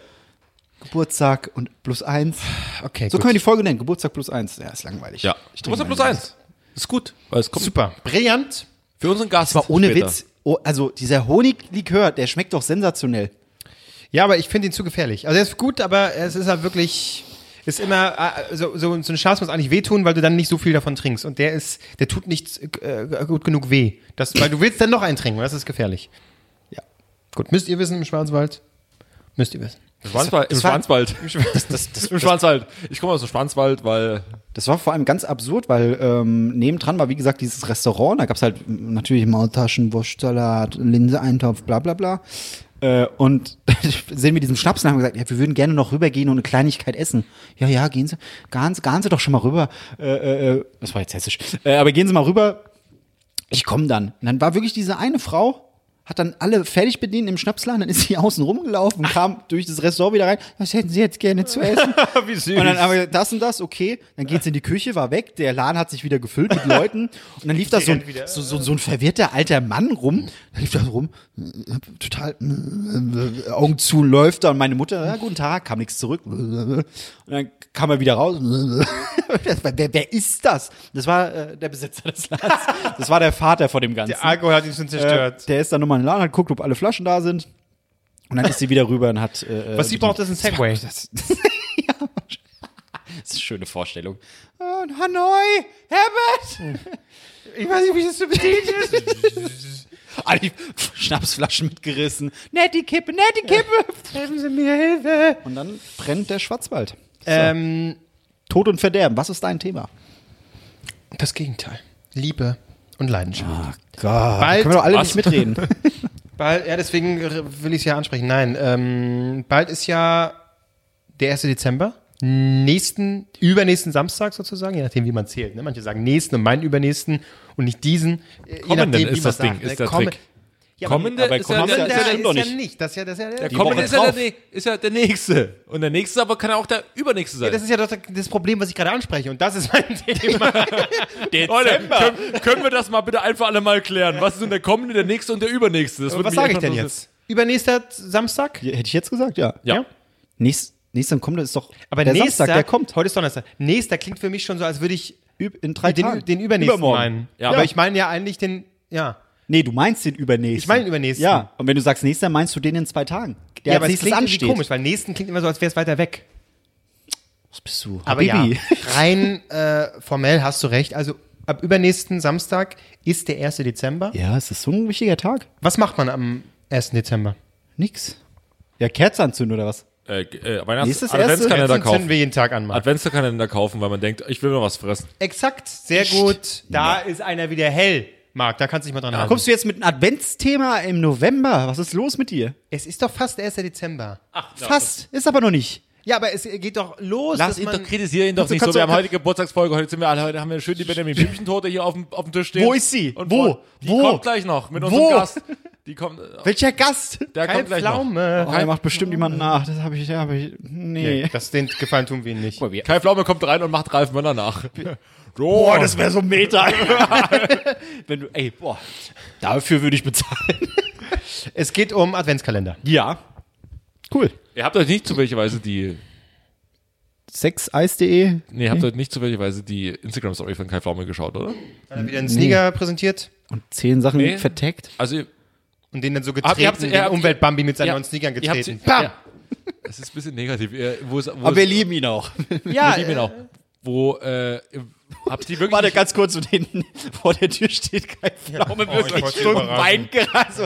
C: Geburtstag und plus eins.
A: Okay,
C: So können wir die Folge nennen. Geburtstag plus eins. Ja, ist langweilig.
B: Ja, ich
C: Ich trinke
B: trinke plus
C: meine
B: eins. Ist gut. Weil es kommt
A: Super. Brillant.
B: für unseren Gast.
C: Aber ohne
B: später.
C: Witz. Oh, also dieser Honiglikör, der schmeckt doch sensationell.
A: Ja, aber ich finde ihn zu gefährlich. Also er ist gut, aber es ist halt wirklich. Ist immer, äh, so, so, so ein Schaf muss eigentlich wehtun, weil du dann nicht so viel davon trinkst. Und der ist, der tut nicht äh, gut genug weh. Das, weil du willst dann noch einen trinken, und das ist gefährlich.
C: Ja.
A: Gut, müsst ihr wissen im Schwarzwald. Müsst ihr wissen.
B: Im Schwarzwald. Im Schwarzwald. Im Schwarzwald. Ich komme aus dem Schwarzwald, weil
C: Das war vor allem ganz absurd, weil ähm, nebendran war, wie gesagt, dieses Restaurant. Da gab es halt mm, natürlich Maultaschen, Wurstsalat, Linseeintopf, bla bla bla. Äh, und sehen wir diesen Schnaps und haben gesagt, ja, wir würden gerne noch rübergehen und eine Kleinigkeit essen. Ja, ja, gehen Sie, gehen, Sie- gehen Sie doch schon mal rüber. Äh, äh, äh, das war jetzt hessisch. Äh, aber gehen Sie mal rüber. Ich komme dann. Und dann war wirklich diese eine Frau, hat dann alle fertig bedient im Schnapsladen, dann ist sie außen rumgelaufen, kam durch das Restaurant wieder rein. Was hätten Sie jetzt gerne zu essen?
B: wie süß.
C: Und dann haben wir gesagt, das und das, okay. Dann geht's in die Küche, war weg. Der Laden hat sich wieder gefüllt mit Leuten. Und dann lief da so ein, so, so, so ein verwirrter alter Mann rum. Dann lief da so rum, äh, total äh, äh, Augen zu, läuft da. Und meine Mutter, ja, guten Tag, kam nichts zurück. Und dann kam er wieder raus. Das war- Wer, wer ist das? Das war äh, der Besitzer des Ladens. Das war der Vater von dem Ganzen.
A: Der Alkohol hat ihn schon zerstört.
C: Äh, der ist dann nochmal in den Laden, hat geguckt, ob alle Flaschen da sind. Und dann ist sie wieder rüber und hat. Äh,
A: Was sie braucht, ist ein Segway.
C: Das ist eine schöne Vorstellung. Äh, Hanoi, Herbert!
A: Ich weiß nicht, wie ich das zu bedienen
C: Alle die Schnapsflaschen mitgerissen. Nett die Kippe, nett die Kippe! Treffen Sie mir Hilfe! Und dann brennt der Schwarzwald.
A: ähm,
C: Tod und Verderben, was ist dein Thema?
A: Das Gegenteil. Liebe und Leidenschaft.
C: Gott,
A: Bald-
C: können wir doch alle
B: was?
C: nicht mitreden.
A: Bald, ja, deswegen r- will ich es ja ansprechen. Nein, ähm, bald ist ja der 1. Dezember. Nächsten, übernächsten Samstag sozusagen, je nachdem, wie man zählt. Ne? Manche sagen nächsten und meinen übernächsten und nicht diesen. Äh, je
B: Kommenden
A: nachdem, wie
B: ist
A: man
B: das
A: sagt,
B: Ding,
A: ne?
B: ist der
A: Komme-
B: Trick.
A: Ja, aber
B: Kommende ist ja
C: kommende
B: der-
A: der,
B: ist ja
A: der
B: der
A: ist
C: noch
A: ja
C: nicht.
A: nicht. Das ist ja, das ist ja,
B: Der
A: der
B: kommende
C: Woche
B: ist ja
C: drauf.
B: der, ist ja der nächste. Und der nächste aber kann ja auch der übernächste sein.
A: das ist ja doch das Problem, was ich gerade anspreche. Und das ist mein Thema.
B: Leute, können, können wir das mal bitte einfach alle mal klären? Was ist denn der kommende, der nächste und der übernächste? Das
A: Aber
B: würde
A: was
B: mich
A: sage ich
B: einfach
A: denn
B: interessieren.
A: jetzt? Übernächster Samstag?
C: Hätte ich jetzt gesagt, ja.
B: Ja.
C: Nächst, Nächster kommt, ist doch
A: Aber
C: der
A: nächster,
C: Samstag, der kommt.
A: Heute ist Donnerstag. Nächster klingt für mich schon so, als würde ich
C: in drei
A: den,
C: Tagen.
A: den übernächsten
C: Übermorgen.
A: meinen.
C: Ja.
A: Aber
C: Ja.
A: ich meine ja eigentlich den, ja.
C: Nee, du meinst den übernächsten.
A: Ich meine den übernächsten.
C: Ja, und wenn du sagst nächster, meinst du den in zwei Tagen. Der
A: ja,
C: als
A: aber es
C: nächstes
A: klingt irgendwie
C: ansteht.
A: komisch, weil nächsten klingt immer so, als wäre es weiter weg.
C: Was bist du?
A: Aber
C: Habibi.
A: ja, rein äh, formell hast du recht. Also ab übernächsten Samstag ist der 1. Dezember.
C: Ja, es ist so ein wichtiger Tag.
A: Was macht man am 1. Dezember?
C: Nix. Ja, Kerze anzünden oder was?
B: Äh, äh, Weihnachts
C: Nächstes erste-
B: Adventskalender
A: Jetzt zünden
B: kaufen.
A: wir jeden Tag an, Mann.
B: Adventskalender kaufen, weil man denkt, ich will noch was fressen.
A: Exakt, sehr gut. Da ist einer wieder hell, Marc. Da kannst du dich mal dran halten.
C: Kommst du jetzt mit einem Adventsthema im November? Was ist los mit dir?
A: Es ist doch fast 1. Dezember. Ach,
C: Fast. Ist aber noch nicht.
A: Ja, aber es geht doch los.
B: Lass
A: dass
B: ihn
A: man-
B: doch, kritisieren ihn doch
A: Kannst du-
B: nicht so.
A: kannst
B: Wir
A: du-
B: haben heute Geburtstagsfolge, heute sind wir alle, heute haben wir schön die Benjamin Blümchentorte hier auf dem, auf dem Tisch stehen.
C: Wo ist sie?
B: Und
C: Wo?
B: voll- Die
C: Wo?
B: kommt gleich noch mit unserem
C: Wo?
B: Gast. Die kommt,
C: Welcher Gast?
B: der
A: Keine
B: kommt gleich
A: Pflaume.
C: Oh, er macht bestimmt jemanden nach. Das habe ich, habe ich. Nee.
A: Nee, das den Gefallen tun wir ihm nicht.
B: noch. Kai Pflaume kommt rein und macht Ralf Möller nach.
C: Boah, das wäre so Meta. Wenn du, ey, boah, dafür würde ich bezahlen.
A: Es geht um Adventskalender.
C: Ja. Cool.
B: Ihr habt euch nicht zufälligerweise die,
C: Sexeis.de.
B: nee, ihr habt euch nicht zufälligerweise die Instagram-Story von Kai Pflaume geschaut, oder?
A: Hat er wieder einen Sneaker präsentiert
C: Und zehn Sachen
B: Nee.
C: verteckt.
B: Also, ihr-
A: und den dann so
B: Habt
A: getreten,
B: ihr- habt ihr-
A: den
B: habt ihr-
A: Umweltbambi mit seinen
B: ihr-
A: neuen Sneakern
B: ihr habt sie-
A: getreten. Bam!
B: Ja. es ist ein bisschen negativ. Ihr- Wo es, wo
C: Aber
B: es-
C: wir lieben ihn auch.
A: Ja,
B: lieben ihn auch. Wo, äh, habt ihr wirklich.
C: Warte, ganz kurz, und hinten vor der Tür steht Also, kein Pflaume,
A: Oh, ich
C: wirklich
A: wollte
C: stumm
A: überraschen.
C: weint gerade. So.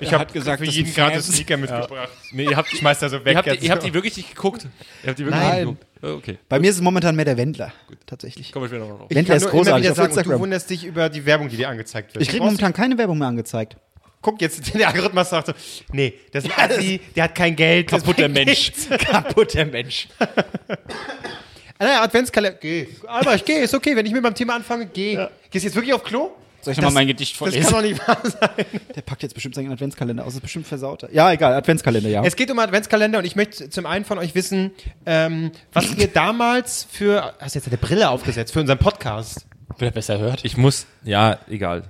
A: Ich habe gesagt, für
C: das
A: jeden
C: sind
A: gratis
C: Fans.
A: Sneaker mitgebracht.
B: Nee, ihr habt,
A: Schmeißt er so weg.
B: ihr, habt,
A: jetzt.
B: ihr habt die wirklich nicht geguckt. Ihr habt die wirklich
C: Nein.
B: nicht geguckt. Okay,
C: Bei mir ist es momentan mehr der Wendler. Tatsächlich.
B: kommen wir später noch drauf.
A: ich
C: Wendler
A: kann
C: ist
A: nur immer
C: großartig
A: wieder
C: auf
A: sagen, und du
C: Instagram.
A: wunderst dich über die Werbung, die dir angezeigt wird.
C: Ich kriege
A: Du brauchst-
C: momentan keine Werbung mehr angezeigt.
A: Guck, jetzt der Algorithmus sagt so, nee, das ist ein Assi, der hat kein Geld. das
C: Kaputter
A: bringt
C: Mensch.
A: nichts.
C: Kaputter Mensch.
A: Ah, Naja, Adventskalender, geh. Aber ich geh, ist okay, wenn ich mit meinem Thema anfange, geh. Gehst du jetzt wirklich auf Klo?
C: Soll ich nochmal mein Gedicht
A: Das kann doch nicht wahr sein.
C: Der packt jetzt bestimmt seinen Adventskalender aus. Das ist bestimmt versauter. Ja, egal. Adventskalender, ja.
A: Es geht um Adventskalender und ich möchte zum einen von euch wissen, ähm, was ihr damals für, hast du jetzt eine Brille aufgesetzt, für unseren Podcast?
C: wird besser hört.
B: Ich muss, ja, egal.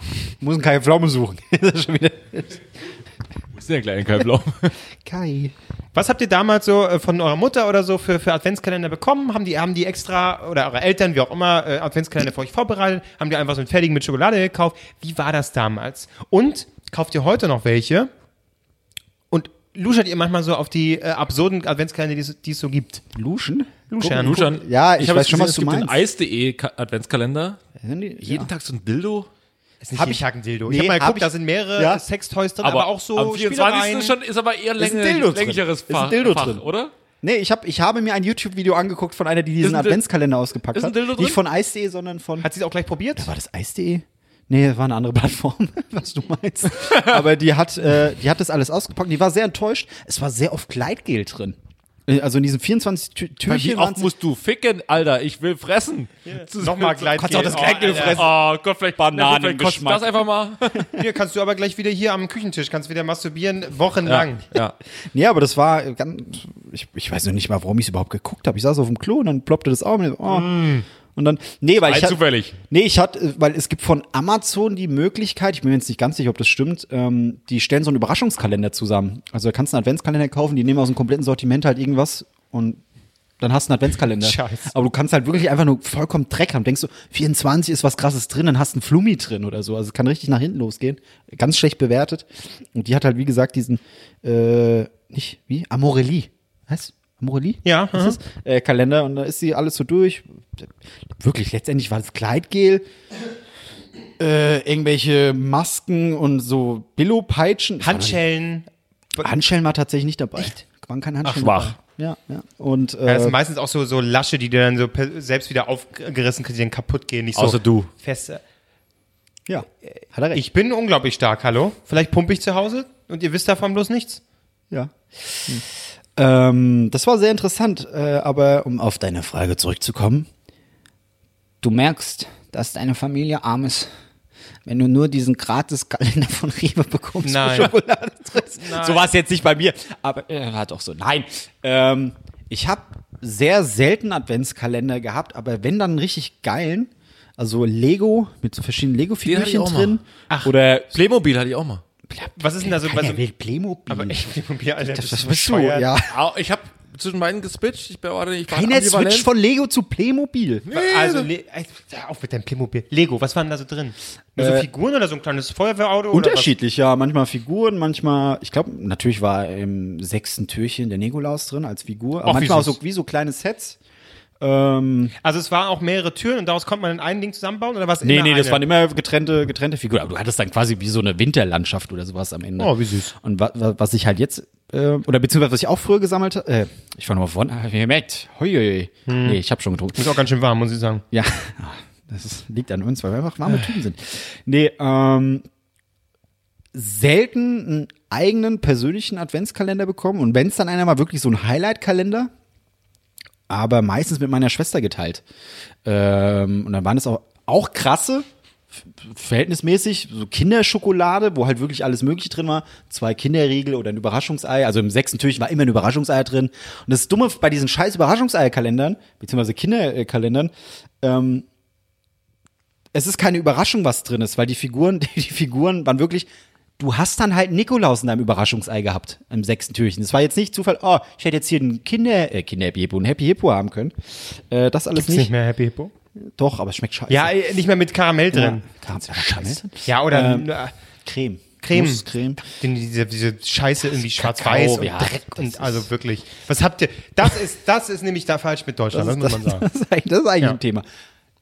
C: Ich muss einen Kai Pflaume suchen. Das ist schon wieder-
B: Wo ist denn der kleine Kai Pflaume?
C: Kai.
A: Was habt ihr damals so äh, von eurer Mutter oder so für, für Adventskalender bekommen? Haben die, haben die extra oder eure Eltern, wie auch immer, äh, Adventskalender für euch vorbereitet? Haben die einfach so einen fertigen mit Schokolade gekauft? Wie war das damals? Und kauft ihr heute noch welche? Und luschert ihr manchmal so auf die äh, absurden Adventskalender, die es- die es so gibt?
C: Luschen?
A: Luschern.
B: Luschan.
C: Ja, ich
B: hab
C: weiß
B: jetzt gesehen,
C: schon, was
B: es
C: du
B: gibt den
C: meinst. Äh,
B: Eis.de Ka- Adventskalender. Jeden Tag so ein Dildo.
A: Ist nicht
C: Hab
A: jeden
C: ich-
A: Tag ein Dildo.
C: Nee,
A: ich hab mal
C: hab
A: geguckt,
C: ich-
A: da sind mehrere
C: Ja.
A: Sextoys drin,
B: Aber
A: aber, auch so
B: Am 24.
A: Spielereien.
B: Ist, schon, ist aber eher
C: Ist ein
B: länger,
C: Dildo drin.
B: längeres
C: Ist ein
B: Fach,
C: Dildo
B: Fach
C: drin.
B: oder?
C: Nee, ich, hab, ich habe mir ein YouTube-Video angeguckt von einer, die diesen
B: Ist ein Dil-
C: Adventskalender ausgepackt
B: Ist ein
C: hat.
B: Dildo drin?
C: Nicht von Eis.de, sondern von.
A: Hat sie es auch gleich probiert?
C: war das Eis.de? Nee, das war eine andere Plattform, was du meinst. Aber die hat, äh, die hat das alles ausgepackt. Die war sehr enttäuscht. Es war sehr oft Gleitgel drin. Äh, Also in diesen 24 Tü
B: Wie
C: Türchen
B: oft
C: waren's-
B: musst du ficken, Alter? Ich will fressen.
A: Nochmal Gleitgel.
B: Kannst auch das
A: Oh,
B: Gleitgel
A: Alter.
B: fressen. Oh Gott, vielleicht
C: Bananen-
B: na gut, vielleicht kostet
C: Geschmack.
B: Das einfach mal.
A: Hier kannst du aber gleich wieder hier am Küchentisch, kannst wieder masturbieren, wochenlang.
B: Ja.
C: Nee, aber das war äh, ganz. Ich, ich weiß noch nicht mal, warum ich es überhaupt geguckt habe. Ich saß auf dem Klo und dann ploppte das auf. Und, ich so, oh. und dann. Nee, weil
B: Mm.
C: ich.
B: Rein
C: hab-
B: zufällig.
C: Nee, ich hatte, weil es gibt von Amazon die Möglichkeit, ich bin mir jetzt nicht ganz sicher, ob das stimmt, ähm, die stellen so einen Überraschungskalender zusammen. Also da kannst du einen Adventskalender kaufen, die nehmen aus dem kompletten Sortiment halt irgendwas und dann hast du einen Adventskalender.
A: Scheiße.
C: Aber du kannst halt wirklich einfach nur vollkommen Dreck haben. Denkst du, 24 ist was krasses drin, dann hast du einen Flummi drin oder so. Also es kann richtig nach hinten losgehen. Ganz schlecht bewertet. Und die hat halt, wie gesagt, diesen, äh, nicht, wie? Amorelli. Was? Amorelli?
A: Ja,
C: Was
A: mhm.
C: ist das? äh, Kalender und da ist sie alles so durch. Wirklich, letztendlich war das Kleidgel, äh, irgendwelche Masken und so Billo-Peitschen.
A: Handschellen.
C: Handschellen war tatsächlich nicht dabei. Echt? Waren keine Handschellen.
B: Ach, schwach.
C: dabei. Ja, ja. Und
A: Ja,
C: äh,
A: das sind meistens auch so, so Lasche, die dir dann so per- selbst wieder aufgerissen, die dann kaputt gehen. Nicht so
B: Außer du.
A: Fest.
C: ja, hat er recht.
A: Ich bin unglaublich stark, hallo? Vielleicht pumpe ich zu Hause und ihr wisst davon bloß nichts?
C: Ja. Ähm, das war sehr interessant, äh, aber um auf deine Frage zurückzukommen, du merkst, dass deine Familie arm ist, wenn du nur diesen Gratis-Kalender von Rewe bekommst. wo
A: Nein.
C: Schokolade drin ist. So war es jetzt nicht bei mir, aber äh, war doch so. Nein, ähm, ich habe sehr selten Adventskalender gehabt, aber wenn dann einen richtig geilen, also Lego mit so verschiedenen
B: Den hatte ich
C: Lego-Figürchen
B: auch mal.
C: drin
B: Ach. Also
C: oder
B: Playmobil hatte ich auch mal.
A: Was ist denn da so?
C: Keiner
A: was-
C: will Playmobil.
A: Aber echt Playmobil, Alter.
C: Das- das
A: du
C: bist du,
A: bescheuert?
C: ja.
B: Au, Ich habe zwischen beiden geswitcht. Ich bin ordentlich- ich war
C: Keiner
B: ambivalent.
C: switcht von Lego zu Playmobil.
A: Also, Le ey, hör auf mit deinem Playmobil. Lego, was waren da so drin? Nur so
C: Äh,
A: Figuren oder so ein kleines Feuerwehrauto?
C: Unterschiedlich, ja. Manchmal Figuren, manchmal, ich glaube, natürlich war im sechsten Türchen der Nikolaus drin als Figur. Aber
A: Ach, wie
C: manchmal auch
A: süß.
C: so, wie so kleine Sets. Ähm,
A: Oder was? Also es waren auch mehrere Türen und daraus konnte man dann ein Ding zusammenbauen oder was?
C: nee, nee, das waren immer getrennte, getrennte Figuren. Aber du hattest dann quasi wie so eine Winterlandschaft oder sowas am Ende.
A: Oh, wie süß.
C: Und wa wa was ich halt jetzt, äh, oder beziehungsweise was ich auch früher gesammelt habe, äh, ich fange nochmal von, ah, ihr merkt, hoi, hoi.
A: Hm.
C: Nee, ich habe schon getrunken.
A: Ist auch ganz schön warm, muss ich sagen.
C: Ja, das ist, liegt an uns, weil wir einfach warme Typen sind. Nee, ähm, selten einen eigenen persönlichen Adventskalender bekommen und wenn es dann einer mal wirklich so ein Highlight-Kalender, aber meistens mit meiner Schwester geteilt. Ähm, und dann waren es auch, auch krasse, f- verhältnismäßig, so Kinderschokolade, wo halt wirklich alles Mögliche drin war. Zwei Kinderriegel oder ein Überraschungsei. Also im sechsten Türchen war immer ein Überraschungsei drin. Und das Dumme bei diesen scheiß Überraschungsei-Kalendern, beziehungsweise Kinderkalendern, ähm, es ist keine Überraschung, was drin ist, weil die Figuren, die, Figuren waren wirklich. Du hast dann halt Nikolaus in deinem Überraschungsei gehabt im sechsten Türchen. Es war jetzt nicht Zufall, oh, ich hätte jetzt hier einen Kinder, äh, Kinder Hippo, einen Happy Hippo haben können. Äh, das alles
A: Gibt's nicht mehr Happy Hippo?
C: Doch, aber es schmeckt scheiße.
A: Ja, äh, nicht mehr mit Karamell drin.
C: Ja, Karamell?
A: Ja, oder
C: Ähm,
A: äh,
C: Creme.
A: Creme.
C: Nusscreme.
A: Den, diese, diese Scheiße irgendwie schwarz-weiß und
C: ja,
A: Dreck und also wirklich. Was habt ihr? Das ist, das ist nämlich da falsch mit Deutschland, das, muss man sagen.
C: Das ist eigentlich, das ist eigentlich
A: Ja.
C: ein Thema.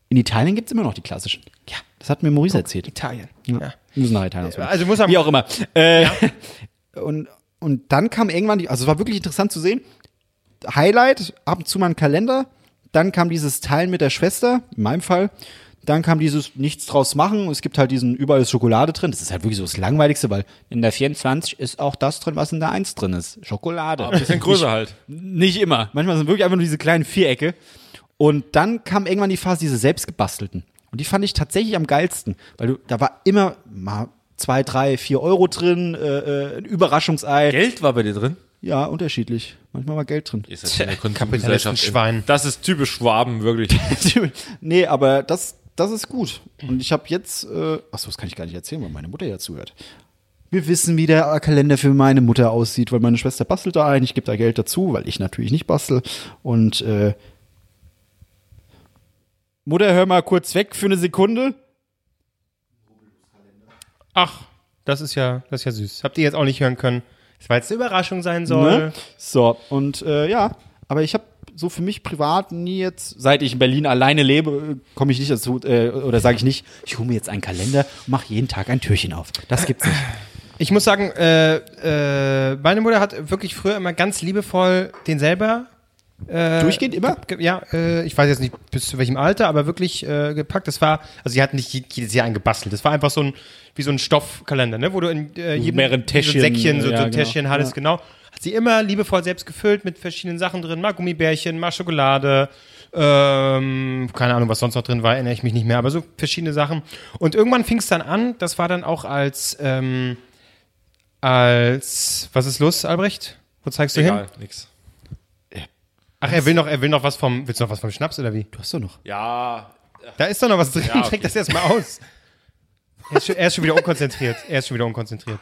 C: In Italien gibt es immer noch die klassischen. Ja, das hat mir Maurice erzählt.
A: Italien.
C: Ja. Wir müssen nach Italien.
A: Also muss man-
C: Wie auch immer. Äh, und, und dann kam irgendwann, die, also es war wirklich interessant zu sehen, Highlight, ab und zu mal ein Kalender, dann kam dieses Teilen mit der Schwester, in meinem Fall, dann kam dieses Nichts draus machen, es gibt halt diesen überall ist Schokolade drin, das ist halt wirklich so das Langweiligste, weil in der 24 ist auch das drin, was in der 1 drin ist, Schokolade.
B: Ah, ein bisschen größer halt.
C: Nicht immer. Manchmal sind wirklich einfach nur diese kleinen Vierecke. Und dann kam irgendwann die Phase, diese selbstgebastelten. Und die fand ich tatsächlich am geilsten, weil du, da war immer mal zwei, drei, vier Euro drin, äh, äh, ein Überraschungsei.
B: Geld war bei dir drin?
C: Ja, unterschiedlich. Manchmal war Geld drin.
B: Ihr seid eine
A: Kapitalisten-
B: Konsumgesellschaft.
A: Schwein.
B: Das ist typisch Schwaben, wirklich.
C: nee, aber das, das ist gut. Und ich habe jetzt, äh, achso, das kann ich gar nicht erzählen, weil meine Mutter ja zuhört. Wir wissen, wie der Kalender für meine Mutter aussieht, weil meine Schwester bastelt da ein, ich gebe da Geld dazu, weil ich natürlich nicht bastel. Und äh, Mutter, hör mal kurz weg für eine Sekunde.
A: Ach, das ist ja, das ist ja süß. Habt ihr jetzt auch nicht hören können. Das war jetzt eine Überraschung sein soll.
C: Ne? So, und äh, ja, aber ich habe so für mich privat nie jetzt, seit ich in Berlin alleine lebe, komme ich nicht dazu, äh, oder sage ich nicht, ich hole mir jetzt einen Kalender und mache jeden Tag ein Türchen auf. Das gibt's nicht.
A: Ich muss sagen, äh, äh, meine Mutter hat wirklich früher immer ganz liebevoll den selber. Äh,
C: Durchgehend immer?
A: ge- Ja, äh, ich weiß jetzt nicht bis zu welchem Alter, aber wirklich äh, gepackt. Das war, also sie hat nicht je- jedes Jahr einen gebastelt. Das war einfach so ein, wie so ein Stoffkalender, ne? wo du in äh, jedem
C: mehreren
A: in so
C: Täschchen,
A: ein Säckchen, so,
C: ja,
A: so ein
C: genau.
A: Täschchen hattest,
C: Ja.
A: genau. Hat sie immer liebevoll selbst gefüllt mit verschiedenen Sachen drin. Mal Gummibärchen, mal Schokolade, ähm, keine Ahnung, was sonst noch drin war, erinnere ich mich nicht mehr, aber so verschiedene Sachen. Und irgendwann fing es dann an, das war dann auch als, ähm, als, was ist los, Albrecht? Wo zeigst du hin?
B: Egal, nix.
A: Ach, er will noch, er will noch was vom, willst du noch was vom Schnaps oder wie?
C: Du hast doch noch.
B: Ja.
A: Da ist doch noch was drin,
B: Ja, okay.
A: check das erstmal aus. Er ist, schon, er ist schon wieder unkonzentriert, er ist schon wieder unkonzentriert.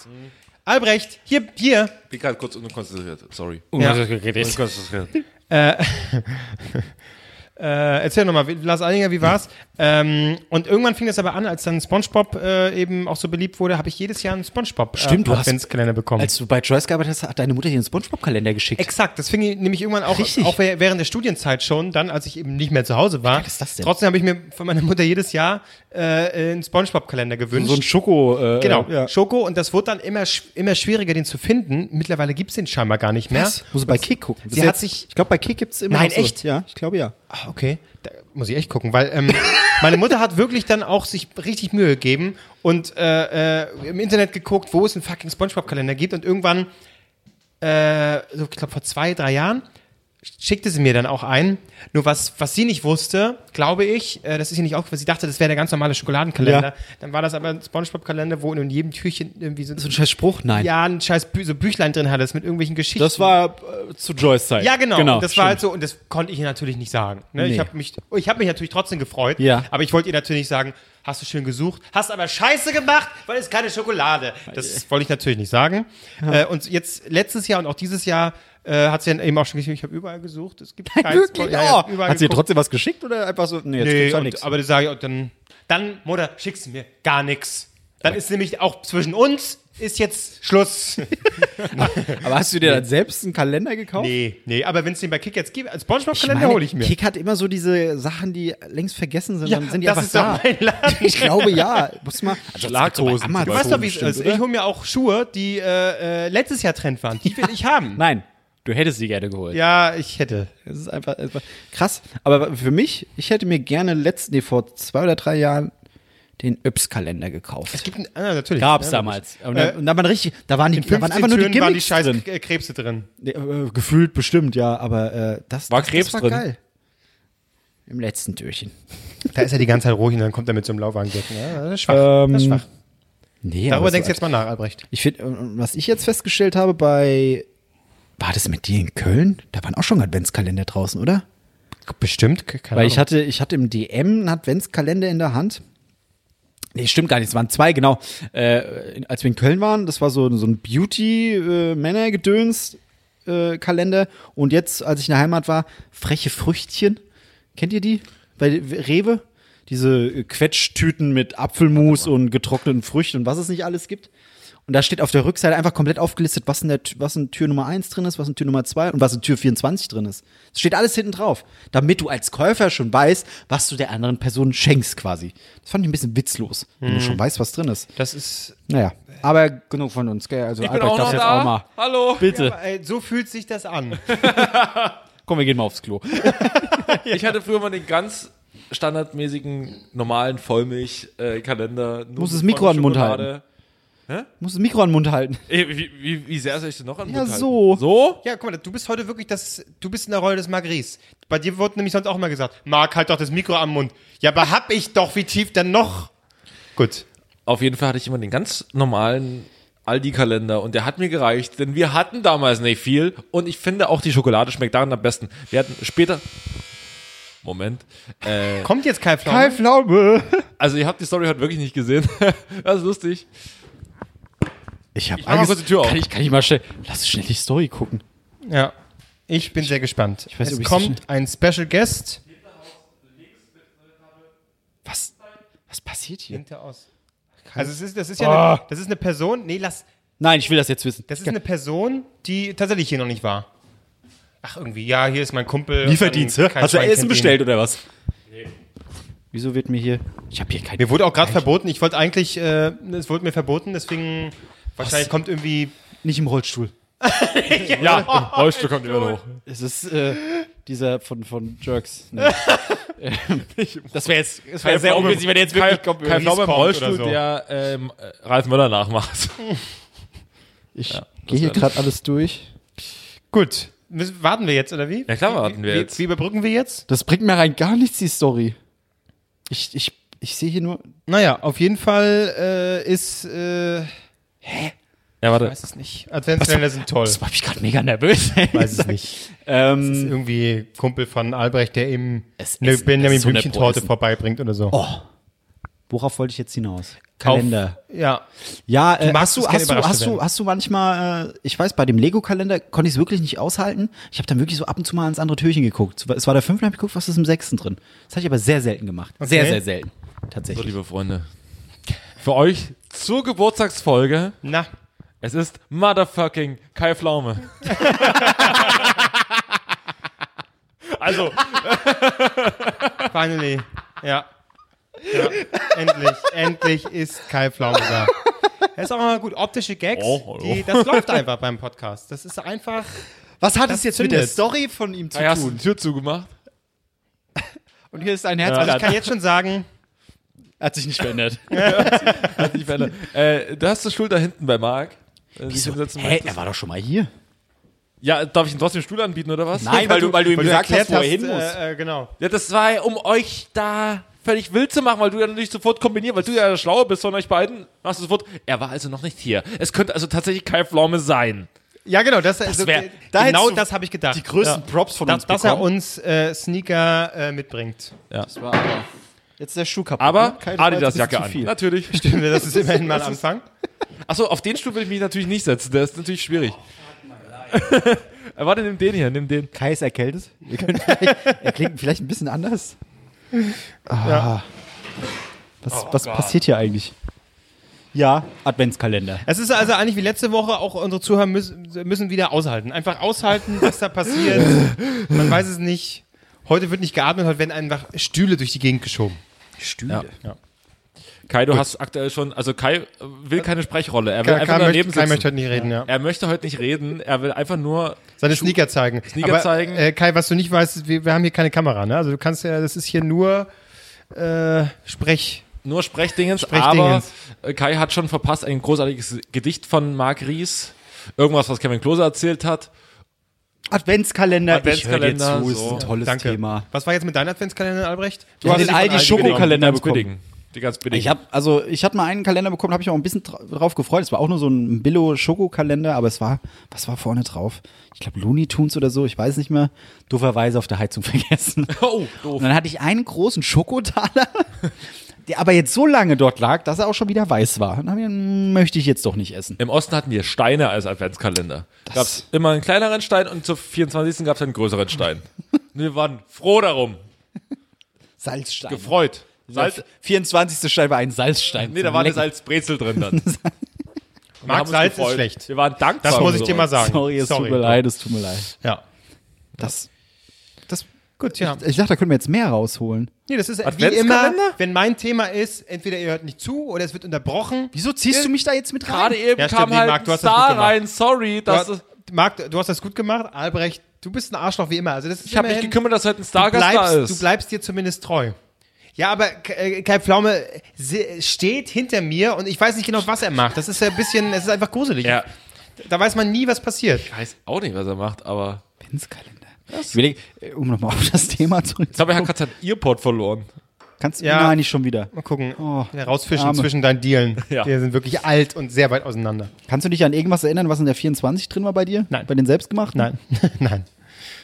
A: Albrecht, hier, hier.
B: Bin gerade kurz unkonzentriert, sorry.
A: Ja.
B: Unkonzentriert.
A: Äh, äh, erzähl nochmal, Lars Eidinger, wie war's? Ähm, und irgendwann fing das aber an, als dann SpongeBob äh, eben auch so beliebt wurde, habe ich jedes Jahr einen SpongeBob
C: Stimmt,
A: äh,
C: du hast-
A: Adventskalender bekommen.
C: Als du bei Joyce gearbeitet hast, hat deine Mutter dir einen Spongebob-Kalender geschickt.
A: Exakt, das fing ich nämlich irgendwann auch,
C: Richtig.
A: auch wäh- während der Studienzeit schon, dann, als ich eben nicht mehr zu Hause war.
C: geil ist das denn?
A: Trotzdem habe ich mir von meiner Mutter jedes Jahr äh, einen SpongeBob-Kalender gewünscht.
C: Schoko. Äh,
A: Genau,
C: Ja.
A: Schoko, und das wurde dann immer, sch- immer schwieriger, den zu finden. Mittlerweile gibt's den scheinbar gar nicht mehr.
C: Muss du bei Kick gucken. Das
A: Sie
C: ist
A: hat
C: jetzt-
A: sich-
C: Ich glaube, bei Kick gibt's immer.
A: Nein,
C: noch so.
A: echt?
C: Ja, ich glaube ja.
A: Ah, Okay, da muss ich echt gucken, weil ähm, meine Mutter hat wirklich dann auch sich richtig Mühe gegeben und äh, äh, im Internet geguckt, wo es einen fucking Spongebob-Kalender gibt und irgendwann, äh, so, ich glaube vor zwei, drei Jahren, schickte sie mir dann auch ein. Nur was, was sie nicht wusste, glaube ich, äh, das ist ihr nicht aufgefallen, sie dachte, das wäre der ganz normale Schokoladenkalender.
C: Ja.
A: Dann war das aber ein Spongebob-Kalender, wo in jedem Türchen irgendwie so,
C: So ein scheiß Spruch? Nein.
A: ja, ein scheiß Bü so Büchlein drin hattest mit irgendwelchen Geschichten.
C: Das war äh, zu Joyce Zeit.
A: ja, genau. das war
C: stimmt.
A: halt so, und das konnte ich ihr natürlich nicht sagen. Ne?
C: Nee.
A: Ich habe mich, ich hab mich natürlich trotzdem gefreut,
C: Ja.
A: aber ich wollte ihr natürlich nicht sagen, hast du schön gesucht, hast aber scheiße gemacht, weil es keine Schokolade. Das wollte ich natürlich nicht sagen. Äh, und jetzt letztes Jahr und auch dieses Jahr äh, hat sie dann eben auch schon geschrieben, ich habe überall gesucht, es gibt keinen
C: Wirklich? Ja,
A: überall
C: Hat sie dir
A: geguckt.
C: trotzdem was geschickt oder einfach so? Nee, jetzt
A: Nee,
C: gibt's ja
A: und,
C: nichts.
A: aber das sage ich, auch, dann, dann, Mutter, schickst du mir gar nichts. Dann ist nämlich auch zwischen uns ist jetzt Schluss.
C: Aber hast du dir dann selbst einen Kalender gekauft?
A: nee, nee, aber wenn es den bei Kick jetzt gibt, als
C: Ich
A: Spongebob-Kalender
C: meine,
A: hole ich mir.
C: Kick hat immer so diese Sachen, die längst vergessen sind,
A: Ja,
C: dann sind die
A: das
C: einfach
A: ist doch
C: da.
A: mein Laden.
C: Ich glaube ja. Muss mal. Also,
B: Schlaghosen.
A: Du weißt doch, wie es ist. Ich hole mir auch Schuhe, die äh, äh, letztes Jahr Trend waren. Die will ich haben.
C: Nein, du hättest sie gerne geholt.
A: Ja, ich hätte.
C: Es ist einfach, einfach krass. Aber für mich, ich hätte mir gerne letzten, nee, vor zwei oder drei Jahren den Öps-Kalender
A: Es
C: gekauft.
A: gibt einen, ah, natürlich.
C: Gab's
A: Ja,
C: damals. Und,
A: Äh,
C: da- und da waren richtig, da waren die,
A: In 15
C: da waren einfach nur die
A: Türen waren die
C: Gimmicks
A: scheiß
C: drin.
A: K- Krebse drin.
C: Nee, äh, gefühlt bestimmt, ja, aber äh, das
B: War
C: das,
B: Krebs
C: das war
B: drin?
C: geil. Im letzten Türchen.
A: Da ist er die ganze Zeit ruhig und dann kommt er mit so einem Laufwagendecken. Ja, das ist schwach. das ist
C: Ähm,
A: schwach.
C: Nee,
A: Darüber
C: aber
A: denkst du
C: so-
A: jetzt mal nach, Albrecht.
C: Ich finde, was ich jetzt festgestellt habe bei. War das mit dir in Köln? Da waren auch schon Adventskalender draußen, oder?
A: Bestimmt. Keine
C: Weil ich hatte, ich hatte im DM einen Adventskalender in der Hand. Nee, stimmt gar nicht. Es waren zwei, genau. Äh, als wir in Köln waren, das war so, so ein Beauty-Männer-Gedöns-Kalender. äh, Und jetzt, als ich in der Heimat war, freche Früchtchen. Kennt ihr die? Bei Rewe? Diese äh, Quetschtüten mit Apfelmus und getrockneten Früchten und was es nicht alles gibt. Und da steht auf der Rückseite einfach komplett aufgelistet, was in, der, Tü- was in Tür Nummer 1 drin ist, was in Tür Nummer 2 und was in Tür 24 drin ist. Es steht alles hinten drauf, damit du als Käufer schon weißt, was du der anderen Person schenkst quasi. Das fand ich ein bisschen witzlos, wenn du schon weißt, was drin ist.
A: das ist.
C: Naja, aber genug von uns, gell? Also Albrecht darf jetzt auch mal.
B: Hallo.
C: Bitte.
A: Ey, so fühlt sich das an.
C: Komm, wir gehen mal aufs Klo.
B: Ich hatte früher mal den ganz standardmäßigen, normalen äh, Vollmilch-Kalender.
C: Muss das Mikro an den Mund Muss das Mikro an den Mund halten.
B: Wie, wie, wie sehr soll ich denn noch an den
C: Ja,
B: Mund halten?
C: so.
B: So?
A: Ja, guck mal, du bist heute wirklich das. Du bist in der Rolle des Magris. Bei dir wurde nämlich sonst auch immer gesagt: Marc, halt doch das Mikro am Mund. Ja, aber hab ich doch, wie tief denn noch? Gut.
B: Auf jeden Fall hatte ich immer den ganz normalen Aldi-Kalender und der hat mir gereicht, denn wir hatten damals nicht viel und ich finde auch die Schokolade schmeckt daran am besten. Wir hatten später. Moment.
A: Kommt jetzt Kai Pflaume?
C: Pflaume.
B: Also, ihr habt die Story heute wirklich nicht gesehen. das ist lustig.
C: Ich habe
B: mach mal kurz die Tür auf.
C: Kann ich, kann ich mal schnell. Lass schnell die Story gucken.
A: Ja. Ich bin sehr gespannt.
C: weiß,
A: es
C: ob ich
A: kommt ein Special Guest.
C: Was? Was passiert hier?
A: Hinter aus. Also es ist, das ist ja eine, das ist eine Person. Nee, lass.
C: Nein, ich will das jetzt wissen.
A: Das ist eine Person, die tatsächlich hier noch nicht war. Ach, irgendwie, ja, hier ist mein Kumpel. Dann kein Schwein kennt ihn.
C: oder was? Wieso wird mir hier. Ich habe hier kein.
A: Mir wurde auch gerade verboten, ich wollte eigentlich, äh, es wurde mir verboten, deswegen wahrscheinlich kommt irgendwie.
C: Nicht im Rollstuhl.
B: Ja, Rollstuhl kommt immer noch.
C: Es ist äh, dieser von, von Jerks. ne? Nee. das wäre jetzt das wär sehr ungünstig, wenn er jetzt wirklich kommt.
B: Kein Pflaume im
A: kommt
B: Rollstuhl,
A: oder so.
B: der ähm, äh, Ralf Möller nachmacht.
C: Ich gehe hier gerade alles durch.
A: Gut. Müssen- Warten wir jetzt, oder wie?
B: Ja, klar,
A: Wie-
B: warten wir
A: wie,
B: jetzt.
A: Wie überbrücken wir jetzt?
C: Das bringt mir rein gar nichts, die Story. Ich, ich, ich sehe hier nur.
A: Naja, auf jeden Fall äh, ist. Äh,
B: Ja, warte.
A: weiß es nicht. Adventskalender sind toll.
C: Das macht mich gerade mega nervös.
A: Weiß es nicht. Das ist
C: ähm,
A: irgendwie Kumpel von Albrecht, der ihm
C: Es
A: eine
C: ist- es
A: Benjamin
C: ist so eine Oh.
A: Blümchen-Torte
C: Preußen.
A: vorbeibringt oder so.
C: worauf wollte ich jetzt hinaus? Kalender.
A: Ja.
C: Ja, äh,
A: magst
C: hast,
A: es,
C: du,
A: keine
C: hast, du,
A: überrascht
C: hast,
A: zu
C: du,
A: werden.
C: hast du manchmal, äh, ich weiß, bei dem Lego-Kalender konnte ich es wirklich nicht aushalten. Ich habe dann wirklich so ab und zu mal ins andere Türchen geguckt. Es war der fünfte, habe ich geguckt, was ist im sechsten drin. Das habe ich aber sehr selten gemacht. Sehr, sehr selten.
B: So,
C: Tatsächlich.
B: liebe Freunde. Für euch zur Geburtstagsfolge.
A: Na,
B: Es ist motherfucking Kai Pflaume. also,
A: finally. Ja. ja. Endlich, endlich ist Kai Pflaume da. Das ist auch mal gut. Optische Gags,
B: Oh, hallo.
A: die, das läuft einfach beim Podcast. Das ist einfach.
C: Was hat
A: Das zündet.
C: Story von ihm zu
B: da hast du die Tür zugemacht.
C: Und hier ist ein Herz.
A: Also ich kann jetzt schon sagen,
C: Hat sich nicht verändert.
B: Hat sich verändert. äh, du hast die Schuld da hinten bei Marc. Äh, sich
C: Wieso?
B: hinsetzen
C: Hä,
B: möchtest.
C: er war doch schon mal hier.
B: Ja, darf ich ihn trotzdem Stuhl anbieten oder was?
M: Nein, weil du- weil du ihm gesagt hast, wo er hin
A: muss. Äh, äh, genau.
B: Ja, das war ja, um euch da völlig wild zu machen, weil du ja nicht sofort kombinierst, weil du ja der Schlaue bist von euch beiden, machst du sofort, er war also noch nicht hier. Es könnte also tatsächlich Kai Pflaume sein.
A: Ja, genau, das, also,
B: wär-
A: da
B: äh, da
A: genau
B: hättest du
A: das habe ich gedacht.
B: die größten Props von
A: dass,
B: uns
A: Dass er
B: bekommen.
A: uns äh, Sneaker äh, mitbringt.
B: Ja.
C: äh, Jetzt ist der Schuh kaputt.
B: Aber
C: ne? Keine Frage,
B: Adidas
C: das ist
B: Jacke
C: zu
B: an.
C: viel.
B: Natürlich.
A: Stimmt, das ist immerhin mal Anfang.
B: Achso, auf den Stuhl will ich mich natürlich nicht setzen, der ist natürlich schwierig. Warte, nimm den hier, nimm den.
C: Kai ist erkältet. Wir können vielleicht, er klingt vielleicht ein bisschen anders. Ah. Was,
A: Oh
C: was
A: Gott.
C: passiert hier eigentlich? Ja, Adventskalender.
A: Es ist also eigentlich wie letzte Woche, auch unsere Zuhörer müssen, müssen wieder aushalten. Einfach aushalten, was da passiert. Man weiß es nicht. Heute wird nicht geatmet, heute werden einfach Stühle durch die Gegend geschoben.
C: Stühle?
A: Ja.
B: Kai, du
A: Gut.
B: hast aktuell schon, also Kai äh, will keine Sprechrolle. Er will
A: Kai-
B: einfach
A: Kai
B: nur
A: möchte-
B: daneben
A: Kai
B: sitzen.
A: möchte heute nicht reden, ja.
B: Er möchte heute nicht reden, er will einfach nur
A: Seine Sneaker zeigen.
B: Sneaker
A: Aber,
B: zeigen.
A: Äh, Kai, was du nicht weißt, ist, wir, wir haben hier keine Kamera, ne? Also du kannst ja, das ist hier nur äh, Sprech.
B: nur Sprechdingens,
A: Sprechdingens.
B: aber äh, Kai hat schon verpasst ein großartiges Gedicht von Marc Ries, irgendwas, was Kevin Klose erzählt hat.
C: Adventskalender, ich höre
B: Adventskalender,
C: dir zu, ist
B: so.
C: ein tolles
A: Danke.
C: Thema.
A: Was war jetzt mit deinem Adventskalender, Albrecht?
C: Du hast den Aldi Schokokalender bekommen.
B: Billigen. Die ganz billigen.
C: Ich habe also ich hatte mal einen Kalender bekommen, habe ich auch ein bisschen dra- drauf gefreut. Es war auch nur so ein Billo Schokokalender, aber es war was war vorne drauf? Ich glaube Looney Tunes oder so, ich weiß nicht mehr. Dooferweise auf der Heizung vergessen.
B: oh, doof.
C: Und dann hatte ich einen großen Schokotaler, der aber jetzt so lange dort lag, dass er auch schon wieder weiß war. Und dann hab ich, "Mm, möchte ich jetzt doch nicht essen.
B: Im Osten hatten wir Steine als Adventskalender. Gab es immer einen kleineren Stein und zur 24. gab es einen größeren Stein. wir waren froh darum,
C: Salzstein.
B: gefreut. Salz,
C: 24. Stein war ein Salzstein.
B: nee, da war eine Salzbrezel drin dann. Wir haben
A: Marc
B: uns
A: Salz ist
B: gefreut.
A: schlecht.
B: Wir waren dankbar.
A: Das muss ich
B: für
A: dir mal
B: sowas.
A: sagen.
C: Sorry, es tut mir leid, es tut mir leid.
A: Ja.
C: Das, das,
A: Gut, ja.
C: ich dachte, da können wir jetzt mehr rausholen.
A: Nee, das ist wie immer,
B: Adventskalender?
A: wenn mein Thema ist, entweder ihr hört nicht zu oder es wird unterbrochen.
C: Wieso ziehst du mich da jetzt mit
B: Gerade eben
A: Ja, stimmt,
B: kam
A: nee,
B: halt
A: Marc,
B: ein
A: du hast das gut
B: Star
A: gemacht.
B: rein. Sorry,
A: Du
B: das
A: hast,
B: ist,
A: Marc, du hast das gut gemacht. Albrecht, du bist ein Arschloch wie immer. Also das ist
B: ich habe mich
A: immerhin-
B: gekümmert, dass heute ein
A: du
B: Stargast da
A: bleibst,
B: ist.
A: du bleibst dir zumindest treu. Ja, aber K- äh, Kai Pflaume se- steht hinter mir und ich weiß nicht genau, was er macht. Das ist ja ein bisschen, es ist einfach gruselig.
B: Ja.
A: Da weiß man nie, was passiert.
B: ich weiß auch nicht, was er macht, aber.
C: Adventskalender. Ich überlege, äh, um nochmal auf das Thema
B: Jetzt habe ich ja
C: zurückzukommen.
B: gerade sein Earpod verloren.
C: Kannst du
A: Ja.
C: ja. nicht schon wieder.
A: Mal gucken,
C: Oh,
A: wieder rausfischen
C: Arme.
A: zwischen deinen Dielen.
B: Ja.
A: Die sind wirklich alt und sehr weit auseinander.
C: Kannst du dich an irgendwas erinnern, was in der 24 drin war bei dir?
A: Nein.
C: Bei den selbstgemachten?
A: Nein, nein.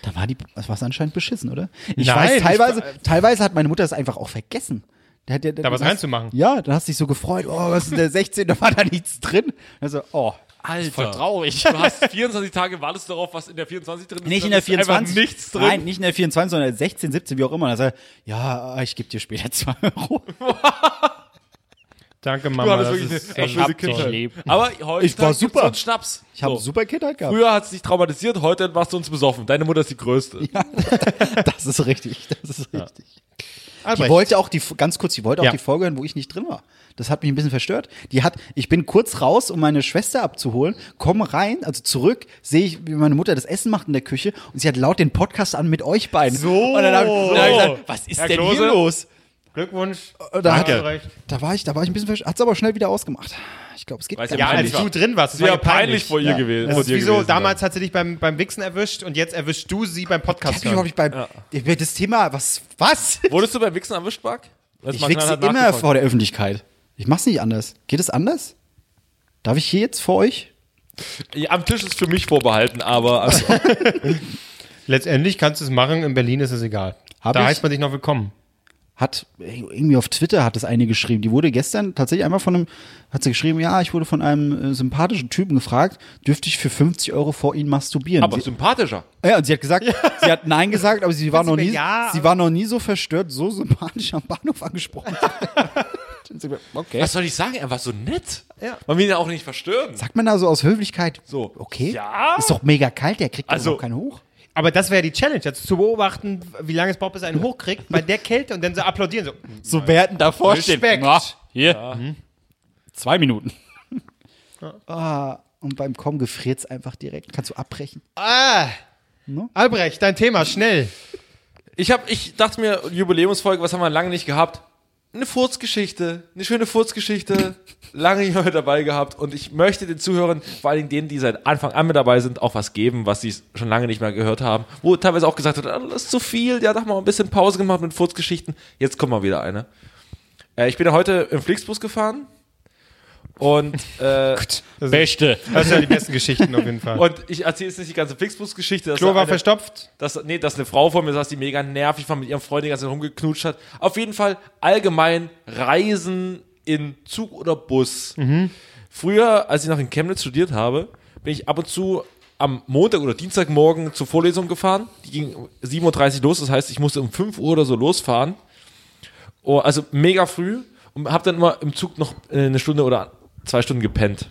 C: Da war die, das war anscheinend beschissen, oder? Ich
A: Nein,
C: weiß,
A: ich
C: teilweise,
A: war-
C: teilweise hat meine Mutter das einfach auch vergessen. Da, hat der-
A: Da was
C: du hast-
A: reinzumachen.
C: Ja, dann hast du dich so gefreut, oh, was ist denn der 16, da war da nichts drin. Also, oh.
B: Alter.
C: Voll traurig.
B: Du hast 24 Tage, wartest du darauf, was in der 24 drin ist.
C: Nicht in
B: Da
C: der
B: ist einfach
C: 24.
B: nichts drin.
C: Nein, nicht in der 24, sondern 16, 17, wie auch immer. Dann sagt er, ja, ich gebe dir später 2 Euro.
A: Danke,
B: Du
A: Mama.
B: hattest
A: das
B: wirklich
A: ist
B: eine
A: echt
B: schöne
A: toll.
B: Kindheit. Aber heute
C: Ich war
B: gibt's
C: super.
B: so einen Schnaps.
C: Ich habe
A: Oh.
B: So.
C: eine super Kindheit halt gehabt.
B: Früher hat es dich traumatisiert, heute machst du uns besoffen. Deine Mutter ist die Größte.
C: Das ist richtig, das ist richtig. Die
A: Albrecht,
C: wollte auch die, ganz kurz, die wollte auch
A: Ja.
C: die Folge hören, wo ich nicht drin war. Das hat mich ein bisschen verstört. Die hat, ich bin kurz raus, um meine Schwester abzuholen, komme rein, also zurück, sehe ich, wie meine Mutter das Essen macht in der Küche und sie hat laut den Podcast an mit euch beiden.
A: So.
C: Und dann habe ich, dann hab ich gesagt, was ist
B: Herr
C: denn
B: Klose?
C: hier los?
A: Glückwunsch.
C: Und Äh, da,
A: Albrecht.
C: hat, da war ich, da war ich ein bisschen verstört, hat es aber schnell wieder ausgemacht. Ich glaube, es geht
B: Weiß
C: gar
B: ja
A: Ja,
C: nicht.
A: als
C: Also,
B: Peinlich
A: du
B: war-
A: drin warst, das war
B: Sehr
A: ja peinlich.
B: peinlich vor ihr
C: Ja.
B: gewesen.
A: Das
B: vor
A: ist
B: dir
A: wieso,
B: gewesen
A: damals hat sie dich beim, beim Wichsen erwischt und jetzt erwischst du sie beim Podcast.
C: Ich hab
A: hören.
C: mich, glaub ich, beim, über das Thema, was, was?
B: Dann. Wurdest du beim Wichsen erwischt, Marc? Lass
C: Ich
B: mal
C: wichse
B: knallhart
C: immer
B: nachgefragt.
C: vor der Öffentlichkeit. Ich mach's nicht anders. Geht es anders? Darf ich hier jetzt vor euch?
B: Ja, Am Tisch ist für mich vorbehalten, aber also,
A: Letztendlich kannst du es machen, in Berlin ist es egal.
C: Hab
A: da
C: ich?
A: heißt man dich noch willkommen.
C: hat irgendwie auf Twitter hat das eine geschrieben. Die wurde gestern tatsächlich einmal von einem, hat sie geschrieben, ja, ich wurde von einem äh, sympathischen Typen gefragt, dürfte ich für 50 Euro vor ihnen masturbieren?
B: aber
C: sie,
B: sympathischer.
C: ja, und sie hat gesagt, sie hat nein gesagt, aber sie war noch
A: mir
C: nie,
A: ja,
C: sie
A: aber-
C: war noch nie so verstört, so sympathisch am Bahnhof angesprochen. okay.
B: Was soll ich sagen? Er war so nett.
A: Ja.
B: Man will ihn ja auch nicht verstören.
C: Sagt man da so aus Höflichkeit,
B: So.
C: okay,
B: Ja.
C: ist doch mega kalt, der kriegt also,
B: Also-
C: doch auch keinen hoch.
A: Aber das wäre die Challenge, jetzt zu beobachten, wie lange es braucht, bis er einen hochkriegt, bei der Kälte und dann so applaudieren. So.
C: So werden davor
A: Respekt.
C: Hier.
E: Mhm.
C: Zwei Minuten. Ah, und beim Kommen gefriert's einfach direkt. Kannst du abbrechen.
A: Ah, Albrecht, dein Thema, schnell.
B: Ich, hab, ich dachte mir, Jubiläumsfolge, was haben wir lange nicht gehabt? eine Furzgeschichte, eine schöne Furzgeschichte, lange hier heute dabei gehabt und ich möchte den Zuhörern, vor allem denen, die seit Anfang an mit dabei sind, auch was geben, was sie schon lange nicht mehr gehört haben, wo teilweise auch gesagt wird, ah, das ist zu viel, ja, doch mal ein bisschen Pause gemacht mit Furzgeschichten, jetzt kommt mal wieder eine. Äh, ich bin ja heute im Flixbus gefahren und äh,
C: Beste.
A: Das sind ja die besten Geschichten auf jeden Fall.
B: und ich erzähle jetzt nicht die ganze Flixbus-Geschichte. dass
A: Klo
B: da
A: war
B: eine-
A: verstopft.
B: Dass, nee, dass eine Frau vor mir saß, die mega nervig war, mit ihrem Freund die ganze Zeit rumgeknutscht hat. Auf jeden Fall allgemein Reisen in Zug oder Bus. Früher, als ich noch in Chemnitz studiert habe, bin ich ab und zu am Montag oder Dienstagmorgen zur Vorlesung gefahren. Die ging um 7.30 Uhr los, das heißt, ich musste um 5 Uhr oder so losfahren. Oh, also mega früh und habe dann immer im Zug noch äh, eine Stunde oder zwei Stunden gepennt.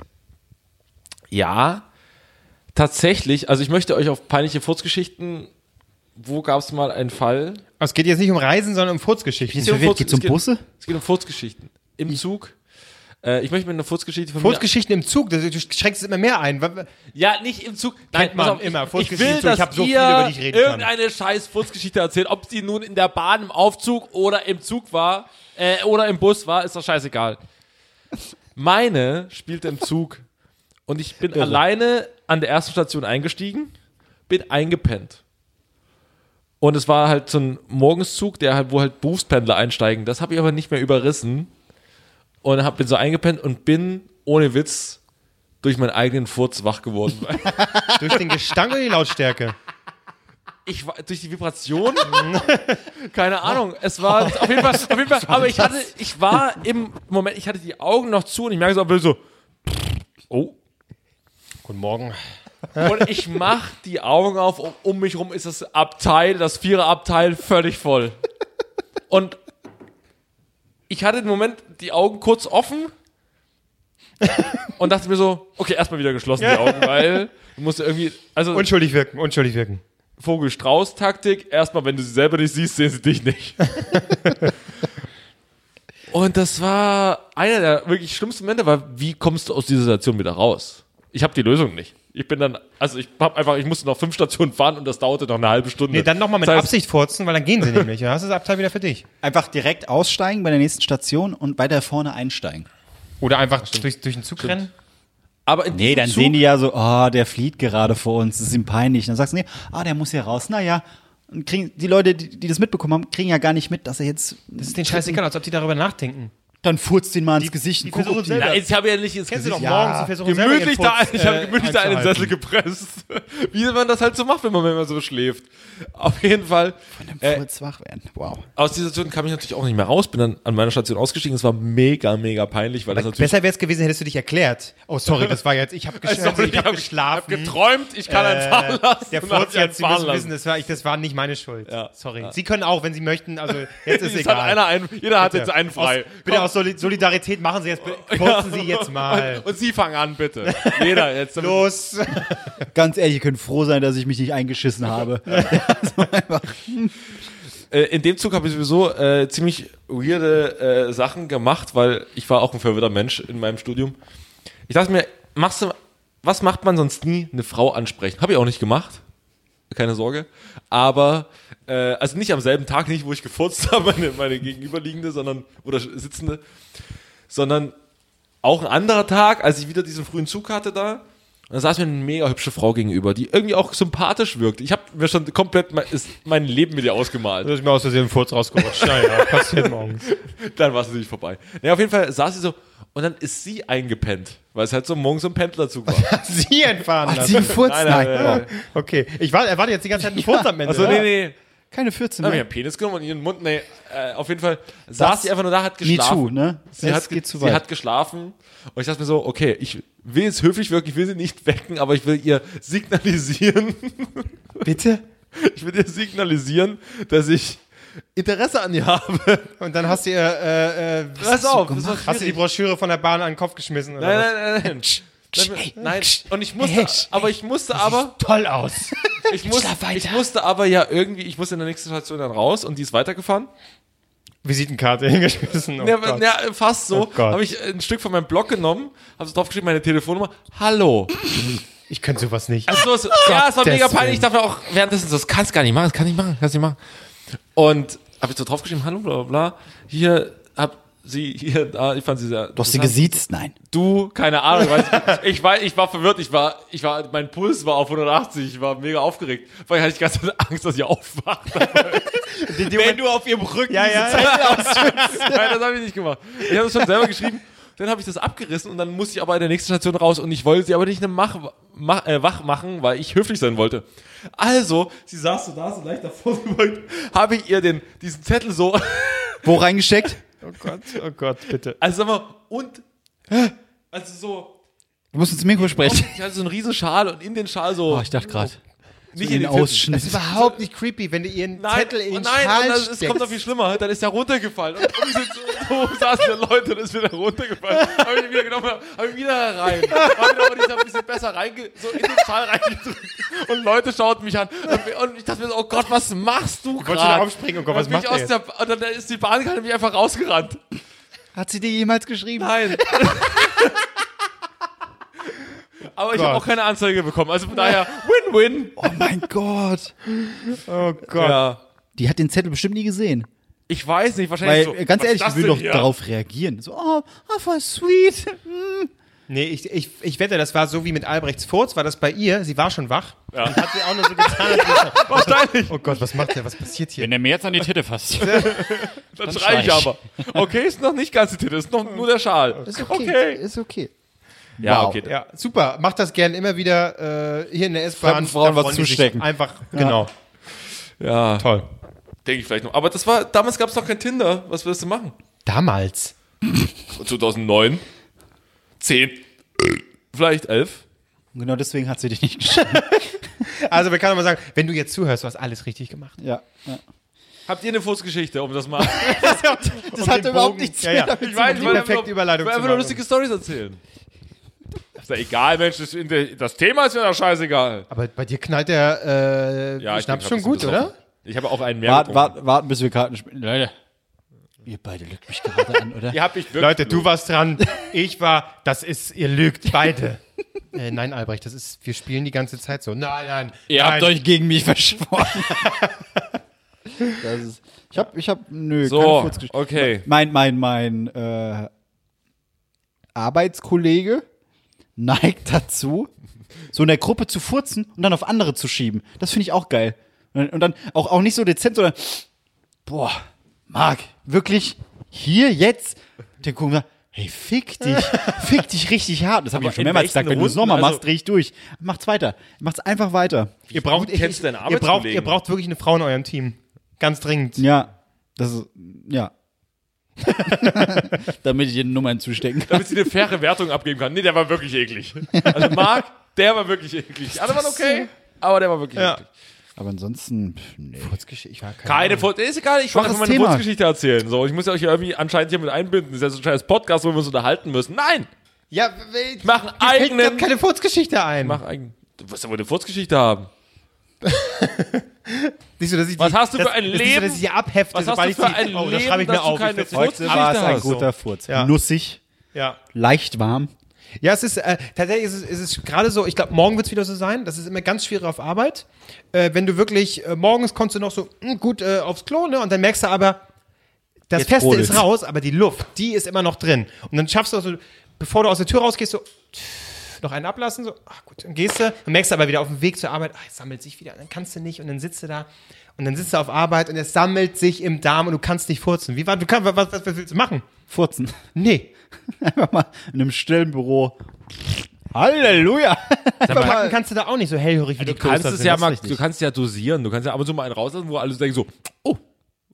B: Ja, tatsächlich. Also ich möchte euch auf peinliche Furzgeschichten. Wo gab es mal einen Fall?
A: Es geht jetzt nicht um Reisen, sondern um Furzgeschichten.
B: Furz- es Es geht um Furzgeschichten. Im Zug. Äh, ich möchte mit einer Furzgeschichte von mir.
A: Furzgeschichten im Zug, das- du schränkst es immer mehr ein. Wa- wa-
B: Ja, nicht im Zug.
A: Kennt man
B: ich-
A: immer,
B: Ich
A: Furzgeschichten
B: will,
A: im Zug.
B: dass
A: Ich hab so viel,
B: ihr
A: über die ich reden kann.
B: irgendeine scheiß Furzgeschichte erzählt. Ob sie nun in der Bahn, im Aufzug oder im Zug war äh, oder im Bus war, ist doch scheißegal. Meine spielte im Zug und ich bin alleine an der ersten Station eingestiegen, bin eingepennt. Und es war halt so ein Morgenszug, der halt, wo halt Berufspendler einsteigen. Das habe ich aber nicht mehr überrissen. Und hab, bin so eingepennt und bin, ohne Witz, durch meinen eigenen Furz wach geworden.
A: Durch den Gestank oder die Lautstärke?
B: Ich war durch die Vibration? Keine Ahnung. Es war auf jeden Fall, auf jeden Fall aber ich hatte, ich war im Moment, ich hatte die Augen noch zu und ich merke so, so, oh.
A: Guten Morgen.
B: Und ich mach die Augen auf, um, um mich rum ist das Abteil, das Viererabteil völlig voll. Und ich hatte im Moment die Augen kurz offen und dachte mir so, okay, erstmal wieder geschlossen die Augen, weil du musst ja irgendwie, also
A: Unschuldig wirken, unschuldig wirken.
B: Vogel-Strauß-Taktik. Erstmal, wenn du sie selber nicht siehst, sehen sie dich nicht. Und das war einer der wirklich schlimmsten Momente, weil wie kommst du aus dieser Situation wieder raus? Ich habe die Lösung nicht. Ich bin dann, also ich hab einfach, ich musste noch fünf Stationen fahren und das dauerte noch eine halbe Stunde.
A: Nee, dann nochmal mit
B: Das heißt,
A: Absicht furzen, weil dann gehen sie nämlich. Dann hast du das Abteil wieder für dich.
E: Einfach direkt aussteigen bei der nächsten Station und weiter vorne einsteigen.
A: Oder einfach durch, durch den Zug rennen.
B: Aber in
E: Nee,
B: diesem
E: dann
B: Zug,
E: sehen die ja so, oh, der flieht gerade vor uns, das ist ihm peinlich. Dann sagst du, nee, ah, der muss hier raus. Naja, und kriegen, die Leute, die, die das mitbekommen haben, kriegen ja gar nicht mit, dass er jetzt,
A: Das ist den scheißegal, als ob die darüber nachdenken.
E: dann furzt ihn mal ins Gesicht. und guck, ob die-
B: Na, ich habe ja nicht ins
A: Kennst du
B: Gesicht.
A: doch morgens, die versuchen selber
B: gemütlich
A: ihren
B: da,
A: Furz,
B: ich habe
A: äh,
B: gemütlich da einen
A: einzuhalten.
B: Sessel gepresst. Wie man das halt so macht, wenn man, wenn man so schläft. Auf jeden Fall. äh,
E: Furz wach werden. Wow.
B: aus dieser Situation kam ich natürlich auch nicht mehr raus, bin dann an meiner Station ausgestiegen. Es war mega, mega peinlich, weil das natürlich.
A: Besser wäre es gewesen, hättest du dich erklärt. Oh, sorry, das war jetzt, ich habe gesch
B: Sorry,
A: ich hab geschlafen.
B: geträumt, ich kann einen fahren lassen.
A: Äh, Der
B: und hab
A: Furz
B: einen
A: jetzt, Sie müssen wissen, das war, ich, das war nicht meine Schuld.
B: Ja.
A: Sorry. Sie können auch, wenn Sie möchten, also jetzt ist
B: Jetzt
A: egal.
B: hat einer einen, jeder hat jetzt einen frei.
A: Aus, bitte aus Soli- Solidarität machen Sie jetzt, be- kurzen Sie jetzt mal.
B: Und, und Sie fangen an, bitte. Jeder jetzt.
A: Los.
E: Ganz ehrlich, ihr könnt froh sein, dass ich mich nicht eingeschissen habe.
B: Äh, in dem Zug habe ich sowieso äh, ziemlich weirde äh, Sachen gemacht, weil ich war auch ein verwirrter Mensch in meinem Studium. Ich dachte mir, machst du, was macht man sonst nie? Eine Frau ansprechen. Habe ich auch nicht gemacht. Keine Sorge. Aber, äh, also nicht am selben Tag, nicht wo ich gefurzt habe, meine, meine gegenüberliegende, sondern, oder sitzende, sondern auch ein anderer Tag, als ich wieder diesen frühen Zug hatte da, und da saß mir eine mega hübsche Frau gegenüber, die irgendwie auch sympathisch wirkte. Ich habe mir schon komplett mein, ist mein Leben mit ihr ausgemalt.
A: ist mir aus Versehen ein Furz rausgerutscht. Naja, passiert morgens.
B: dann war es natürlich vorbei. Naja, auf jeden Fall saß sie so und dann ist sie eingepennt, weil es halt so morgens ein Pendlerzug war.
A: Sie entfahren
E: Sie
A: lassen.
E: furzt? Nein,
A: Okay, ich war, erwarte jetzt die ganze Zeit einen Furz am Ende.
B: Also nee, nee.
E: Keine 14
B: Dann hab ich
E: mehr.
B: ihren Penis genommen und ihren Mund, nee, äh, auf jeden Fall saß sie einfach nur da, hat
E: Me
B: geschlafen.
E: too, ne?
B: Sie
E: Das
B: hat, ge
E: geht zu
B: sie
E: weit.
B: hat geschlafen und ich dachte mir so, okay, ich will jetzt höflich wirken, ich will sie nicht wecken, aber ich will ihr signalisieren,
E: Bitte?
B: ich will ihr signalisieren, dass ich Interesse an ihr habe.
A: Und dann hast du ihr, äh, äh,
B: Pass auf, das war
A: hast du die
B: schwierig.
A: Broschüre von der Bahn an den Kopf geschmissen? Oder
B: Nein,
A: was?
B: nein, nein, nein. Nein, nein. Und ich musste, aber ich musste aber,
A: Toll aus.
B: ich, muss, ich musste aber ja irgendwie, ich musste in der nächsten Station dann raus und die ist weitergefahren.
A: Visitenkarte hingeschmissen. Oh
B: ja,
A: Gott.
B: ja, fast so.
A: Oh Gott.
B: habe ich ein Stück von meinem Blog genommen, habe es draufgeschrieben, meine Telefonnummer. Hallo.
A: Ich könnte sowas nicht.
B: Also, so, ja, es war mega
A: Gottes
B: peinlich. Ich dachte auch währenddessen so, das kannst gar nicht machen, das kann nicht machen, kannst nicht machen. Und habe ich so draufgeschrieben, hallo, bla bla bla. Hier hab sie hier, da, ich fand sie sehr.
C: Du hast sie gesiezt? Nein.
B: Du, keine Ahnung. Ich, weiß, ich, war, ich war verwirrt. Ich war, ich war, mein Puls war auf 180. Ich war mega aufgeregt. Vorher hatte ich ganz Angst, dass ich aufwacht.
N: Wenn du auf ihrem Rücken
B: Ja, ja.
N: diese Zettel ausfüllst.
B: Nein, das habe ich nicht gemacht. Ich habe das schon selber geschrieben. Dann habe ich das abgerissen und dann musste ich aber in der nächsten Station raus und ich wollte sie aber nicht eine Mach, Mach, äh, wach machen, weil ich höflich sein wollte. Also, sie saß so da, so leicht davor gebeugt, habe ich ihr den, diesen Zettel so
C: Wo reingesteckt?
A: Oh Gott, oh Gott, bitte.
B: Also sag mal, und also so,
C: Du musst ins Mikro sprechen.
B: ich hatte so einen riesen Schal und in den Schal so.
A: Ah,
C: Oh, ich dachte gerade.
B: nicht
C: in den
B: Titten.
C: Ausschnitt.
A: Das ist oh überhaupt nicht creepy, wenn du ihren
B: Nein, oh
A: Zettel in den
B: nein,
A: Schal
B: und das ist,
A: steckst.
B: kommt noch viel schlimmer. Dann ist er runtergefallen. Und oben sind so, so saßen da Leute und ist wieder runtergefallen. Hab ich ihn wieder genommen, hab ihn wieder rein. Hab ihn aber nicht ein bisschen besser reinge so in den Schal reingedrückt. Und Leute schauten mich an. Und, und ich dachte mir so, oh Gott, was machst du
A: wollte
B: gerade?
A: schon aufspringen, oh Gott, was
B: bin ich
A: macht
B: aus
A: er
B: der, und dann ist die Bahnkarte mich einfach rausgerannt.
C: Hat sie dir jemals geschrieben?
B: Nein. Aber ich habe
A: Gott.
B: auch keine Anzeige bekommen. Also von daher, Win-Win.
C: Oh mein Gott.
A: Oh Gott.
B: Ja.
C: Die hat den Zettel bestimmt nie gesehen.
B: Ich weiß nicht,
C: Weil,
B: wahrscheinlich so.
C: äh, ganz
B: was
C: ehrlich,
B: ist das
C: ich will
B: denn
C: doch
B: hier?
C: darauf reagieren. So, oh, oh, voll sweet.
A: Nee, ich, ich, ich wette, das war so wie mit Albrechts Furz, war das bei ihr, sie war schon wach und hat sie auch nur so getan. als sie-
B: Wahrscheinlich.
A: Oh Gott, was macht der, was passiert hier?
N: Wenn er mir jetzt an die Titte fasst.
B: Dann schrei
N: schrei
B: ich
N: ich.
B: aber. Okay, ist noch nicht ganz die Titel, ist noch
A: Mhm.
B: nur der Schal.
C: Ist okay.
B: Okay.
C: Ist okay.
B: Ja,
C: Wow.
B: okay.
A: Ja, super. Macht das gern immer wieder äh, hier in der S-Bahn.
C: Fremden Frauen
A: Da
C: was
A: freuen die sich
C: zustecken.
A: Einfach, genau.
B: Ja,
A: Toll.
B: denke ich vielleicht noch. Aber das war, damals gab es noch kein Tinder. Was willst du machen?
A: Damals.
B: 2009, 10, vielleicht 11.
C: Und genau deswegen hat sie dich nicht geschrieben.
A: Also, wir können mal sagen, wenn du jetzt zuhörst, du hast alles richtig gemacht.
C: ja.
B: Habt ihr eine Fußgeschichte, um das mal?
C: Das hat
A: den
C: überhaupt
A: Bogen-
C: nichts
A: ja,
C: mehr
A: ja.
C: damit
B: Ich
C: zu
B: weiß,
C: tun.
B: ich wollte einfach
A: perfekte
B: nur-
A: Überleitung
B: ich wollte
A: zu
B: einfach nur
A: machen.
B: lustige Stories erzählen. Ist ja egal, Mensch, das, das Thema ist mir doch scheißegal.
A: Aber bei dir knallt der äh,
B: Ja, ich
A: Schnaps
B: bin
A: schon gut,
B: besoffen.
A: oder?
B: Ich habe auch einen mehr
C: Warten,
B: getrunken.
C: warten, warten, bis wir Karten spielen. Leute. Ihr beide lügt mich gerade an, oder?
B: Ihr habt mich wirklich
A: Leute, du warst dran, ich war, das ist, ihr lügt, beide. äh, nein, Albrecht, das ist, wir spielen die ganze Zeit so. Nein, nein.
C: Ihr
A: nein.
C: habt euch gegen mich verschworen. das ist, ich hab, ich hab, nö, keine
B: So,
C: Kurzgesch-
B: okay.
C: Mein, mein, mein äh, Arbeitskollege neigt dazu, so in der Gruppe zu furzen und dann auf andere zu schieben. Das finde ich auch geil. Und dann- und dann auch, auch nicht so dezent, sondern, boah, Marc, wirklich hier jetzt? Den gucken wir, hey, fick dich, fick dich richtig hart. Das habe ich
B: Aber
C: ihm schon
B: in
C: mehrmals
B: welchen
C: gesagt. Wenn du es
B: Runden?
C: nochmal
B: Also-
C: machst, dreh ich durch. Macht's weiter. Macht's einfach weiter.
A: Ihr braucht, ich,
B: kennst du deine
A: ihr, braucht,
B: Arbeitskollegen?
A: ihr braucht wirklich eine Frau in eurem Team. Ganz dringend.
C: Ja, das ist, ja. Damit ich dir Nummern zustecken kann.
B: damit sie eine faire Wertung abgeben kann. Nee, der war wirklich eklig. Also Marc, der war wirklich eklig. Alle waren okay, aber der war wirklich
A: Ja.
B: eklig.
C: Aber ansonsten, pff, nee.
B: Keine Furcht, ist egal, ich wollte
C: Schwaches
B: einfach meine
C: Thema.
B: Kurzgeschichte erzählen. So, ich muss ja euch ja irgendwie anscheinend hier mit einbinden. Das ist ja so ein scheiß Podcast, wo wir uns unterhalten müssen. Nein!
A: Ja, ich
B: mach einen eigenen-
A: keine Furzgeschichte ein.
B: Mach eigentlich. Du wirst ja wohl eine Furzgeschichte haben.
A: Siehst du, dass ich die,
B: Was hast du
A: dass,
B: für ein
A: Siehst du,
B: Leben?
A: dass ich die abhefte,
B: Was hast
A: sobald
B: du
A: ich
B: für
A: die-
B: ein
A: oh, das
B: Leben,
A: schreibe ich
B: dass
A: mir
B: du
A: auf.
B: keine
A: Ich werd's-
B: Heute war es ein
A: guter
C: Furz.
A: Ja.
C: Nussig,
A: ja.
C: leicht warm.
A: Ja, es ist äh, tatsächlich ist es, ist es gerade so, ich glaube, morgen wird es wieder so sein. Das ist immer ganz schwierig auf Arbeit. Äh, wenn du wirklich, äh, morgens kommst du noch so mm, gut äh, aufs Klo, ne? Und dann merkst du aber, das Feste
C: brodelt's.
A: ist raus, aber die Luft, die ist immer noch drin. Und dann schaffst du also, bevor du aus der Tür rausgehst, so pff, noch einen ablassen, so, ach gut, dann gehst du und merkst aber wieder auf dem Weg zur Arbeit, ach, es sammelt sich wieder, und dann kannst du nicht und dann sitzt du da und dann sitzt du auf Arbeit und es sammelt sich im Darm und du kannst nicht furzen. Wie war, du kannst, was, was, was willst du machen?
C: Furzen.
A: Nee.
C: Einfach mal in einem stillen Büro. Halleluja.
A: Verpacken kannst du da auch nicht so hellhörig wie die
B: Du kannst
A: Coaster
B: es
A: sind,
B: ja
A: das ist
B: mal,
A: richtig.
B: du kannst ja dosieren. Du kannst ja ab und zu mal einen rauslassen, wo alle denken so, oh.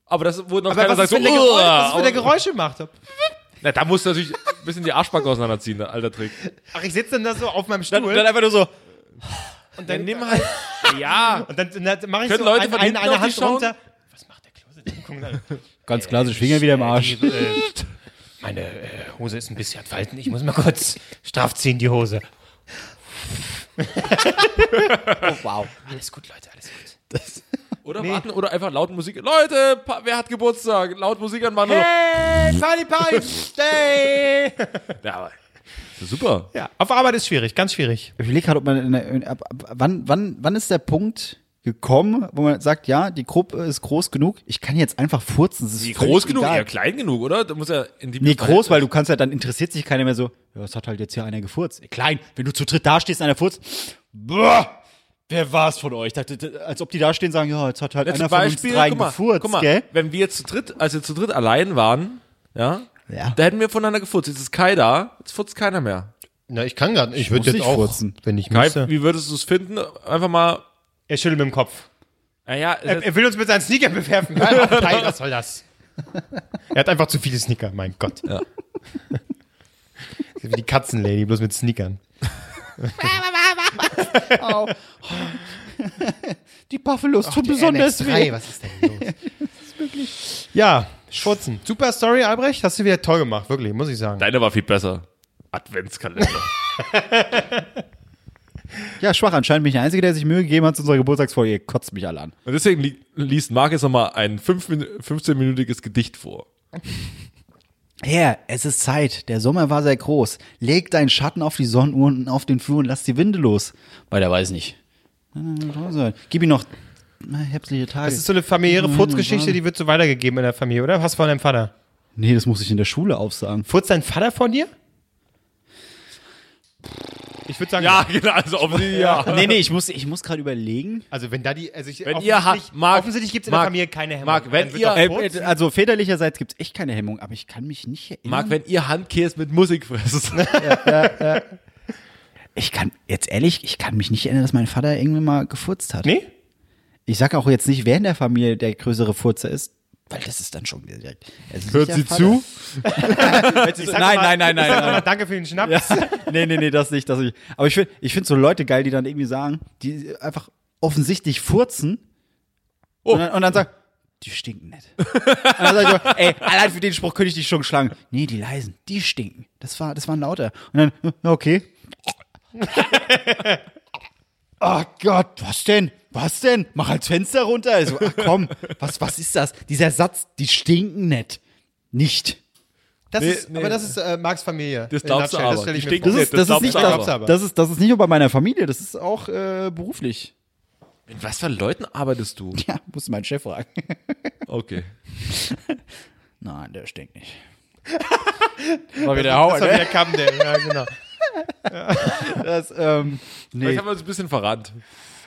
B: Aber das wurde noch
A: Aber
B: keiner "Oh,
A: was
B: sagt so,
A: ist, wenn der Geräusch, was ist,
B: "Uah."
A: wenn der Geräusche macht?
B: Na, da musst du natürlich ein bisschen die Arschbacke auseinanderziehen, alter Trick.
A: Ach, ich sitze dann da so auf meinem Stuhl
B: einfach nur so,
A: und dann,
B: nimm halt. Ja.
A: und dann, und dann mache ich
B: Können
A: so
B: Leute
A: ein-
B: von
A: eine,
B: hinten auf
A: eine
B: dich
A: Hand
B: schauen?
A: runter. Was macht der Klose? denn? Gucken dann,
C: Ganz
A: Also
C: klar, so Finger wieder im Arsch.
A: die, äh, meine äh, Hose ist ein bisschen entfalten. Ich muss mal kurz straff ziehen, die Hose.
C: Wow.
A: Alles gut, Leute, alles gut.
B: Oder warten oder einfach laut Musik. Leute, pa- wer hat Geburtstag? Laut Musik anmachen.
A: Hey, Party Punch Day!
B: Ja, aber super.
A: ja, auf Arbeit ist schwierig, ganz schwierig.
C: Ich überlege gerade, ob man in der, in, ab, ab, wann, wann, wann ist der Punkt, gekommen, wo man sagt, ja, die Gruppe ist groß genug, ich kann jetzt einfach furzen. Es ist
B: Die
C: völlig
B: groß genug,
C: egal.
B: eher klein genug, oder? Da muss er in die
C: Nee, groß, weil du kannst ja, dann interessiert sich keiner mehr so, ja, es hat halt jetzt hier einer gefurzt. Ey, Klein, wenn du zu dritt dastehst, einer furzt, boah, wer war's von euch? Dachte, d- Als ob die dastehen und sagen, ja, jetzt hat halt
B: Ja,
C: einer
B: zum
C: von uns
B: Beispiel,
C: drei
B: guck mal,
C: gefurzt,
B: guck mal
C: gell?
B: wenn wir zu dritt, als wir zu dritt allein waren, ja,
C: Ja.
B: da hätten wir voneinander gefurzt. Jetzt ist Kai da, jetzt furzt keiner mehr.
A: Na, ich kann gar nicht. Ich würde
C: muss
A: jetzt
C: nicht
A: auch,
C: furzen.
A: wenn ich
B: Kai,
A: müsste.
B: wie würdest du es finden? Einfach mal.
A: Er schüttelt mit dem Kopf.
B: Naja,
C: Äh,
A: Er, er will uns mit seinen Sneaker bewerfen. Kai, Kai, was soll das? Er hat einfach zu viele Sneaker, mein Gott.
B: Ja.
A: Wie die Katzenlady, bloß mit Sneakern.
C: Au. die Buffalos tun besonders weh.
A: NX3, was ist denn los? Ja, Schurzen. Super Story, Albrecht. Hast du wieder toll gemacht, wirklich, muss ich sagen.
B: deiner war viel besser. Adventskalender.
C: Ja, schwach, anscheinend bin ich der Einzige, der sich Mühe gegeben hat zu unserer Geburtstagsfolge. Ihr kotzt mich alle an.
B: Und deswegen li liest Marc jetzt nochmal ein fünf Min- 15-minütiges Gedicht vor.
C: Herr, es ist Zeit. Der Sommer war sehr groß. Leg deinen Schatten auf die Sonnenuhr und auf den Flur und lass die Winde los. Weil der weiß nicht. Gib ihm noch na, herbstliche Tage.
A: Das ist so eine familiäre Furzgeschichte, die wird so weitergegeben in der Familie, oder? Was von deinem Vater?
C: nee, das muss ich in der Schule aufsagen.
A: Furzt dein Vater von dir? Ich würde sagen,
B: Ja, genau, also offensichtlich ja.
C: Nee, nee, ich muss, ich muss gerade überlegen.
A: also wenn da die, also ich,
B: Wenn ihr ha- Marc,
A: offensichtlich gibt es in
B: Marc,
A: der Familie keine Hemmung.
B: Marc, wenn
A: Dann wird
B: ihr-
A: doch
B: Äh,
A: Furz-
C: Äh, Also väterlicherseits gibt es echt keine Hemmung, aber ich kann mich nicht erinnern.
B: Marc, wenn ihr Handkäse mit Musik frisst.
C: ich kann, jetzt ehrlich, ich kann mich nicht erinnern, dass mein Vater irgendwie mal gefurzt hat.
A: nee?
C: Ich sage auch jetzt nicht, wer in der Familie der größere Furzer ist, weil das ist dann schon direkt. es ist
B: Hört
C: nicht
B: sie
C: der Vater.
B: zu?
A: Ich sag
C: Nein,
A: mal-
C: nein, nein,
A: ich sag
C: nein,
A: mal,
C: nein.
A: Danke für den Schnaps.
C: nee, nee, nee, das nicht, das nicht. Aber ich finde ich find so Leute geil, die dann irgendwie sagen, die einfach offensichtlich furzen und, dann, und dann sagen, die stinken nicht. und dann sag ich so, ey, allein für den Spruch könnte ich dich schon schlagen. Nee, die leisen, die stinken. Das war, das waren lauter. Und dann, na, okay. Oh Gott, was denn? Was denn? Mach halt das Fenster runter. Also, ach komm, was, was ist das? Dieser Satz, die stinken nicht. Nicht.
A: Das
B: Nee,
A: ist,
B: nee.
A: aber das ist äh, Marks Familie.
B: Das
A: in
B: glaubst du
A: a nutshell.
B: aber.
A: stell ich
B: Die
A: mir
B: stinkt
A: vor.
C: Das ist,
B: Das
C: das,
B: glaubst
C: ist nicht,
B: du
C: das,
A: glaubst du aber.
C: das, ist, das ist nicht nur bei meiner Familie, das ist auch äh, beruflich.
B: Mit was für Leuten arbeitest du?
C: Ja, muss mein Chef fragen.
B: Okay.
C: Nein, der stinkt nicht.
B: War wieder
A: Das war wieder ne? Kammdell, ja, genau.
C: Das, ähm,
B: Vielleicht
C: nee.
B: haben wir uns ein bisschen verrannt.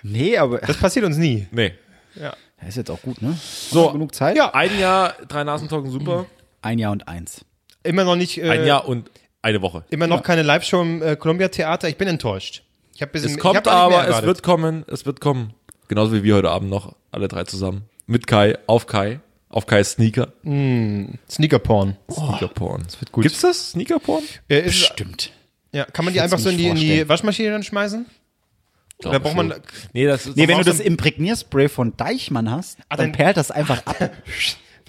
C: nee, aber
A: Das passiert uns nie.
B: Nee.
C: das ist jetzt auch gut, ne?
B: So,
C: Genug Zeit?
A: Ja.
B: ein Jahr, drei Nasentalken, super.
C: Ein Jahr und eins.
A: Immer noch nicht. Äh,
B: Ein Jahr und eine Woche.
A: Immer noch keine Live-Show im äh, Columbia Theater. Ich bin enttäuscht. Ich hab bisschen,
B: Es
A: ich hab
B: kommt
A: gar nicht mehr
B: aber, es
A: erwartet.
B: wird kommen, es wird kommen. Genauso wie wir heute Abend noch, alle drei zusammen. Mit Kai, auf Kai, auf Kais Sneaker.
A: Sneaker-Porn.
B: Sneaker-Porn.
A: Oh. wird gut.
B: Gibt's das? Sneaker-Porn?
A: Äh, ist,
C: Stimmt.
A: ja, kann man die
C: Ich
A: einfach
C: würd's
A: so in
C: mir
A: die, in die
C: vorstellen.
A: Waschmaschine dann schmeißen? Oder braucht man.
B: Nee, das ist
C: Nee, wenn du
A: brauchst
C: das
A: du-
C: Imprägnierspray von Deichmann hast,
A: dann-
C: dann perlt das einfach ab.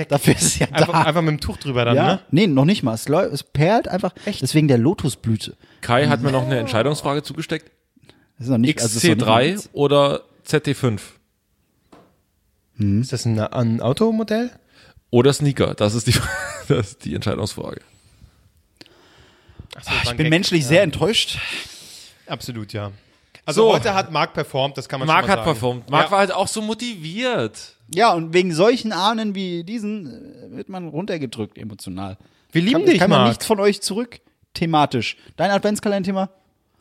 C: Dafür ist es ja da.
A: Einfach, einfach mit dem Tuch drüber dann,
C: ja?
A: ne?
C: Nee, noch nicht mal. Es, läu- es perlt einfach. Echt? Deswegen der Lotusblüte.
B: Kai hat mir noch eine Entscheidungsfrage zugesteckt.
C: Das ist noch nicht, also es ist noch nicht mal
B: XC3
C: eins.
B: oder ZT5? Hm.
A: Ist das ein, ein Automodell?
B: Oder Sneaker? Das ist die, das ist die Entscheidungsfrage.
A: Ach,
C: Ich bin menschlich sehr enttäuscht.
A: Absolut, ja. Also
B: So.
A: heute hat Marc performt, das kann man
B: Marc
A: schon mal
B: hat
A: sagen.
B: performt. Marc
A: ja.
B: war halt auch so motiviert.
C: Ja, und wegen solchen Ahnen wie diesen äh, wird man runtergedrückt emotional.
A: Wir lieben
C: kann, es
A: dich,
C: kann man
A: Marc.
C: nichts von euch zurück, thematisch. Dein Adventskalender-Thema,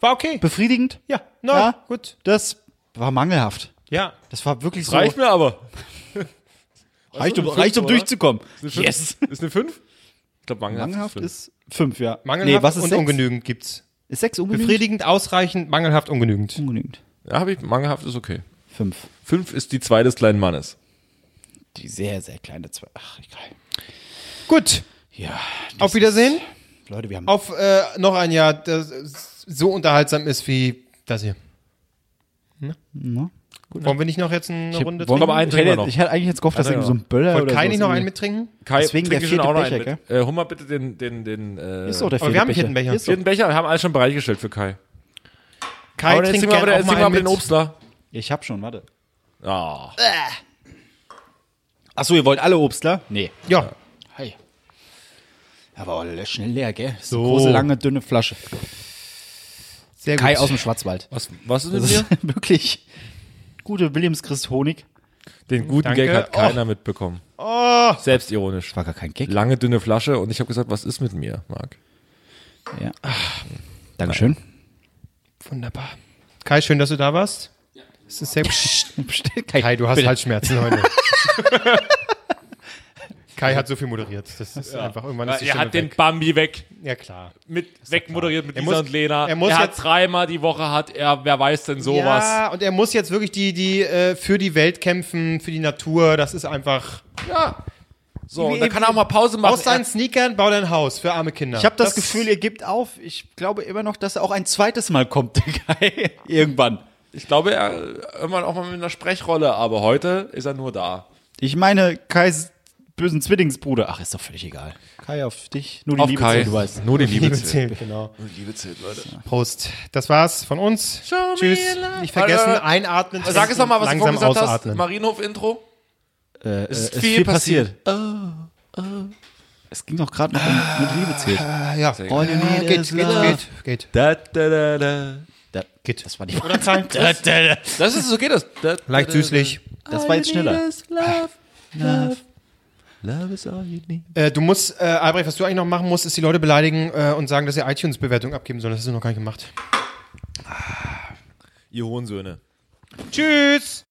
A: War okay.
C: befriedigend?
A: Ja, na,
C: Ja.
A: gut.
C: Das war mangelhaft.
A: Ja.
C: Das war wirklich
B: Das
C: so.
B: reicht mir aber.
A: Also,
C: reicht, um,
B: Fünf,
C: reicht, um
B: oder?
C: durchzukommen.
B: Ist eine Fünf? Ist eine 5? Ich glaube, mangelhaft,
C: Mangelhaft
B: fünf.
C: ist fünf, ja.
A: Mangelhaft
C: nee, was ist
A: und
C: sechs?
A: ungenügend gibt's.
C: Ist sechs ungenügend?
A: Befriedigend, ausreichend, mangelhaft, ungenügend.
C: Ungenügend.
B: Ja, habe ich. Mangelhaft ist okay.
C: Fünf.
B: 5 ist die 2 des kleinen Mannes.
C: Die sehr, sehr kleine zwei. Ach, egal.
A: Gut.
C: Ja.
A: Auf Wiedersehen.
C: Leute, wir haben
A: Auf äh, noch ein Jahr, das so unterhaltsam ist wie das hier.
C: ne?
A: Wollen wir nicht noch jetzt eine
C: Ich hab-
A: Runde
C: wollen-
B: glaube, einen
C: ich
B: trinken wir
C: hätte,
B: noch.
C: ich hätte eigentlich jetzt gehofft, dass
B: Einen
C: irgendwie so ein Böller
A: Wollt
C: oder
A: Kai
C: sowas
A: nicht noch einen
C: irgendwie-
A: mittrinken?
B: Kai,
C: Deswegen der
B: trink schon
C: vierte
B: auch noch
C: Becher,
B: einen mit. Äh, hol mal bitte den, den, den, äh,
C: Ist doch der
A: Aber wir haben
C: vierte
A: hier einen Becher.
C: Hier ist doch-
B: vierten Becher. Wir haben alles schon bereitgestellt für Kai.
A: Kai
B: Aber jetzt
A: trinkt
B: trinken wir
A: gerne
B: aber
A: auch
B: jetzt
A: mal
B: trinken wir aber
A: einen
B: den
A: mit.
B: Obstler.
C: Ich hab schon, warte.
B: Ah.
C: Achso, ihr wollt alle Obstler? Nee.
A: Ja.
C: Hi. Aber alle schnell leer, gell? So.
A: So.
C: Eine große, lange, dünne Flasche.
A: Sehr gut.
C: Kai aus dem Schwarzwald.
B: Was, was ist
C: Das
B: mit mir?
C: ist wirklich gute Williams-Christ-Honig.
B: Den guten
C: Danke.
B: Gag hat
C: Oh.
B: keiner mitbekommen.
C: Oh.
B: Selbstironisch.
C: War gar kein Gag.
B: Lange, dünne Flasche und ich habe gesagt, was ist mit mir, Marc?
C: Ja. Dankeschön.
A: Wunderbar. Kai, schön, dass du da warst. Es ist sehr
C: Kai,
A: Kai, du hast
C: bitte.
A: Halsschmerzen heute. Kai hat so viel moderiert. Das ist einfach irgendwann ist die
B: er
A: Stimme
B: hat den
A: weg.
B: Bambi weg.
A: Ja, klar.
B: Mit, wegmoderiert mit
A: Er
B: Lisa
A: muss-
B: und Lena.
A: er muss
B: hat
A: jetzt-
B: dreimal die Woche, hat er, wer weiß denn sowas.
A: Ja, und er muss jetzt wirklich die, die äh, für die Welt kämpfen, für die Natur. Das ist einfach.
B: Ja. So, und da kann er auch mal Pause machen.
A: Aus deinen
B: Er-
A: Sneakern, bau dein Haus für arme Kinder.
C: Ich habe das, Gefühl, ihr gebt auf. Ich glaube immer noch, dass er auch ein zweites Mal kommt, der Kai. Irgendwann.
B: Ich glaube, er irgendwann auch mal mit einer Sprechrolle, aber heute ist er nur da.
C: Ich meine, Kais bösen Zwillingsbruder. Ach, ist doch völlig egal. Kai, auf dich. Nur die
B: Auf
C: Liebe
B: Kai.
C: zählt, du weißt.
B: Nur die Liebe
A: Liebe
B: zählt.
A: zählt, genau.
B: Nur die Liebe zählt, Leute.
A: Prost. Das war's von uns. Tschüss. Nicht vergessen,
B: Alter.
A: einatmen.
B: Sag es nochmal, was du
A: langsam
B: vorhin gesagt
A: ausatmen.
B: hast. Marienhof-Intro.
C: Äh,
B: Es ist
C: äh,
B: viel
C: Es ging doch gerade noch um mit Liebe zählt.
A: ja.
C: All you need
A: geht,
C: is
A: geht,
C: love.
A: geht, geht.
B: Da, da, da, da.
C: Da, geht. Das war die
A: Oder Zahlen.
C: da, da, da.
B: Das ist so geht das. Da, da,
A: Leicht
B: da,
A: süßlich.
C: Das war jetzt schneller.
A: Äh, du musst, äh, Albrecht, was du eigentlich noch machen musst, ist die Leute beleidigen äh, und sagen, dass sie iTunes-Bewertungen abgeben sollen. Das hast du noch gar nicht gemacht.
B: Ihr Hohensöhne.
A: Tschüss!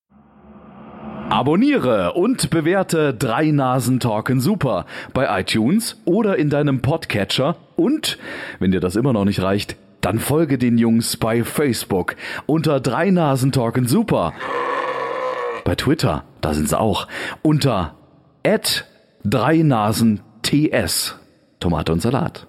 O: Abonniere und bewerte Drei Nasen Talken Super bei iTunes oder in deinem Podcatcher und, wenn dir das immer noch nicht reicht, dann folge den Jungs bei Facebook unter Drei Nasen Talken Super. Bei Twitter, da sind sie auch, unter @dreinasen_ts Tomate und Salat.